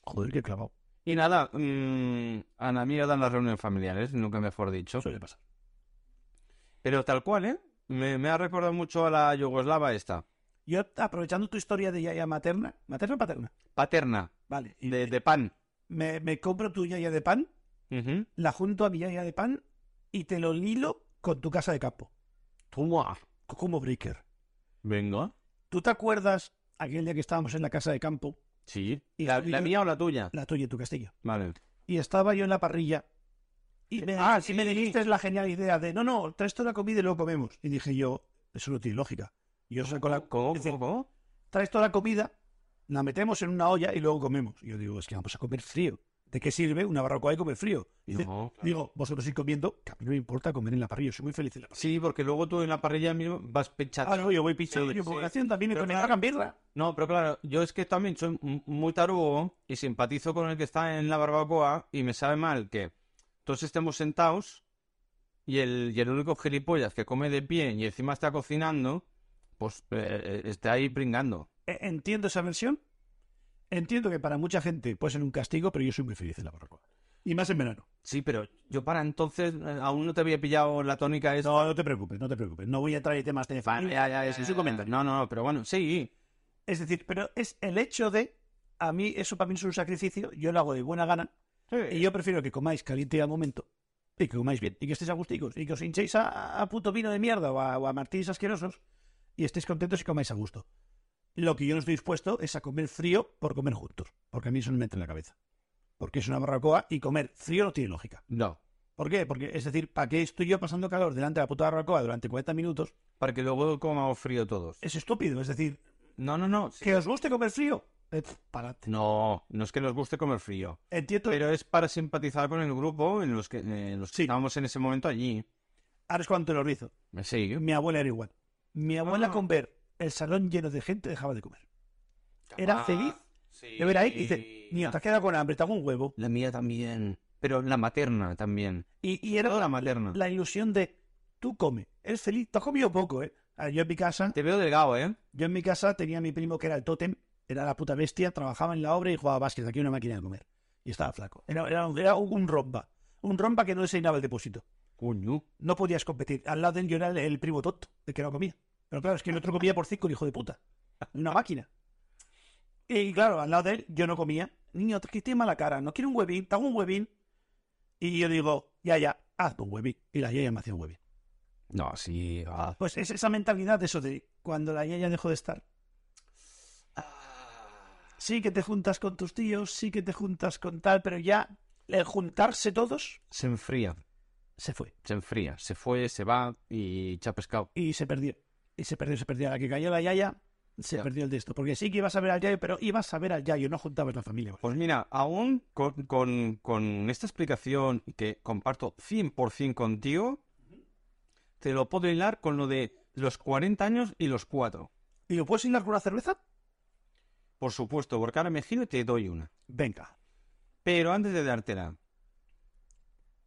[SPEAKER 1] Joder, qué clavado.
[SPEAKER 2] Y nada, mm, a la mierda en las reuniones familiares, nunca mejor dicho.
[SPEAKER 1] Suele pasar.
[SPEAKER 2] Pero tal cual, ¿eh? Me, me ha recordado mucho a la yugoslava esta.
[SPEAKER 1] Yo, aprovechando tu historia de yaya materna, ¿materna o paterna?
[SPEAKER 2] Paterna,
[SPEAKER 1] Vale. y
[SPEAKER 2] de, de pan.
[SPEAKER 1] me, me compro tu yaya de pan,
[SPEAKER 2] Ujú.
[SPEAKER 1] la junto a mi yaya de pan y te lo lilo con tu casa de campo.
[SPEAKER 2] Toma.
[SPEAKER 1] Como breaker.
[SPEAKER 2] Venga.
[SPEAKER 1] ¿Tú te acuerdas aquel día que estábamos en la casa de campo,
[SPEAKER 2] Sí.
[SPEAKER 1] Y
[SPEAKER 2] ¿La,
[SPEAKER 1] tú y
[SPEAKER 2] la
[SPEAKER 1] yo-
[SPEAKER 2] mía o la tuya?
[SPEAKER 1] la tuya y tu castillo?
[SPEAKER 2] Vale.
[SPEAKER 1] Y estaba yo en la parrilla y me,
[SPEAKER 2] Ah,
[SPEAKER 1] y
[SPEAKER 2] sí,
[SPEAKER 1] me
[SPEAKER 2] sí.
[SPEAKER 1] dijiste la genial idea de, no, no, traes toda la comida y luego comemos. Y dije yo, eso no tiene lógica. Y yo saco la...
[SPEAKER 2] ¿Cómo?
[SPEAKER 1] es decir,
[SPEAKER 2] ¿Cómo?
[SPEAKER 1] traes toda la comida, la metemos en una olla y luego comemos. Y yo digo, es que vamos a comer frío. ¿De qué sirve una barbacoa y comer frío? Y dice,
[SPEAKER 2] No.
[SPEAKER 1] Digo, vosotros ir comiendo, que a mí no me importa comer en la parrilla, soy muy feliz en la parrilla.
[SPEAKER 2] Sí, porque luego tú en la parrilla mismo vas pinchando.
[SPEAKER 1] Ah, no, yo voy pichando.
[SPEAKER 2] Sí,
[SPEAKER 1] Yo
[SPEAKER 2] sí.
[SPEAKER 1] voy haciendo también
[SPEAKER 2] Pero
[SPEAKER 1] con
[SPEAKER 2] claro.
[SPEAKER 1] hagan birra.
[SPEAKER 2] No, pero claro, yo es que también soy m- muy tarugo y simpatizo con el que está en la barbacoa y me sabe mal que todos estemos sentados y el, y el único gilipollas que come de pie y encima está cocinando, pues eh, eh, está ahí pringando.
[SPEAKER 1] E- Entiendo esa versión. Entiendo que para mucha gente puede ser un castigo, pero yo soy muy feliz en la barbacoa. Y más en verano.
[SPEAKER 2] Sí, pero yo para entonces eh, aún no te había pillado la tónica esa.
[SPEAKER 1] No, no te preocupes, no te preocupes. No voy a traer temas de
[SPEAKER 2] Bueno,
[SPEAKER 1] familia.
[SPEAKER 2] ya, ya, es un comentario. No, no, no, pero bueno, sí.
[SPEAKER 1] Es decir, pero es el hecho de. A mí, eso para mí es un sacrificio. Yo lo hago de buena gana. Y yo prefiero que comáis caliente al momento. Y que comáis bien. Y que estéis agusticos. Y que os hinchéis a, a puto vino de mierda o a, o a martinis asquerosos. Y estéis contentos y comáis a gusto. Lo que yo no estoy dispuesto es a comer frío por comer juntos. Porque a mí eso no me entra en la cabeza. Porque es una barbacoa y comer frío no tiene lógica.
[SPEAKER 2] No,
[SPEAKER 1] ¿Por qué? Porque, es decir, ¿para qué estoy yo pasando calor delante de la puta barbacoa durante 40 minutos?
[SPEAKER 2] para que luego comamos frío todos.
[SPEAKER 1] Es estúpido. Es decir,
[SPEAKER 2] No, no, no. sí.
[SPEAKER 1] que os guste comer frío. eh, para
[SPEAKER 2] No, no es que nos guste comer frío.
[SPEAKER 1] Entiendo.
[SPEAKER 2] Pero es para simpatizar con el grupo en los que, eh, en los que
[SPEAKER 1] Sí.
[SPEAKER 2] estábamos en ese momento allí.
[SPEAKER 1] Ahora es cuando te lo rizo.
[SPEAKER 2] Sí.
[SPEAKER 1] Mi abuela era igual. Mi abuela
[SPEAKER 2] Ah.
[SPEAKER 1] con ver el salón lleno de gente dejaba de comer. Era feliz de ver
[SPEAKER 2] ¿eh?
[SPEAKER 1] ahí y dice, niño, te has quedado con hambre, te hago un huevo.
[SPEAKER 2] La mía también. Pero la materna también.
[SPEAKER 1] Y, y era
[SPEAKER 2] Toda la materna.
[SPEAKER 1] la ilusión de, tú come, eres feliz, te has comido poco, ¿eh? A ver, Yo en mi casa,
[SPEAKER 2] Te veo delgado, ¿eh?
[SPEAKER 1] yo en mi casa tenía a mi primo que era el tótem, era la puta bestia, trabajaba en la obra y jugaba básquet, aquí una máquina de comer. Y estaba flaco. Era, era un- era un romba. Un romba que no deseinaba el depósito.
[SPEAKER 2] Coño.
[SPEAKER 1] No podías competir. Al lado de él yo era el, el primo tot, el que no comía. Pero claro, es que el otro comía por cinco, el hijo de puta. Una máquina. Y claro, al lado de él yo no comía. Niño, que tiene mala cara, no quiero un huevín, te hago un huevín. Y yo digo, ya, ya, hazme un huevín. Y la yaya me hacía un huevín.
[SPEAKER 2] No, sí. ah.
[SPEAKER 1] Pues es esa mentalidad de eso de cuando la yaya dejó de estar.
[SPEAKER 2] Ah.
[SPEAKER 1] Sí que te juntas con tus tíos, sí que te juntas con tal, pero ya el juntarse todos
[SPEAKER 2] Se enfría.
[SPEAKER 1] se fue.
[SPEAKER 2] Se enfría. Se fue, se va y echa pescado.
[SPEAKER 1] y se perdió. Y se perdió, se perdió. A la que cayó la yaya, se
[SPEAKER 2] Ya.
[SPEAKER 1] perdió el de esto. Porque sí que ibas a ver al yayo, pero ibas a ver al yayo, no juntabas la familia.
[SPEAKER 2] Pues mira, aún con, con- con esta explicación que comparto 100% contigo, te lo puedo hilar con lo de los 40 años y los 4.
[SPEAKER 1] ¿Y lo puedes hilar con una cerveza?
[SPEAKER 2] Por supuesto, porque ahora me giro y te doy una.
[SPEAKER 1] Venga.
[SPEAKER 2] Pero antes de dártela,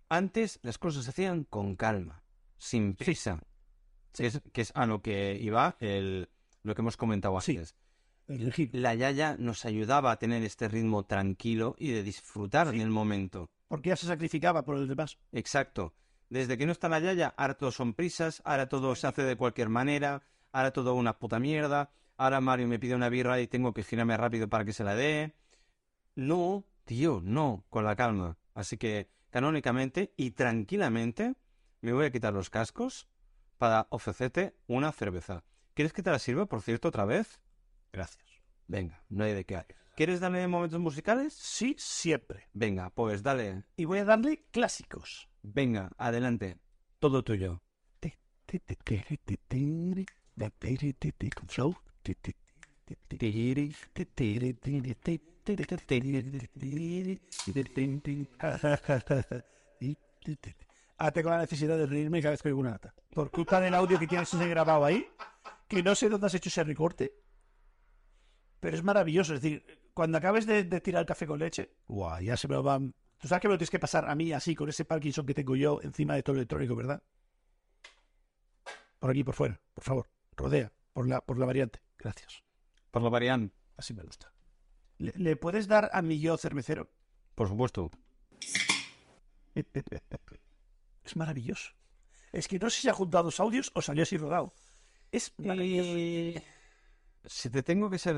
[SPEAKER 2] antes las cosas se hacían con calma, sin prisa, que, es, que es a lo que iba el, lo que hemos comentado
[SPEAKER 1] Sí.
[SPEAKER 2] antes.
[SPEAKER 1] El giro.
[SPEAKER 2] La yaya nos ayudaba a tener este ritmo tranquilo y de disfrutar
[SPEAKER 1] Sí.
[SPEAKER 2] del momento.
[SPEAKER 1] Porque ya se sacrificaba por los demás.
[SPEAKER 2] Exacto. Desde que no está la Yaya, ahora todo son prisas, ahora todo se hace de cualquier manera, ahora todo una puta mierda, ahora Mario me pide una birra y tengo que girarme rápido para que se la dé. No, tío, no, con la calma. Así que, canónicamente y tranquilamente, me voy a quitar los cascos para ofrecerte una cerveza. ¿Quieres que te la sirva, por cierto, otra vez?
[SPEAKER 1] Gracias.
[SPEAKER 2] Venga, no hay de qué. ¿Quieres darle momentos musicales?
[SPEAKER 1] Sí, siempre.
[SPEAKER 2] Venga, pues dale.
[SPEAKER 1] Y voy a darle clásicos.
[SPEAKER 2] Venga, adelante. Todo tuyo.
[SPEAKER 1] Con flow. Ah, tengo la necesidad de reírme cada vez que oigo una nata. Por culpa del audio que tienes ese grabado ahí, que no sé dónde has hecho ese recorte. Pero es maravilloso. Es decir, cuando acabes de, de tirar el café con leche, guau, ya se me lo van. Tú sabes que me lo tienes que pasar a mí así, con ese Parkinson que tengo yo encima de todo el electrónico, ¿verdad? Por aquí, por fuera, por favor. Rodea, por la, por la variante. Gracias.
[SPEAKER 2] Por lo variante.
[SPEAKER 1] Así me gusta. ¿Le, le puedes dar a mi yo cervecero?
[SPEAKER 2] por supuesto.
[SPEAKER 1] Es maravilloso. Es que no sé si ha juntado dos audios o salió así rodado. Es maravilloso.
[SPEAKER 2] Eh, si te tengo que ser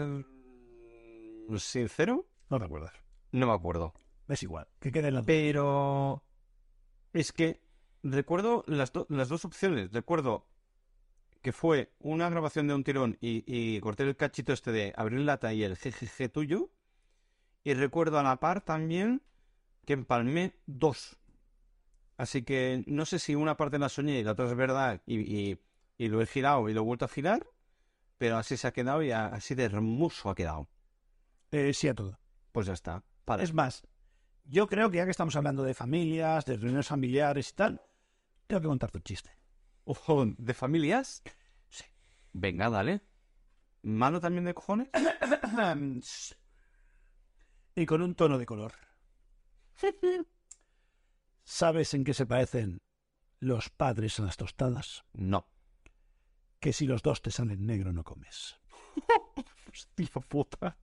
[SPEAKER 2] sincero,
[SPEAKER 1] No te acuerdas.
[SPEAKER 2] no me acuerdo.
[SPEAKER 1] Es igual. Que quede en la...
[SPEAKER 2] Pero es que recuerdo las, do- las dos opciones. Recuerdo que fue una grabación de un tirón y, y corté el cachito este de abrir lata y el GGG tuyo. Y recuerdo a la par también que empalmé dos. Así que no sé si una parte la soñé y la otra es verdad y, y- y lo he girado y lo he vuelto a girar. Pero así se ha quedado y a- así de hermoso ha quedado.
[SPEAKER 1] Eh, sí a todo.
[SPEAKER 2] Pues ya está. Para.
[SPEAKER 1] Es más, yo creo que ya que estamos hablando de familias, de reuniones familiares y tal, tengo que contarte un chiste.
[SPEAKER 2] Ojo, ¿de familias?
[SPEAKER 1] Sí.
[SPEAKER 2] Venga, dale. ¿Malo también de cojones?
[SPEAKER 1] y con un tono de color. ¿Sabes en qué se parecen los padres en las tostadas?
[SPEAKER 2] No.
[SPEAKER 1] Que si los dos te salen negro no comes.
[SPEAKER 2] Hostia puta.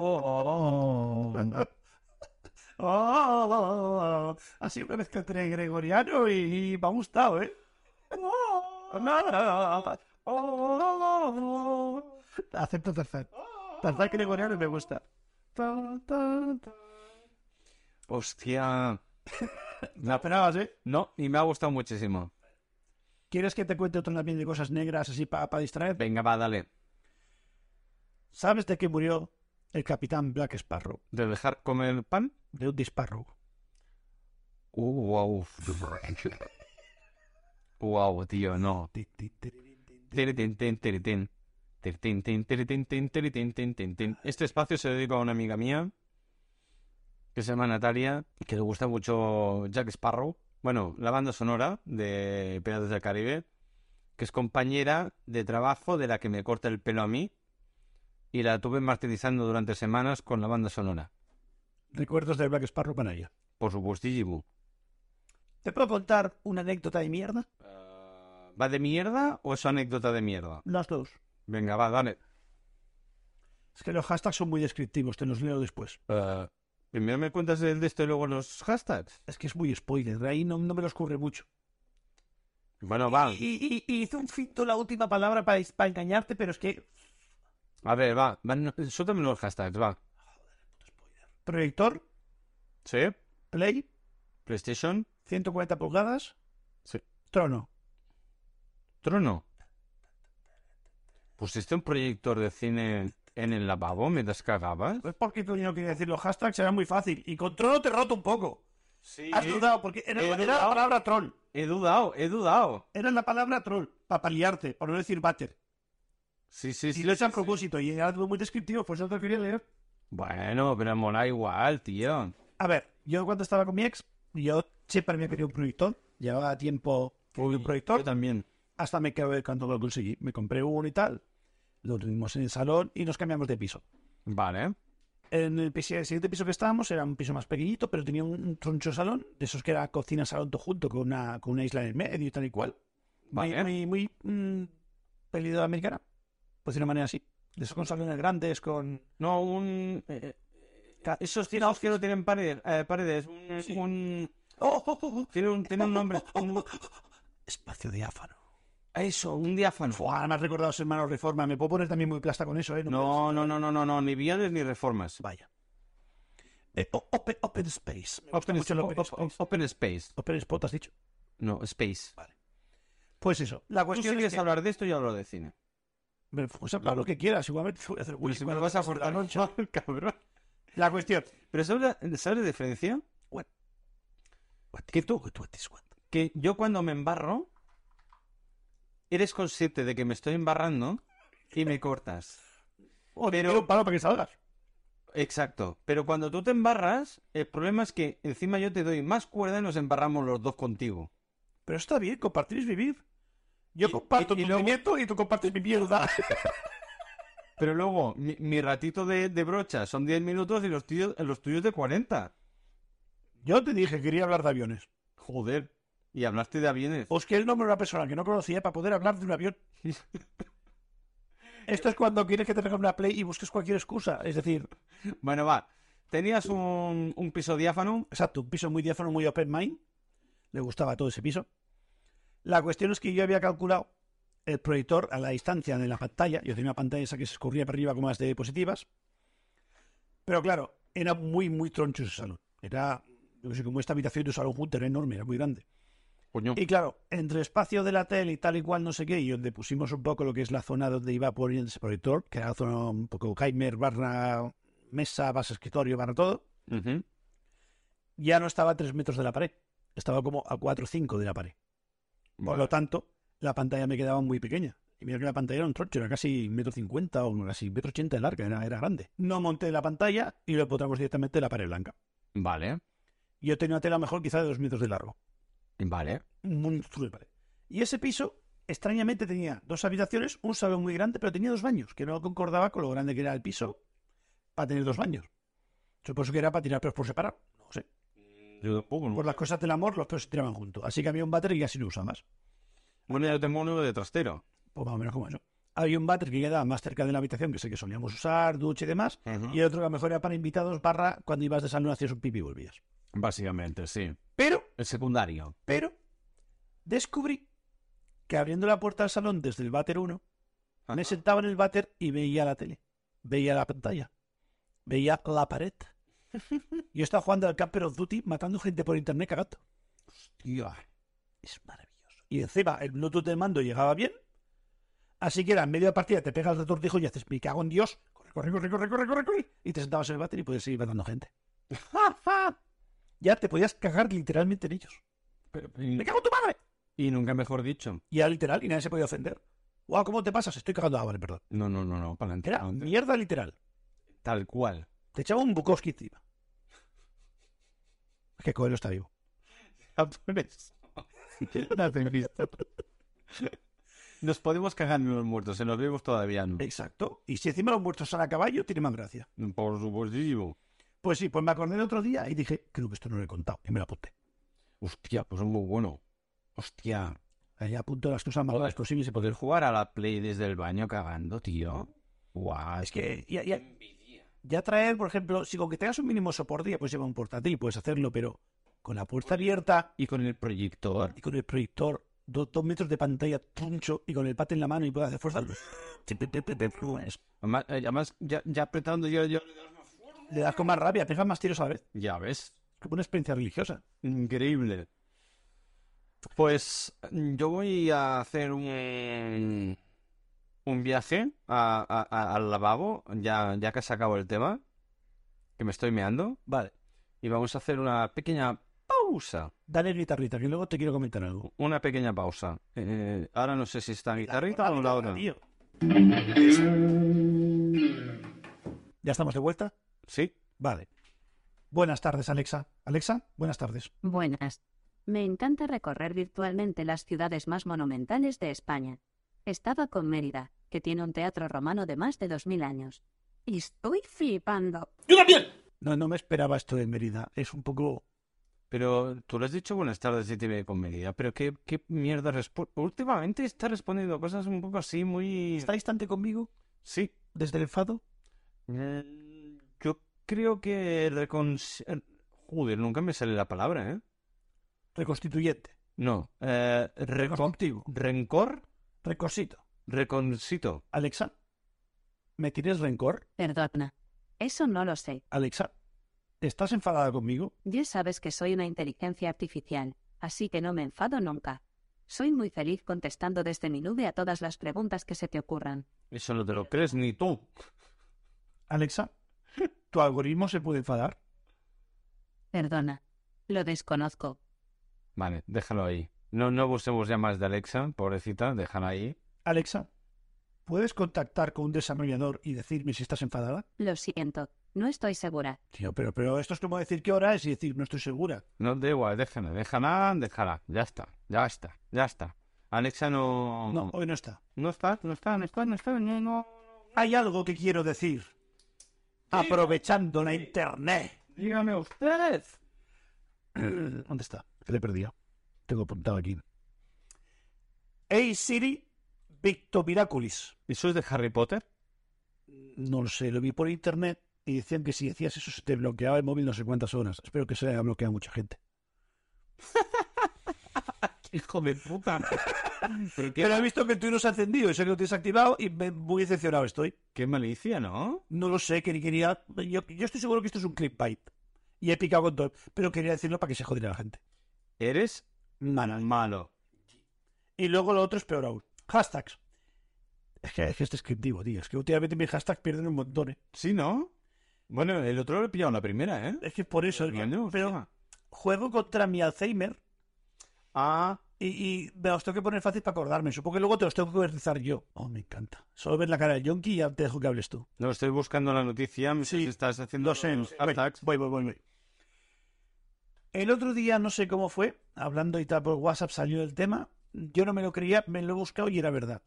[SPEAKER 2] No.
[SPEAKER 1] Oh, así una mezcla entre gregoriano y, y me ha gustado, ¿eh? Acepto Tarzán. Tarzán gregoriano me gusta.
[SPEAKER 2] Hostia.
[SPEAKER 1] No esperabas, ¿eh?
[SPEAKER 2] No, y me ha gustado muchísimo.
[SPEAKER 1] ¿Quieres que te cuente otro también de cosas negras así para distraer?
[SPEAKER 2] Venga, va, dale.
[SPEAKER 1] ¿Sabes de qué murió el capitán Black Sparrow?
[SPEAKER 2] ¿De dejar comer pan?
[SPEAKER 1] De un disparo.
[SPEAKER 2] Uh, wow. Wow, tío, no.
[SPEAKER 1] Ti, ti, tirirín, tin, tin.
[SPEAKER 2] Tere, tin, tin, tere, tin. Tere, tin, tin, tere, tin, tin, tere, tin, tin, tin, tin. Este espacio se dedica a una amiga mía que se llama Natalia, que le gusta mucho Jack Sparrow. Bueno, la banda sonora de Piratas del Caribe, que es compañera de trabajo de la que me corta el pelo a mí y la tuve martirizando durante semanas con la banda sonora.
[SPEAKER 1] Recuerdos de Black Sparrow para ella.
[SPEAKER 2] Por supuestísimo.
[SPEAKER 1] ¿Te puedo contar una anécdota de mierda?
[SPEAKER 2] ¿Va de mierda o es anécdota de mierda?
[SPEAKER 1] Las dos.
[SPEAKER 2] Venga, va, dale.
[SPEAKER 1] Es que los hashtags son muy descriptivos, te los leo después.
[SPEAKER 2] Eh, primero me cuentas el de esto y luego los hashtags.
[SPEAKER 1] Es que es muy spoiler, de ahí no, no me los cubre mucho.
[SPEAKER 2] Bueno, va.
[SPEAKER 1] Y, y- y hice un finto la última palabra para, para engañarte, pero es que...
[SPEAKER 2] A ver, va. va no, suéltame los hashtags, va.
[SPEAKER 1] Proyector,
[SPEAKER 2] Sí.
[SPEAKER 1] play,
[SPEAKER 2] PlayStation.
[SPEAKER 1] 140 pulgadas,
[SPEAKER 2] Sí.
[SPEAKER 1] trono.
[SPEAKER 2] Trono. ¿Pusiste un proyector de cine en el lavabo mientras cagabas?
[SPEAKER 1] Pues porque tú no quería decir los hashtags, era muy fácil. Y con trono te roto un poco.
[SPEAKER 2] Sí. Eh,
[SPEAKER 1] Has dudado, porque era,
[SPEAKER 2] He
[SPEAKER 1] era la
[SPEAKER 2] dudado.
[SPEAKER 1] palabra troll.
[SPEAKER 2] He dudado, he dudado.
[SPEAKER 1] Era la palabra troll, para paliarte, por no decir bater.
[SPEAKER 2] Sí, sí,
[SPEAKER 1] Si
[SPEAKER 2] sí.
[SPEAKER 1] lo he hecho a propósito y era algo muy descriptivo, pues no te lo quería leer.
[SPEAKER 2] Bueno, pero mola igual, tío.
[SPEAKER 1] A ver, yo cuando estaba con mi ex, yo siempre me quería un proyector. Llevaba tiempo con un proyector.
[SPEAKER 2] Yo también.
[SPEAKER 1] Hasta me quedé cuando lo conseguí. Me compré uno y tal. Lo tuvimos en el salón y nos cambiamos de piso.
[SPEAKER 2] Vale.
[SPEAKER 1] En el, piso- el siguiente piso que estábamos era un piso más pequeñito, pero tenía un un troncho salón, de esos que era cocina-salón todo junto, con una, con una isla en el medio y tal y cual. Muy,
[SPEAKER 2] Vale.
[SPEAKER 1] muy, muy mm, peli de la americana. Pues de una manera así. De esos con salones grandes, con...
[SPEAKER 2] No, un... eh, eh, esos tirados que no tienen pared- eh, paredes. Un... un-
[SPEAKER 1] ¡Oh, oh, oh, oh!
[SPEAKER 2] tiene, un tiene un nombre. un-
[SPEAKER 1] Espacio diáfano.
[SPEAKER 2] eso, un diáfano.
[SPEAKER 1] Buah, me has recordado a los hermanos Reforma. Me puedo poner también muy plasta con eso, ¿eh? No puedes.
[SPEAKER 2] No, no, no, no, no, no, ni viales ni reformas.
[SPEAKER 1] Vaya. Eh, o- open, open Space. Me gusta
[SPEAKER 2] Open,
[SPEAKER 1] mucho el
[SPEAKER 2] o-
[SPEAKER 1] open
[SPEAKER 2] o-
[SPEAKER 1] Space.
[SPEAKER 2] open space.
[SPEAKER 1] Open Spot, has dicho.
[SPEAKER 2] No, space.
[SPEAKER 1] Pues eso. La
[SPEAKER 2] Tú si
[SPEAKER 1] cuestión
[SPEAKER 2] quieres
[SPEAKER 1] es que...
[SPEAKER 2] hablar de esto, yo hablo de cine.
[SPEAKER 1] Me puedes hablar lo que quieras. Igualmente voy a hacer
[SPEAKER 2] Pero
[SPEAKER 1] whisky
[SPEAKER 2] si me
[SPEAKER 1] cuando
[SPEAKER 2] vas a
[SPEAKER 1] te pase la
[SPEAKER 2] cortar
[SPEAKER 1] noche.
[SPEAKER 2] cabrón.
[SPEAKER 1] La cuestión.
[SPEAKER 2] Pero ¿sabes la, sabes la diferencia? ¿Qué tú? Que yo cuando me embarro, eres consciente de que me estoy embarrando y me cortas.
[SPEAKER 1] O te
[SPEAKER 2] Pero-
[SPEAKER 1] tiro un palo para que salgas.
[SPEAKER 2] Exacto. Pero cuando tú te embarras, el problema es que encima yo te doy más cuerda y nos embarramos los dos contigo.
[SPEAKER 1] Pero está bien, compartir es vivir. Yo
[SPEAKER 2] Y-
[SPEAKER 1] comparto
[SPEAKER 2] y- y
[SPEAKER 1] tu
[SPEAKER 2] luego-
[SPEAKER 1] sentimiento y tú compartes mi mierda.
[SPEAKER 2] Pero luego, mi, mi ratito de, de brocha son 10 minutos y los tuyos, los tuyos de 40.
[SPEAKER 1] Yo te dije que quería hablar de aviones.
[SPEAKER 2] Joder. Y hablaste de aviones.
[SPEAKER 1] Busqué el nombre de una persona que no conocía para poder hablar de un avión. Esto es cuando quieres que te traigan una Play y busques cualquier excusa. Es decir,
[SPEAKER 2] Bueno, va. Tenías un, un piso diáfano.
[SPEAKER 1] exacto, un piso muy diáfano, muy open mind. Le gustaba todo ese piso. La cuestión es que yo había calculado el proyector a la distancia de la pantalla. Yo tenía una pantalla esa que se escurría para arriba con más diapositivas. Pero claro, era muy, muy troncho ese salón. Era, yo qué sé, como esta habitación de un salón junto, era enorme, era muy grande.
[SPEAKER 2] Coño.
[SPEAKER 1] Y claro, entre espacio de la tele y tal y cual, no sé qué, y donde pusimos un poco lo que es la zona donde iba por ese proyector, que era la zona un poco Heimer, barra mesa, barra escritorio, barra todo,
[SPEAKER 2] Ujú.
[SPEAKER 1] ya no estaba a 3 metros de la pared. Estaba como a 4 o 5 de la pared. Por
[SPEAKER 2] Pues
[SPEAKER 1] lo tanto, la pantalla me quedaba muy pequeña. Y mira que la pantalla era un trocho, era casi metro cincuenta o casi metro ochenta de larga, era, era grande. No monté la pantalla y lo empotamos directamente en la pared blanca.
[SPEAKER 2] Vale.
[SPEAKER 1] Yo tenía una tela mejor quizá de dos metros de largo.
[SPEAKER 2] Vale.
[SPEAKER 1] un monstruo de pared. Y ese piso, extrañamente, tenía dos habitaciones, un salón muy grande, pero tenía dos baños, que no concordaba con lo grande que era el piso para tener dos baños. Supongo que era para tirar peos por separado. No sé.
[SPEAKER 2] Yo pues, tampoco, ¿no?
[SPEAKER 1] Por las cosas del amor, los peos se tiraban juntos. Así que había un váter que casi no usabas.
[SPEAKER 2] Bueno, yo tengo uno de trastero.
[SPEAKER 1] Pues más o menos como eso. Había un váter que quedaba más cerca de la habitación, que sé que solíamos usar, ducha y demás. Y el otro que a lo mejor era para invitados, barra, cuando ibas de salón hacías un pipi y volvías.
[SPEAKER 2] Básicamente, sí.
[SPEAKER 1] Pero
[SPEAKER 2] El secundario.
[SPEAKER 1] Pero descubrí que abriendo la puerta del salón desde el váter 1,
[SPEAKER 2] Ah.
[SPEAKER 1] me sentaba en el váter y veía la tele. Veía la pantalla. Veía la pared. Yo estaba jugando al Camper of Duty matando gente por internet cagando. Es maravilloso. Y encima el Bluetooth del mando llegaba bien. Así que era en medio de partida, te pegas el retortijo y haces, me cago en Dios. Corre, corre, corre, corre, corre, corre, corre. Y te sentabas en el váter y podías seguir matando gente. ya te podías cagar literalmente en ellos. ¡Me
[SPEAKER 2] y,
[SPEAKER 1] cago en tu madre!
[SPEAKER 2] y nunca mejor dicho.
[SPEAKER 1] Y era literal y nadie se podía ofender. Wow, ¿cómo te pasas? Estoy cagando. Ah, vale, perdón.
[SPEAKER 2] No, no, no, no. Para adelante,
[SPEAKER 1] Era
[SPEAKER 2] para adelante.
[SPEAKER 1] mierda literal.
[SPEAKER 2] Tal cual.
[SPEAKER 1] Te echaba un Bukowski encima. Es que Coelho está vivo.
[SPEAKER 2] Nos podemos cagar en los muertos, se los vemos todavía. ¿no?
[SPEAKER 1] Exacto. Y si encima los muertos son a caballo, tiene más gracia.
[SPEAKER 2] Por supuesto.
[SPEAKER 1] Pues sí, pues me acordé el otro día y dije, creo que esto no lo he contado. Y me lo apunté.
[SPEAKER 2] Hostia, pues es muy bueno. Hostia.
[SPEAKER 1] Allá apunto las cosas más
[SPEAKER 2] Joder.
[SPEAKER 1] malas posibles y
[SPEAKER 2] Poder
[SPEAKER 1] poder.
[SPEAKER 2] jugar a la Play desde el baño cagando, tío. Guau.
[SPEAKER 1] Es que ya, ya- ya traer, por ejemplo, si con que tengas un mínimo soporte, ya puedes llevar un portátil y puedes hacerlo, pero con la puerta abierta
[SPEAKER 2] Y con el proyector.
[SPEAKER 1] y con el proyector, do- dos metros de pantalla troncho y con el pate en la mano y puedes hacer fuerza. pues,
[SPEAKER 2] Además, eh, además, ya, ya apretando yo, yo...
[SPEAKER 1] Le das con más rabia, pegas más tiros a la vez.
[SPEAKER 2] Ya ves.
[SPEAKER 1] Como una experiencia religiosa.
[SPEAKER 2] Increíble. Pues mm, yo voy a hacer un, un viaje a- a- a- al lavabo, ya, ya que se acabó el tema, que me estoy meando. Vale. Y vamos a hacer una pequeña pausa.
[SPEAKER 1] Dale guitarrita, que luego te quiero comentar algo.
[SPEAKER 2] Una pequeña pausa. Eh, ahora no sé si está guitarrita o la otra.
[SPEAKER 1] Tío. ¿Ya estamos de vuelta?
[SPEAKER 2] Sí.
[SPEAKER 1] Vale. Buenas tardes, Alexa. Alexa, buenas tardes.
[SPEAKER 4] Buenas. Me encanta recorrer virtualmente las ciudades más monumentales de España. Estaba con Mérida, que tiene un teatro romano de más de 2000 años. Y estoy flipando.
[SPEAKER 1] No, no me esperaba esto de Mérida. Es un poco...
[SPEAKER 2] Pero tú le has dicho buenas tardes y te ve con medida. Pero qué, qué mierda responde. Últimamente está respondiendo cosas un poco así, muy...
[SPEAKER 1] ¿Está distante conmigo?
[SPEAKER 2] Sí.
[SPEAKER 1] ¿Desde el enfado?
[SPEAKER 2] Mm, Yo creo que recon- eh, Joder, nunca me sale la palabra, ¿eh?
[SPEAKER 1] Reconstituyente.
[SPEAKER 2] No. Eh, recon-
[SPEAKER 1] Reconstructivo.
[SPEAKER 2] ¿Rencor?
[SPEAKER 1] Recosito.
[SPEAKER 2] Reconcito.
[SPEAKER 1] Alexa, ¿me tienes rencor?
[SPEAKER 4] Perdona. Eso no lo sé.
[SPEAKER 1] Alexa, ¿estás enfadada conmigo?
[SPEAKER 4] Ya sabes que soy una inteligencia artificial, así que no me enfado nunca. Soy muy feliz contestando desde mi nube a todas las preguntas que se te ocurran.
[SPEAKER 2] Eso no te lo crees ni tú.
[SPEAKER 1] Alexa, ¿tu algoritmo se puede enfadar?
[SPEAKER 4] Perdona. Lo desconozco.
[SPEAKER 2] Vale, déjalo ahí. No, no busquemos ya más de Alexa, pobrecita, déjala ahí.
[SPEAKER 1] Alexa, ¿puedes contactar con un desarrollador y decirme si estás enfadada?
[SPEAKER 4] Lo siento. No estoy segura.
[SPEAKER 1] Tío, pero, pero esto es como decir qué hora es y decir no estoy segura.
[SPEAKER 2] No, da igual, déjala, déjala, déjala. Ya está, ya está, ya está. Alexa no...
[SPEAKER 1] No, hoy no está.
[SPEAKER 2] No está, no está, no está, no está, no, no.
[SPEAKER 1] Hay algo que quiero decir. Aprovechando la internet.
[SPEAKER 2] Dígame usted.
[SPEAKER 1] ¿Dónde está? Que le he perdido. Tengo apuntado aquí. Hey Siri, Victo Miraculis.
[SPEAKER 2] ¿Eso es de Harry Potter?
[SPEAKER 1] No lo sé, lo vi por internet y decían que si decías eso se te bloqueaba el móvil no sé cuántas horas. Espero que se haya bloqueado a mucha gente.
[SPEAKER 2] Hijo de puta. Pero qué,
[SPEAKER 1] Pero he visto que tú no se ha encendido, eso que lo tienes activado y me- muy decepcionado estoy.
[SPEAKER 2] qué malicia, ¿no?
[SPEAKER 1] No lo sé, que ni quería. Yo, yo estoy seguro que esto es un clickbait. Y he picado con todo. Pero quería decirlo para que se jodiera la gente.
[SPEAKER 2] Eres
[SPEAKER 1] Mana.
[SPEAKER 2] malo.
[SPEAKER 1] Y luego lo otro es peor aún. Hashtags. Es que, es que es descriptivo, tío. Es que últimamente mis hashtags pierden un montón. ¿eh?
[SPEAKER 2] ¿Sí, no? Bueno, el otro lo he pillado en la primera, ¿eh?
[SPEAKER 1] Es que por eso. es que-
[SPEAKER 2] Coño,
[SPEAKER 1] pero
[SPEAKER 2] hostia.
[SPEAKER 1] juego contra mi Alzheimer
[SPEAKER 2] Ah,
[SPEAKER 1] y, y me los tengo que poner fácil para acordarme. Supongo que luego te los tengo que rezar yo. Oh, me encanta. Solo ver la cara de Yonki y ya te dejo que hables tú.
[SPEAKER 2] no estoy buscando la noticia.
[SPEAKER 1] Sí,
[SPEAKER 2] Sí, estás haciendo
[SPEAKER 1] Lo sé,
[SPEAKER 2] los
[SPEAKER 1] voy,
[SPEAKER 2] hashtags.
[SPEAKER 1] voy, voy, voy, voy. El otro día, no sé cómo fue, hablando y tal por WhatsApp salió el tema. Yo no me lo creía, me lo he buscado y era verdad.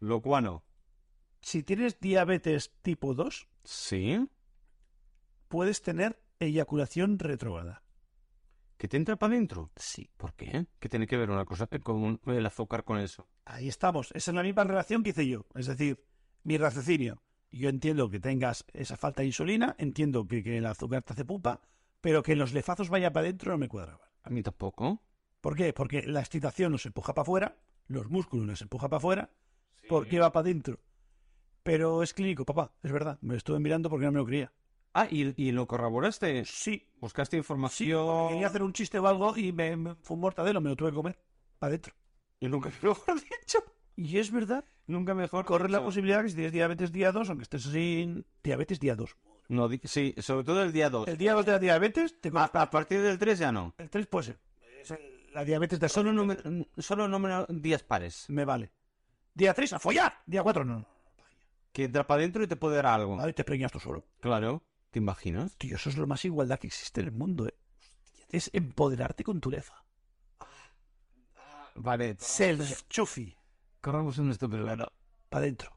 [SPEAKER 2] Lo cuano.
[SPEAKER 1] Si tienes diabetes tipo 2,
[SPEAKER 2] Sí.
[SPEAKER 1] puedes tener eyaculación retrógrada.
[SPEAKER 2] ¿Que te entra para adentro?
[SPEAKER 1] Sí.
[SPEAKER 2] ¿Por qué? ¿Qué tiene que ver una cosa con un- el azúcar con eso?
[SPEAKER 1] Ahí estamos. Esa es la misma relación que hice yo. Es decir, mi raciocinio. Yo entiendo que tengas esa falta de insulina, entiendo que, que el azúcar te hace pupa, pero que los lefazos vaya para adentro no me cuadraba.
[SPEAKER 2] A mí tampoco.
[SPEAKER 1] ¿Por qué? Porque la excitación nos empuja para afuera, los músculos nos empuja para afuera, porque va para adentro. Pero es clínico, papá, es verdad. Me lo estuve mirando porque no me lo creía.
[SPEAKER 2] Ah, ¿y, y lo corroboraste?
[SPEAKER 1] Sí,
[SPEAKER 2] ¿Buscaste
[SPEAKER 1] sí.
[SPEAKER 2] información?
[SPEAKER 1] Quería hacer un chiste o algo y me, me- fue un mortadelo, me lo tuve que comer para adentro.
[SPEAKER 2] Y nunca mejor dicho.
[SPEAKER 1] Y es verdad,
[SPEAKER 2] Nunca mejor
[SPEAKER 1] corre la
[SPEAKER 2] dicho.
[SPEAKER 1] posibilidad que si tienes diabetes día 2, aunque estés sin diabetes día 2.
[SPEAKER 2] No, di- sí, sobre todo el día 2.
[SPEAKER 1] El día 2 de la diabetes, te
[SPEAKER 2] A,
[SPEAKER 1] comes-
[SPEAKER 2] a partir del 3 ya no.
[SPEAKER 1] el 3 puede ser. Es el- la diabetes de
[SPEAKER 2] Solo, número- solo número- días pares.
[SPEAKER 1] Me vale. Día 3, a follar. Día 4, no. no.
[SPEAKER 2] Que entra para adentro y te puede dar algo.
[SPEAKER 1] Ahí te preñas tú solo.
[SPEAKER 2] Claro. ¿Te imaginas?
[SPEAKER 1] Tío, eso es lo más igualdad que existe en el mundo, ¿eh? Es empoderarte con tu lefa.
[SPEAKER 2] Vale.
[SPEAKER 1] Self-chufi.
[SPEAKER 2] Corramos un estúpido velo.
[SPEAKER 1] Para adentro.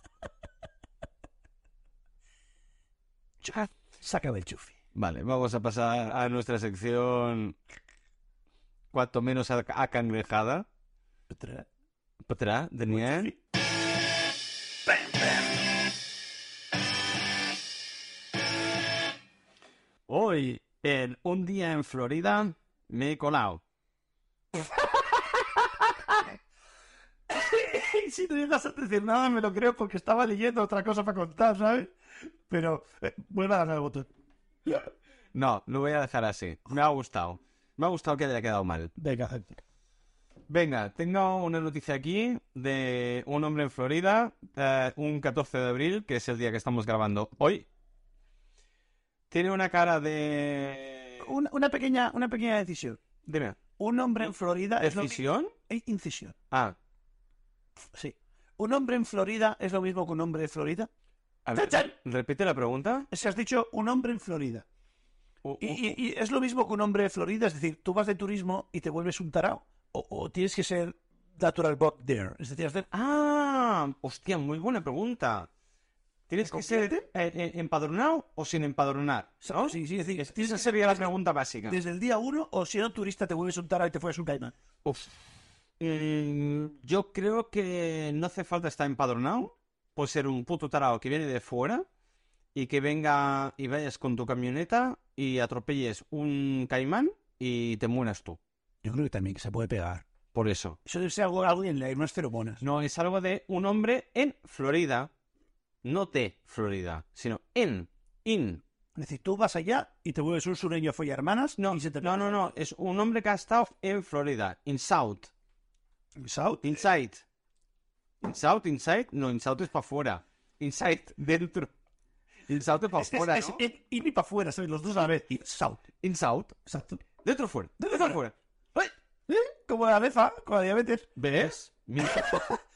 [SPEAKER 1] Sácame el chufi.
[SPEAKER 2] Vale, vamos a pasar a nuestra sección. Cuanto menos ac- acangrejada.
[SPEAKER 1] Petra.
[SPEAKER 2] Petra, Daniel. Hoy, en un día en Florida, me he colado.
[SPEAKER 1] si no llegas a decir nada, me lo creo porque estaba leyendo otra cosa para contar, ¿sabes? Pero eh, vuelve a darle al botón.
[SPEAKER 2] No, lo voy a dejar así. Me ha gustado. Me ha gustado que haya quedado mal.
[SPEAKER 1] Venga, gente.
[SPEAKER 2] Venga, tengo una noticia aquí de un hombre en Florida, eh, un 14 de abril, que es el día que estamos grabando hoy. Tiene una cara de...
[SPEAKER 1] Una, una pequeña, una pequeña decisión.
[SPEAKER 2] Dime,
[SPEAKER 1] Un hombre en Florida es lo mismo.
[SPEAKER 2] ¿decisión?
[SPEAKER 1] Incisión.
[SPEAKER 2] Ah,
[SPEAKER 1] Sí. ¿Un hombre en Florida es lo mismo que un hombre de Florida?
[SPEAKER 2] a ver,
[SPEAKER 1] ¡Chan,
[SPEAKER 2] repite la pregunta.
[SPEAKER 1] Si has dicho un hombre en Florida.
[SPEAKER 2] U-
[SPEAKER 1] Y,
[SPEAKER 2] u-
[SPEAKER 1] y- y es lo mismo que un hombre de Florida, es decir, tú vas de turismo y te vuelves un tarao. O, o tienes que ser natural born there. Es decir, has de-
[SPEAKER 2] Ah, hostia, muy buena pregunta. ¿Tienes
[SPEAKER 1] ¿Me
[SPEAKER 2] que ser eh, eh, empadronado o sin empadronar? ¿no?
[SPEAKER 1] Sí, sí, es decir,
[SPEAKER 2] Es- Esa sería la pregunta básica.
[SPEAKER 1] desde el día uno, o si eres turista te vuelves un tarao y te fueras un caimán.
[SPEAKER 2] Uf. Mm, yo creo que no hace falta estar empadronado. Puede ser un puto tarao que viene de fuera y que venga y vayas con tu camioneta y atropelles un caimán y te mueras tú.
[SPEAKER 1] Yo creo que también que se puede pegar.
[SPEAKER 2] Por eso.
[SPEAKER 1] Eso debe ser algo, algo en la unas feromonas.
[SPEAKER 2] No, es algo de un hombre en Florida. No de Florida, sino en. In.
[SPEAKER 1] Es decir, tú vas allá y te vuelves un sureño a follar hermanas
[SPEAKER 2] No,
[SPEAKER 1] y se te
[SPEAKER 2] no, no, no. Es un hombre que ha estado en Florida. In South.
[SPEAKER 1] South.
[SPEAKER 2] Inside. Inside, inside. No, inside es para afuera. Inside, dentro. Inside es para
[SPEAKER 1] Es, es,
[SPEAKER 2] afuera,
[SPEAKER 1] es-
[SPEAKER 2] ¿no?
[SPEAKER 1] es ir y para afuera, ¿sabes? Los dos a la vez. Y South.
[SPEAKER 2] Inside,
[SPEAKER 1] Exacto.
[SPEAKER 2] dentro fuera. Dentro fuera.
[SPEAKER 1] ¡Ay! ¿Eh? Como la lefa, con la diabetes.
[SPEAKER 2] ¿Ves? Mira.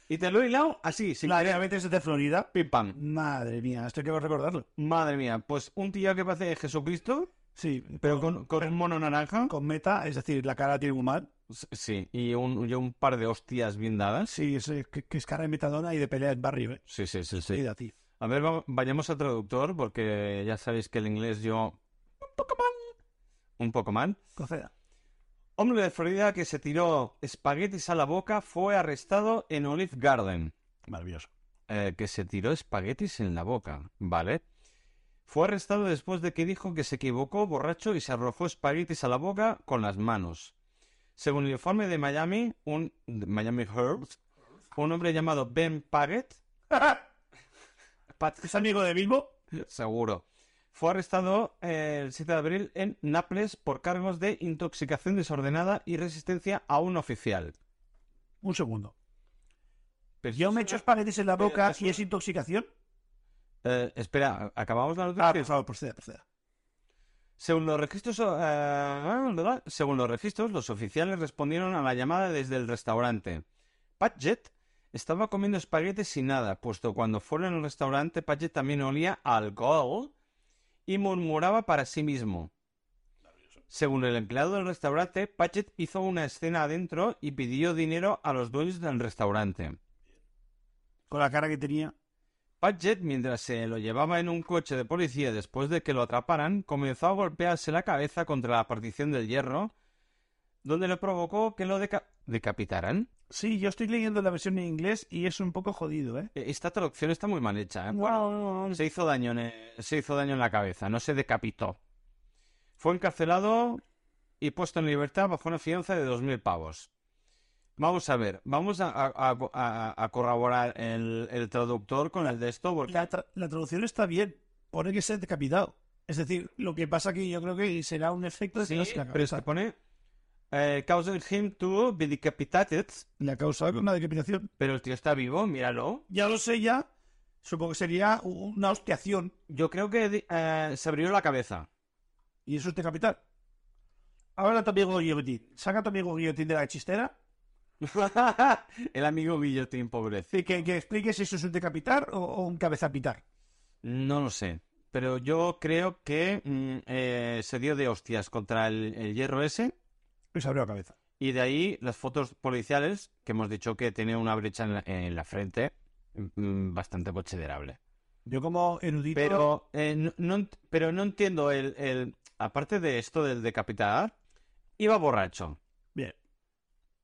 [SPEAKER 2] y te lo he hilado así, sin
[SPEAKER 1] La diabetes es de Florida.
[SPEAKER 2] pim pam.
[SPEAKER 1] Madre mía, esto hay que recordarlo.
[SPEAKER 2] Madre mía, pues un tío que parece Jesucristo,
[SPEAKER 1] Sí,
[SPEAKER 2] pero con, con un mono naranja.
[SPEAKER 1] con meta, es decir, la cara tiene muy mal.
[SPEAKER 2] Sí, y un, y un par de hostias bien dadas.
[SPEAKER 1] Sí, es, eh, que, que es cara de metadona y de pelea en barrio, ¿eh?
[SPEAKER 2] Sí, sí, sí,
[SPEAKER 1] Sí.
[SPEAKER 2] sí. A ver, va- vayamos al traductor, porque ya sabéis que el inglés yo... un poco mal.
[SPEAKER 1] Conceda.
[SPEAKER 2] Hombre de Florida que se tiró espaguetis a la boca fue arrestado en Olive Garden.
[SPEAKER 3] Maravilloso.
[SPEAKER 2] eh, que se tiró espaguetis en la boca, ¿vale? Fue arrestado después de que dijo que se equivocó borracho y se arrojó espaguetis a la boca con las manos. Según el informe de Miami, un de Miami Herald, un hombre llamado Ben Paget,
[SPEAKER 1] ¿Es amigo de Bilbo?
[SPEAKER 2] seguro, fue arrestado eh, el 7 de abril en Nápoles por cargos de intoxicación desordenada y resistencia a un oficial.
[SPEAKER 1] Un segundo.
[SPEAKER 2] Pero
[SPEAKER 1] Yo
[SPEAKER 2] eso
[SPEAKER 1] me echo espaguetis en la
[SPEAKER 2] Pero
[SPEAKER 1] boca
[SPEAKER 2] eso
[SPEAKER 1] y
[SPEAKER 2] no-
[SPEAKER 1] es intoxicación.
[SPEAKER 2] Eh, espera, acabamos la noticia.
[SPEAKER 1] Ah, por favor, proceda, proceda.
[SPEAKER 2] Según los registros, eh, ¿verdad? según los registros, los oficiales respondieron a la llamada desde el restaurante. Paget estaba comiendo espaguetes sin nada, puesto cuando fueron al restaurante Paget también olía a alcohol y murmuraba para sí mismo. Según el empleado del restaurante, Paget hizo una escena adentro y pidió dinero a los dueños del restaurante.
[SPEAKER 1] Con la cara que tenía.
[SPEAKER 2] Paget, mientras se lo llevaba en un coche de policía después de que lo atraparan, comenzó a golpearse la cabeza contra la partición del hierro, donde le provocó que lo deca- decapitaran.
[SPEAKER 1] Sí, yo estoy leyendo la versión en inglés y es un poco jodido, ¿eh?
[SPEAKER 2] Eh, Esta traducción está muy mal hecha. ¿eh? Se hizo daño en, eh, se hizo daño en la cabeza, no se decapitó. Fue encarcelado y puesto en libertad bajo una fianza de 2.000 pavos. Vamos a ver, vamos a, a- a- a- a corroborar el, el traductor con el de esto, porque
[SPEAKER 1] La, tra- la traducción está bien. Pone que se ha decapitado. Es decir, lo que pasa aquí yo creo que será un efecto de que
[SPEAKER 2] Sí,
[SPEAKER 1] no se le ha
[SPEAKER 2] pero es que
[SPEAKER 1] causado.
[SPEAKER 2] pone eh, causing him to be decapitated,
[SPEAKER 1] Le ha causado una decapitación.
[SPEAKER 2] pero el tío está vivo, míralo.
[SPEAKER 1] Ya lo sé, ya. Supongo que sería una hostiación
[SPEAKER 2] Yo creo que eh, se abrió la cabeza.
[SPEAKER 1] y eso es decapitar. Ahora tu amigo guillotín. Saca a tu amigo guillotín de la chistera
[SPEAKER 2] el amigo Guillotín,
[SPEAKER 1] y
[SPEAKER 2] pobrecito.
[SPEAKER 1] que, que explique si eso es un decapitar o, o un cabezapitar.
[SPEAKER 2] No lo sé, pero yo creo que mm, eh, se dio de hostias contra el, el hierro ese
[SPEAKER 1] Y se abrió Pues la cabeza.
[SPEAKER 2] y de ahí las fotos policiales que hemos dicho que tiene una brecha en la, en la frente mm, bastante considerable.
[SPEAKER 1] Yo como erudito...
[SPEAKER 2] Pero, eh, no, no ent- pero no entiendo el, el- Aparte de esto del decapitar, iba borracho.
[SPEAKER 1] Bien,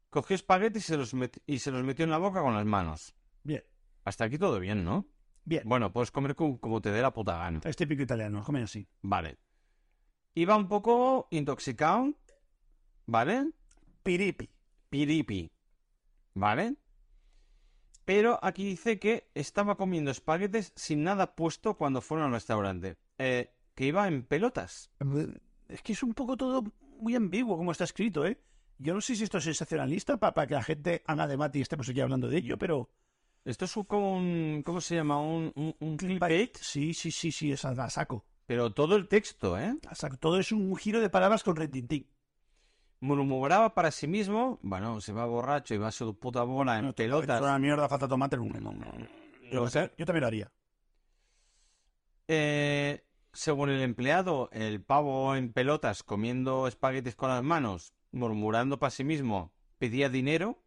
[SPEAKER 2] Cogió espaguetis y se, los met- y se los metió en la boca con las manos.
[SPEAKER 1] bien,
[SPEAKER 2] Hasta aquí todo bien, ¿no?
[SPEAKER 1] bien.
[SPEAKER 2] Bueno, puedes comer cu- como te dé la puta gana.
[SPEAKER 1] Es típico italiano, comen así.
[SPEAKER 2] Vale. Iba un poco intoxicado, ¿vale?
[SPEAKER 1] Piripi.
[SPEAKER 2] Piripi, ¿vale? Pero aquí dice que estaba comiendo espaguetes sin nada puesto cuando fueron al restaurante. Eh, que iba en pelotas.
[SPEAKER 1] Es que es un poco todo muy ambiguo como está escrito, ¿eh? Yo no sé si esto es sensacionalista para, que la gente haga debate y estemos aquí hablando de ello, pero...
[SPEAKER 2] Esto es un- como un. ¿Cómo se llama? Un, un, un clickbait.
[SPEAKER 1] Sí, sí, sí, sí, esa la saco.
[SPEAKER 2] Pero todo el texto, ¿eh?
[SPEAKER 1] La saco. Todo es un giro de palabras con retintín.
[SPEAKER 2] Murmuraba para sí mismo. Bueno, se va borracho y va a su puta bola
[SPEAKER 1] Es
[SPEAKER 2] en
[SPEAKER 1] una
[SPEAKER 2] pelotas.
[SPEAKER 1] mierda, falta tomate. No, no, no. Yo, yo también lo haría.
[SPEAKER 2] Eh, según el empleado, el pavo en pelotas comiendo espaguetis con las manos, murmurando para sí mismo, pedía dinero.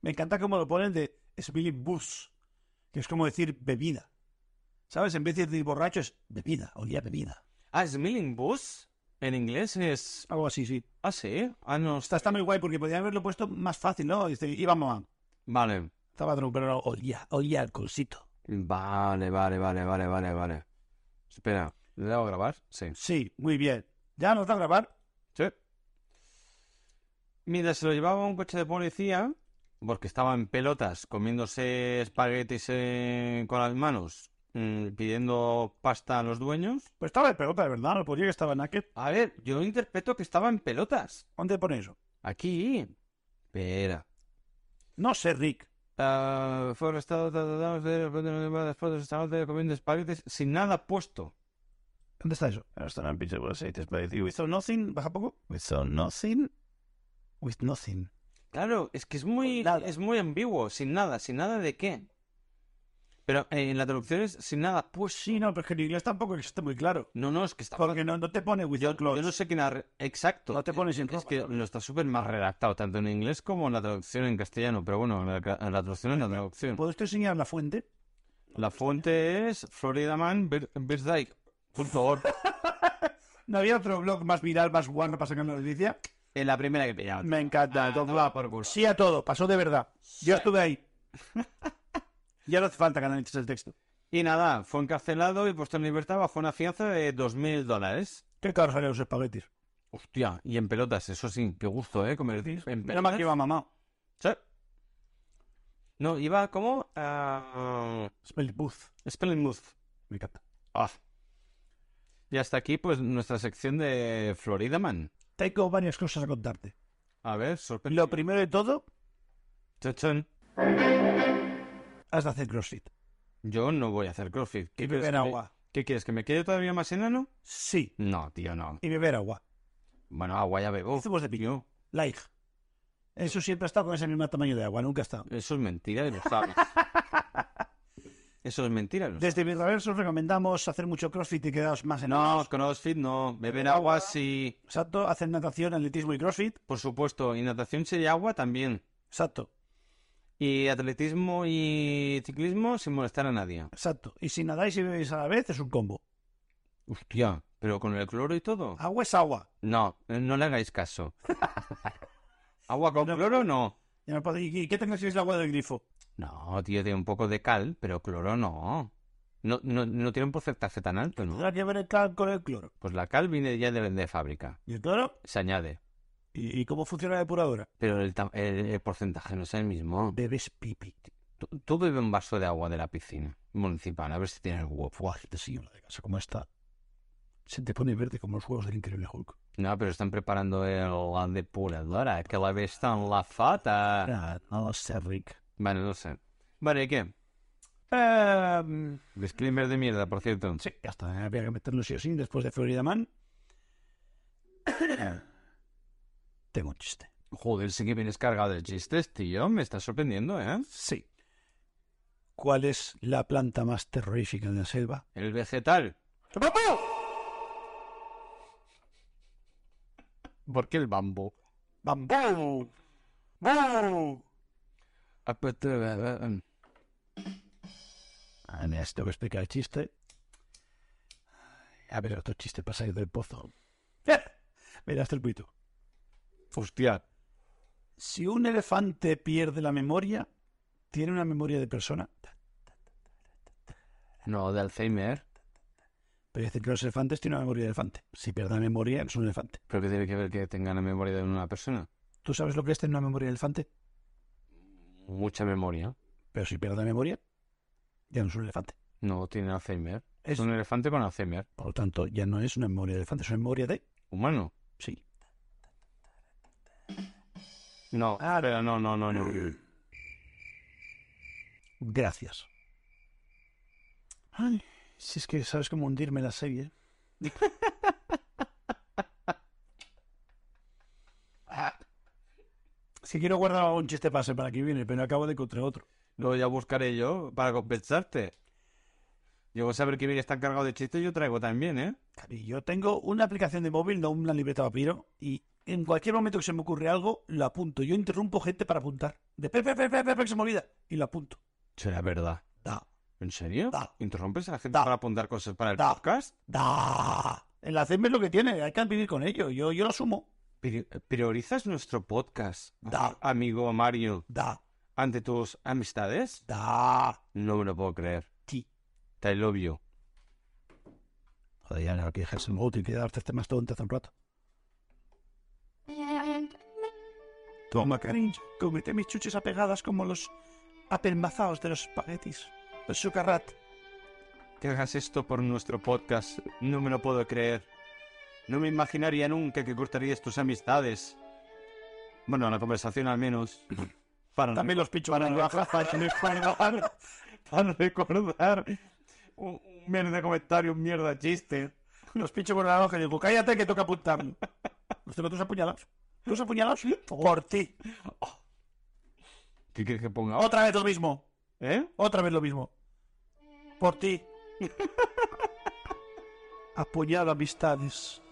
[SPEAKER 1] Me encanta cómo lo ponen de Spirit Bus, que es como decir bebida. ¿Sabes? En vez de decir borracho es bebida, olía a bebida.
[SPEAKER 2] Ah, Smelling Bus. En inglés es.
[SPEAKER 1] Algo así, sí.
[SPEAKER 2] Ah, sí. Ah, no.
[SPEAKER 1] Está,
[SPEAKER 2] Está...
[SPEAKER 1] está muy guay porque podían haberlo puesto más fácil, ¿no? Dice, iba mamá.
[SPEAKER 2] Vale.
[SPEAKER 1] Estaba drunk, pero no, olía, olía a alcoholcito.
[SPEAKER 2] Vale, vale, vale, vale, vale, vale. Espera, ¿le debo grabar? Sí.
[SPEAKER 1] Sí, muy bien. ¿Ya nos da a grabar?
[SPEAKER 2] Sí. Mientras se lo llevaba a un coche de policía, porque estaba en pelotas, comiéndose espaguetis eh, con las manos, mm, pidiendo pasta a los dueños.
[SPEAKER 1] Pues estaba de pelota, de verdad. No podría que estaba naked.
[SPEAKER 2] A ver, yo interpreto que estaba en pelotas.
[SPEAKER 1] ¿Dónde pone eso?
[SPEAKER 2] Aquí. Espera.
[SPEAKER 1] No sé, Rick.
[SPEAKER 2] Ah, fue arrestado ta, ta, ta, de- después del restaurante comiendo espaguetis sin nada puesto.
[SPEAKER 1] ¿Dónde está eso?
[SPEAKER 3] Restaurant Pizza World State Spaghetti with,
[SPEAKER 1] So nothing, baja poco.
[SPEAKER 3] with so nothing.
[SPEAKER 1] With nothing.
[SPEAKER 2] Claro, es que es muy,
[SPEAKER 1] nada.
[SPEAKER 2] es muy ambiguo. Sin nada, sin nada de qué. Pero eh, en la traducción es sin nada puesto.
[SPEAKER 1] Sí, no, pero es que en inglés tampoco existe muy claro.
[SPEAKER 2] No, no, es que está.
[SPEAKER 1] Porque no, no te pone with
[SPEAKER 2] Yo,
[SPEAKER 1] clothes.
[SPEAKER 2] yo no sé quién ha. re- Exacto.
[SPEAKER 1] No te pones sin
[SPEAKER 2] Es
[SPEAKER 1] ropa,
[SPEAKER 2] que
[SPEAKER 1] ¿no?
[SPEAKER 2] lo está súper mal redactado, tanto en inglés como en la traducción en castellano. Pero bueno, la, la traducción es la traducción.
[SPEAKER 1] ¿Puedo usted enseñar la fuente?
[SPEAKER 2] La fuente es floridamanbirthday.org.
[SPEAKER 1] ¿No había otro blog más viral, más guano para sacar la noticia?
[SPEAKER 2] Es la primera que pillamos.
[SPEAKER 1] Me encanta.
[SPEAKER 2] Ah,
[SPEAKER 1] entonces,
[SPEAKER 2] toma por culo.
[SPEAKER 1] sí a todo, pasó de verdad. Yo estuve ahí. ya no hace falta que analices el texto.
[SPEAKER 2] Y nada, fue encarcelado y puesto en libertad bajo una fianza de 2.000 dólares.
[SPEAKER 1] Qué caros salen los espaguetis.
[SPEAKER 2] Hostia, y en pelotas, eso sí, qué gusto, ¿eh? Comer en
[SPEAKER 1] Menos mal
[SPEAKER 2] pelotas.
[SPEAKER 1] que iba mamá.
[SPEAKER 2] Sí. No, iba como a...
[SPEAKER 1] Smelly Booth.
[SPEAKER 2] Spellenmuth.
[SPEAKER 1] Me encanta.
[SPEAKER 2] Ah. Y hasta aquí, pues, nuestra sección de Florida Man.
[SPEAKER 1] Tengo varias cosas a contarte.
[SPEAKER 2] A ver, sorpresa.
[SPEAKER 1] Lo primero de todo, has de hacer CrossFit.
[SPEAKER 2] Yo no voy a hacer crossfit.
[SPEAKER 1] Y
[SPEAKER 2] ¿Qué quieres,
[SPEAKER 1] beber
[SPEAKER 2] que me-
[SPEAKER 1] agua.
[SPEAKER 2] ¿Qué quieres? ¿Que me quede todavía más enano?
[SPEAKER 1] Sí.
[SPEAKER 2] No, tío, no.
[SPEAKER 1] Y beber agua.
[SPEAKER 2] Bueno, agua ya bebo.
[SPEAKER 1] Hacemos de piñón. Like. Eso siempre ha estado con ese mismo tamaño de agua, nunca ha estado.
[SPEAKER 2] Eso es mentira y lo sabes. Eso es mentira. y lo
[SPEAKER 1] Desde Virraverso os recomendamos hacer mucho crossfit y quedaros más en
[SPEAKER 2] No, CrossFit no. Beber agua sí.
[SPEAKER 1] Exacto, hacer natación, atletismo y crossfit.
[SPEAKER 2] Por supuesto. Y natación sí y agua también.
[SPEAKER 1] Exacto,
[SPEAKER 2] Y atletismo y ciclismo sin molestar a nadie.
[SPEAKER 1] exacto. Y si nadáis y bebéis a la vez, es un combo.
[SPEAKER 2] Hostia. Pero con el cloro y todo.
[SPEAKER 1] Agua es agua.
[SPEAKER 2] No, no le hagáis caso. ¿Agua con
[SPEAKER 1] No.
[SPEAKER 2] cloro no?
[SPEAKER 1] Y no podéis- ¿Y qué tengáis el agua del grifo?
[SPEAKER 2] No, tío, tiene un poco de cal, pero cloro no. No, no, no tiene un porcentaje tan alto, ¿no?
[SPEAKER 1] Tendrá que ver el cal con el cloro.
[SPEAKER 2] Pues la cal viene ya de, de fábrica.
[SPEAKER 1] ¿Y el cloro?
[SPEAKER 2] Se añade.
[SPEAKER 1] ¿Y, y cómo funciona la depuradora?
[SPEAKER 2] Pero el, ta- el- el porcentaje no es el mismo.
[SPEAKER 1] Bebes pipi.
[SPEAKER 2] Tú, tú bebe un vaso de agua de la piscina municipal, a ver si tienes huevo.
[SPEAKER 1] Buah, gente señora de casa, ¿cómo está? Se te pone verde como los huevos del increíble Hulk.
[SPEAKER 2] No, pero están preparando el- la depuradora, que la ves tan lafata.
[SPEAKER 1] Ah, no sé, Rick.
[SPEAKER 2] Vale, no sé. Vale, ¿y ¿qué?
[SPEAKER 1] Eh,
[SPEAKER 2] Disclaimer de mierda, por cierto.
[SPEAKER 1] Sí, ya está. eh, Había que meterlo sí o sí después de Florida Man. Tengo un chiste.
[SPEAKER 2] Joder, sí que vienes cargado de chistes, tío. Me está sorprendiendo, ¿eh?
[SPEAKER 1] Sí. ¿Cuál es la planta más terrorífica de la selva?
[SPEAKER 2] El vegetal. ¿Por qué el bambú?
[SPEAKER 1] ¡Bambú! ¡Bambú!
[SPEAKER 2] Ah, pues, eh, eh, eh,
[SPEAKER 1] Ah, mira, si tengo que explicar el chiste. A ver, otro chiste para salir del pozo. ¡Eh! Mira, este hasta el pito.
[SPEAKER 2] Hostia.
[SPEAKER 1] Si un elefante pierde la memoria, ¿tiene una memoria de persona?
[SPEAKER 2] No, de Alzheimer.
[SPEAKER 1] Pero dicen que los elefantes tienen una memoria de elefante. Si pierde la memoria, es un elefante.
[SPEAKER 2] Pero que tiene que ver que tenga la memoria de una persona.
[SPEAKER 1] ¿Tú sabes lo que es tener una memoria de elefante?
[SPEAKER 2] Mucha memoria.
[SPEAKER 1] Pero si pierde la memoria, ya no es un elefante.
[SPEAKER 2] No tiene Alzheimer.
[SPEAKER 1] Es-
[SPEAKER 2] Es un elefante con Alzheimer.
[SPEAKER 1] Por lo tanto, ya no es una memoria de elefante, es una memoria de...
[SPEAKER 2] Humano.
[SPEAKER 1] Sí.
[SPEAKER 2] No,
[SPEAKER 1] Ah,
[SPEAKER 2] pero no, no, no, no.
[SPEAKER 1] Gracias. Ay, si es que sabes cómo hundirme la serie. Si quiero guardar un chiste pase para que viene, pero acabo de encontrar otro.
[SPEAKER 2] Luego ya buscaré yo para compensarte. Yo voy a saber que bien está cargado de chistes, yo traigo también, ¿eh?
[SPEAKER 1] Y yo tengo una aplicación de móvil, no una libreta de papiro, y en cualquier momento que se me ocurre algo, lo apunto. Yo interrumpo gente para apuntar. De "Pe, pe, pe, pe, pe, pe, que se me olvida. Y lo apunto.
[SPEAKER 2] Será verdad.
[SPEAKER 1] Da,
[SPEAKER 2] ¿En serio?
[SPEAKER 1] Da.
[SPEAKER 2] ¿Interrumpes a la gente
[SPEAKER 1] Da.
[SPEAKER 2] para apuntar cosas para el
[SPEAKER 1] Da.
[SPEAKER 2] podcast?
[SPEAKER 1] da. El hacerme es lo que tiene, hay que vivir con ello. Yo, yo lo asumo.
[SPEAKER 2] Pri- Priorizas nuestro podcast,
[SPEAKER 1] Da.
[SPEAKER 2] amigo Mario,
[SPEAKER 1] Da,
[SPEAKER 2] ante tus amistades.
[SPEAKER 1] da.
[SPEAKER 2] No me lo puedo creer.
[SPEAKER 1] Sí.
[SPEAKER 2] Te lo you.
[SPEAKER 1] Joder, ya no que dejarse el útil, que darte este más tonto hace un rato. Toma, cariño, comete mis chuches apegadas como los apelmazados de los espaguetis. El sucarrat.
[SPEAKER 2] que hagas esto por nuestro podcast. No me lo puedo creer. No me imaginaría nunca que cortarías tus amistades. Bueno, la conversación al menos. Para,
[SPEAKER 1] También los pincho para
[SPEAKER 2] recordar, para recordar un, un mierda de comentario, un mierda de chiste.
[SPEAKER 1] Los pincho por la hoja y digo, cállate que toca apuntar. Los tengo tus apuñalados. ¿Tus apuñalados? Por ti.
[SPEAKER 2] ¿Qué quieres que ponga?
[SPEAKER 1] Otra vez lo mismo.
[SPEAKER 2] ¿Eh?
[SPEAKER 1] Otra vez lo mismo. Por ti. Apuñalo amistades.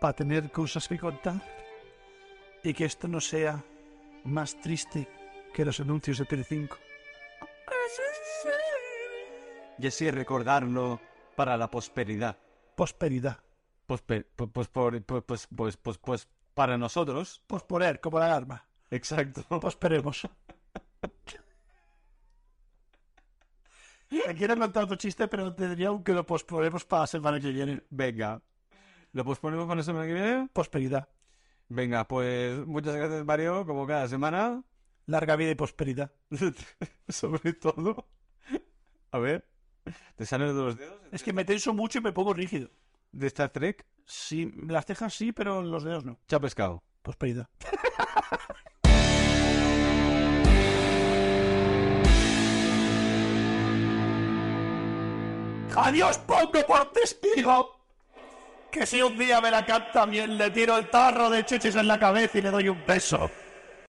[SPEAKER 1] Para tener cosas que contar. Y que esto no sea más triste que los anuncios de Telecinco.
[SPEAKER 2] Y así recordarlo para la prosperidad.
[SPEAKER 1] Prosperidad.
[SPEAKER 2] pues, pe- pues, pues, por- pues, pues, pues, pues, pues, para nosotros. Pues
[SPEAKER 1] Posponer, como la alarma.
[SPEAKER 2] Exacto.
[SPEAKER 1] Pues Posperemos. Te quiero contar otro chiste, pero te diría que lo posponemos para la semana que viene.
[SPEAKER 2] Venga. ¿Lo posponemos para la semana que viene?
[SPEAKER 1] Prosperidad.
[SPEAKER 2] Venga, pues muchas gracias, Mario, como cada semana.
[SPEAKER 1] Larga vida y prosperidad.
[SPEAKER 2] Sobre todo. A ver. ¿Te salen de los dedos?
[SPEAKER 1] Es que me tenso mucho y me pongo rígido.
[SPEAKER 2] ¿De Star Trek?
[SPEAKER 1] Sí, las cejas sí, pero los dedos no.
[SPEAKER 2] Chao, pescado.
[SPEAKER 1] Prosperidad. Adiós, pongo por testigo. Que si un día me la canta bien, le tiro el tarro de chuches en la cabeza y le doy un beso.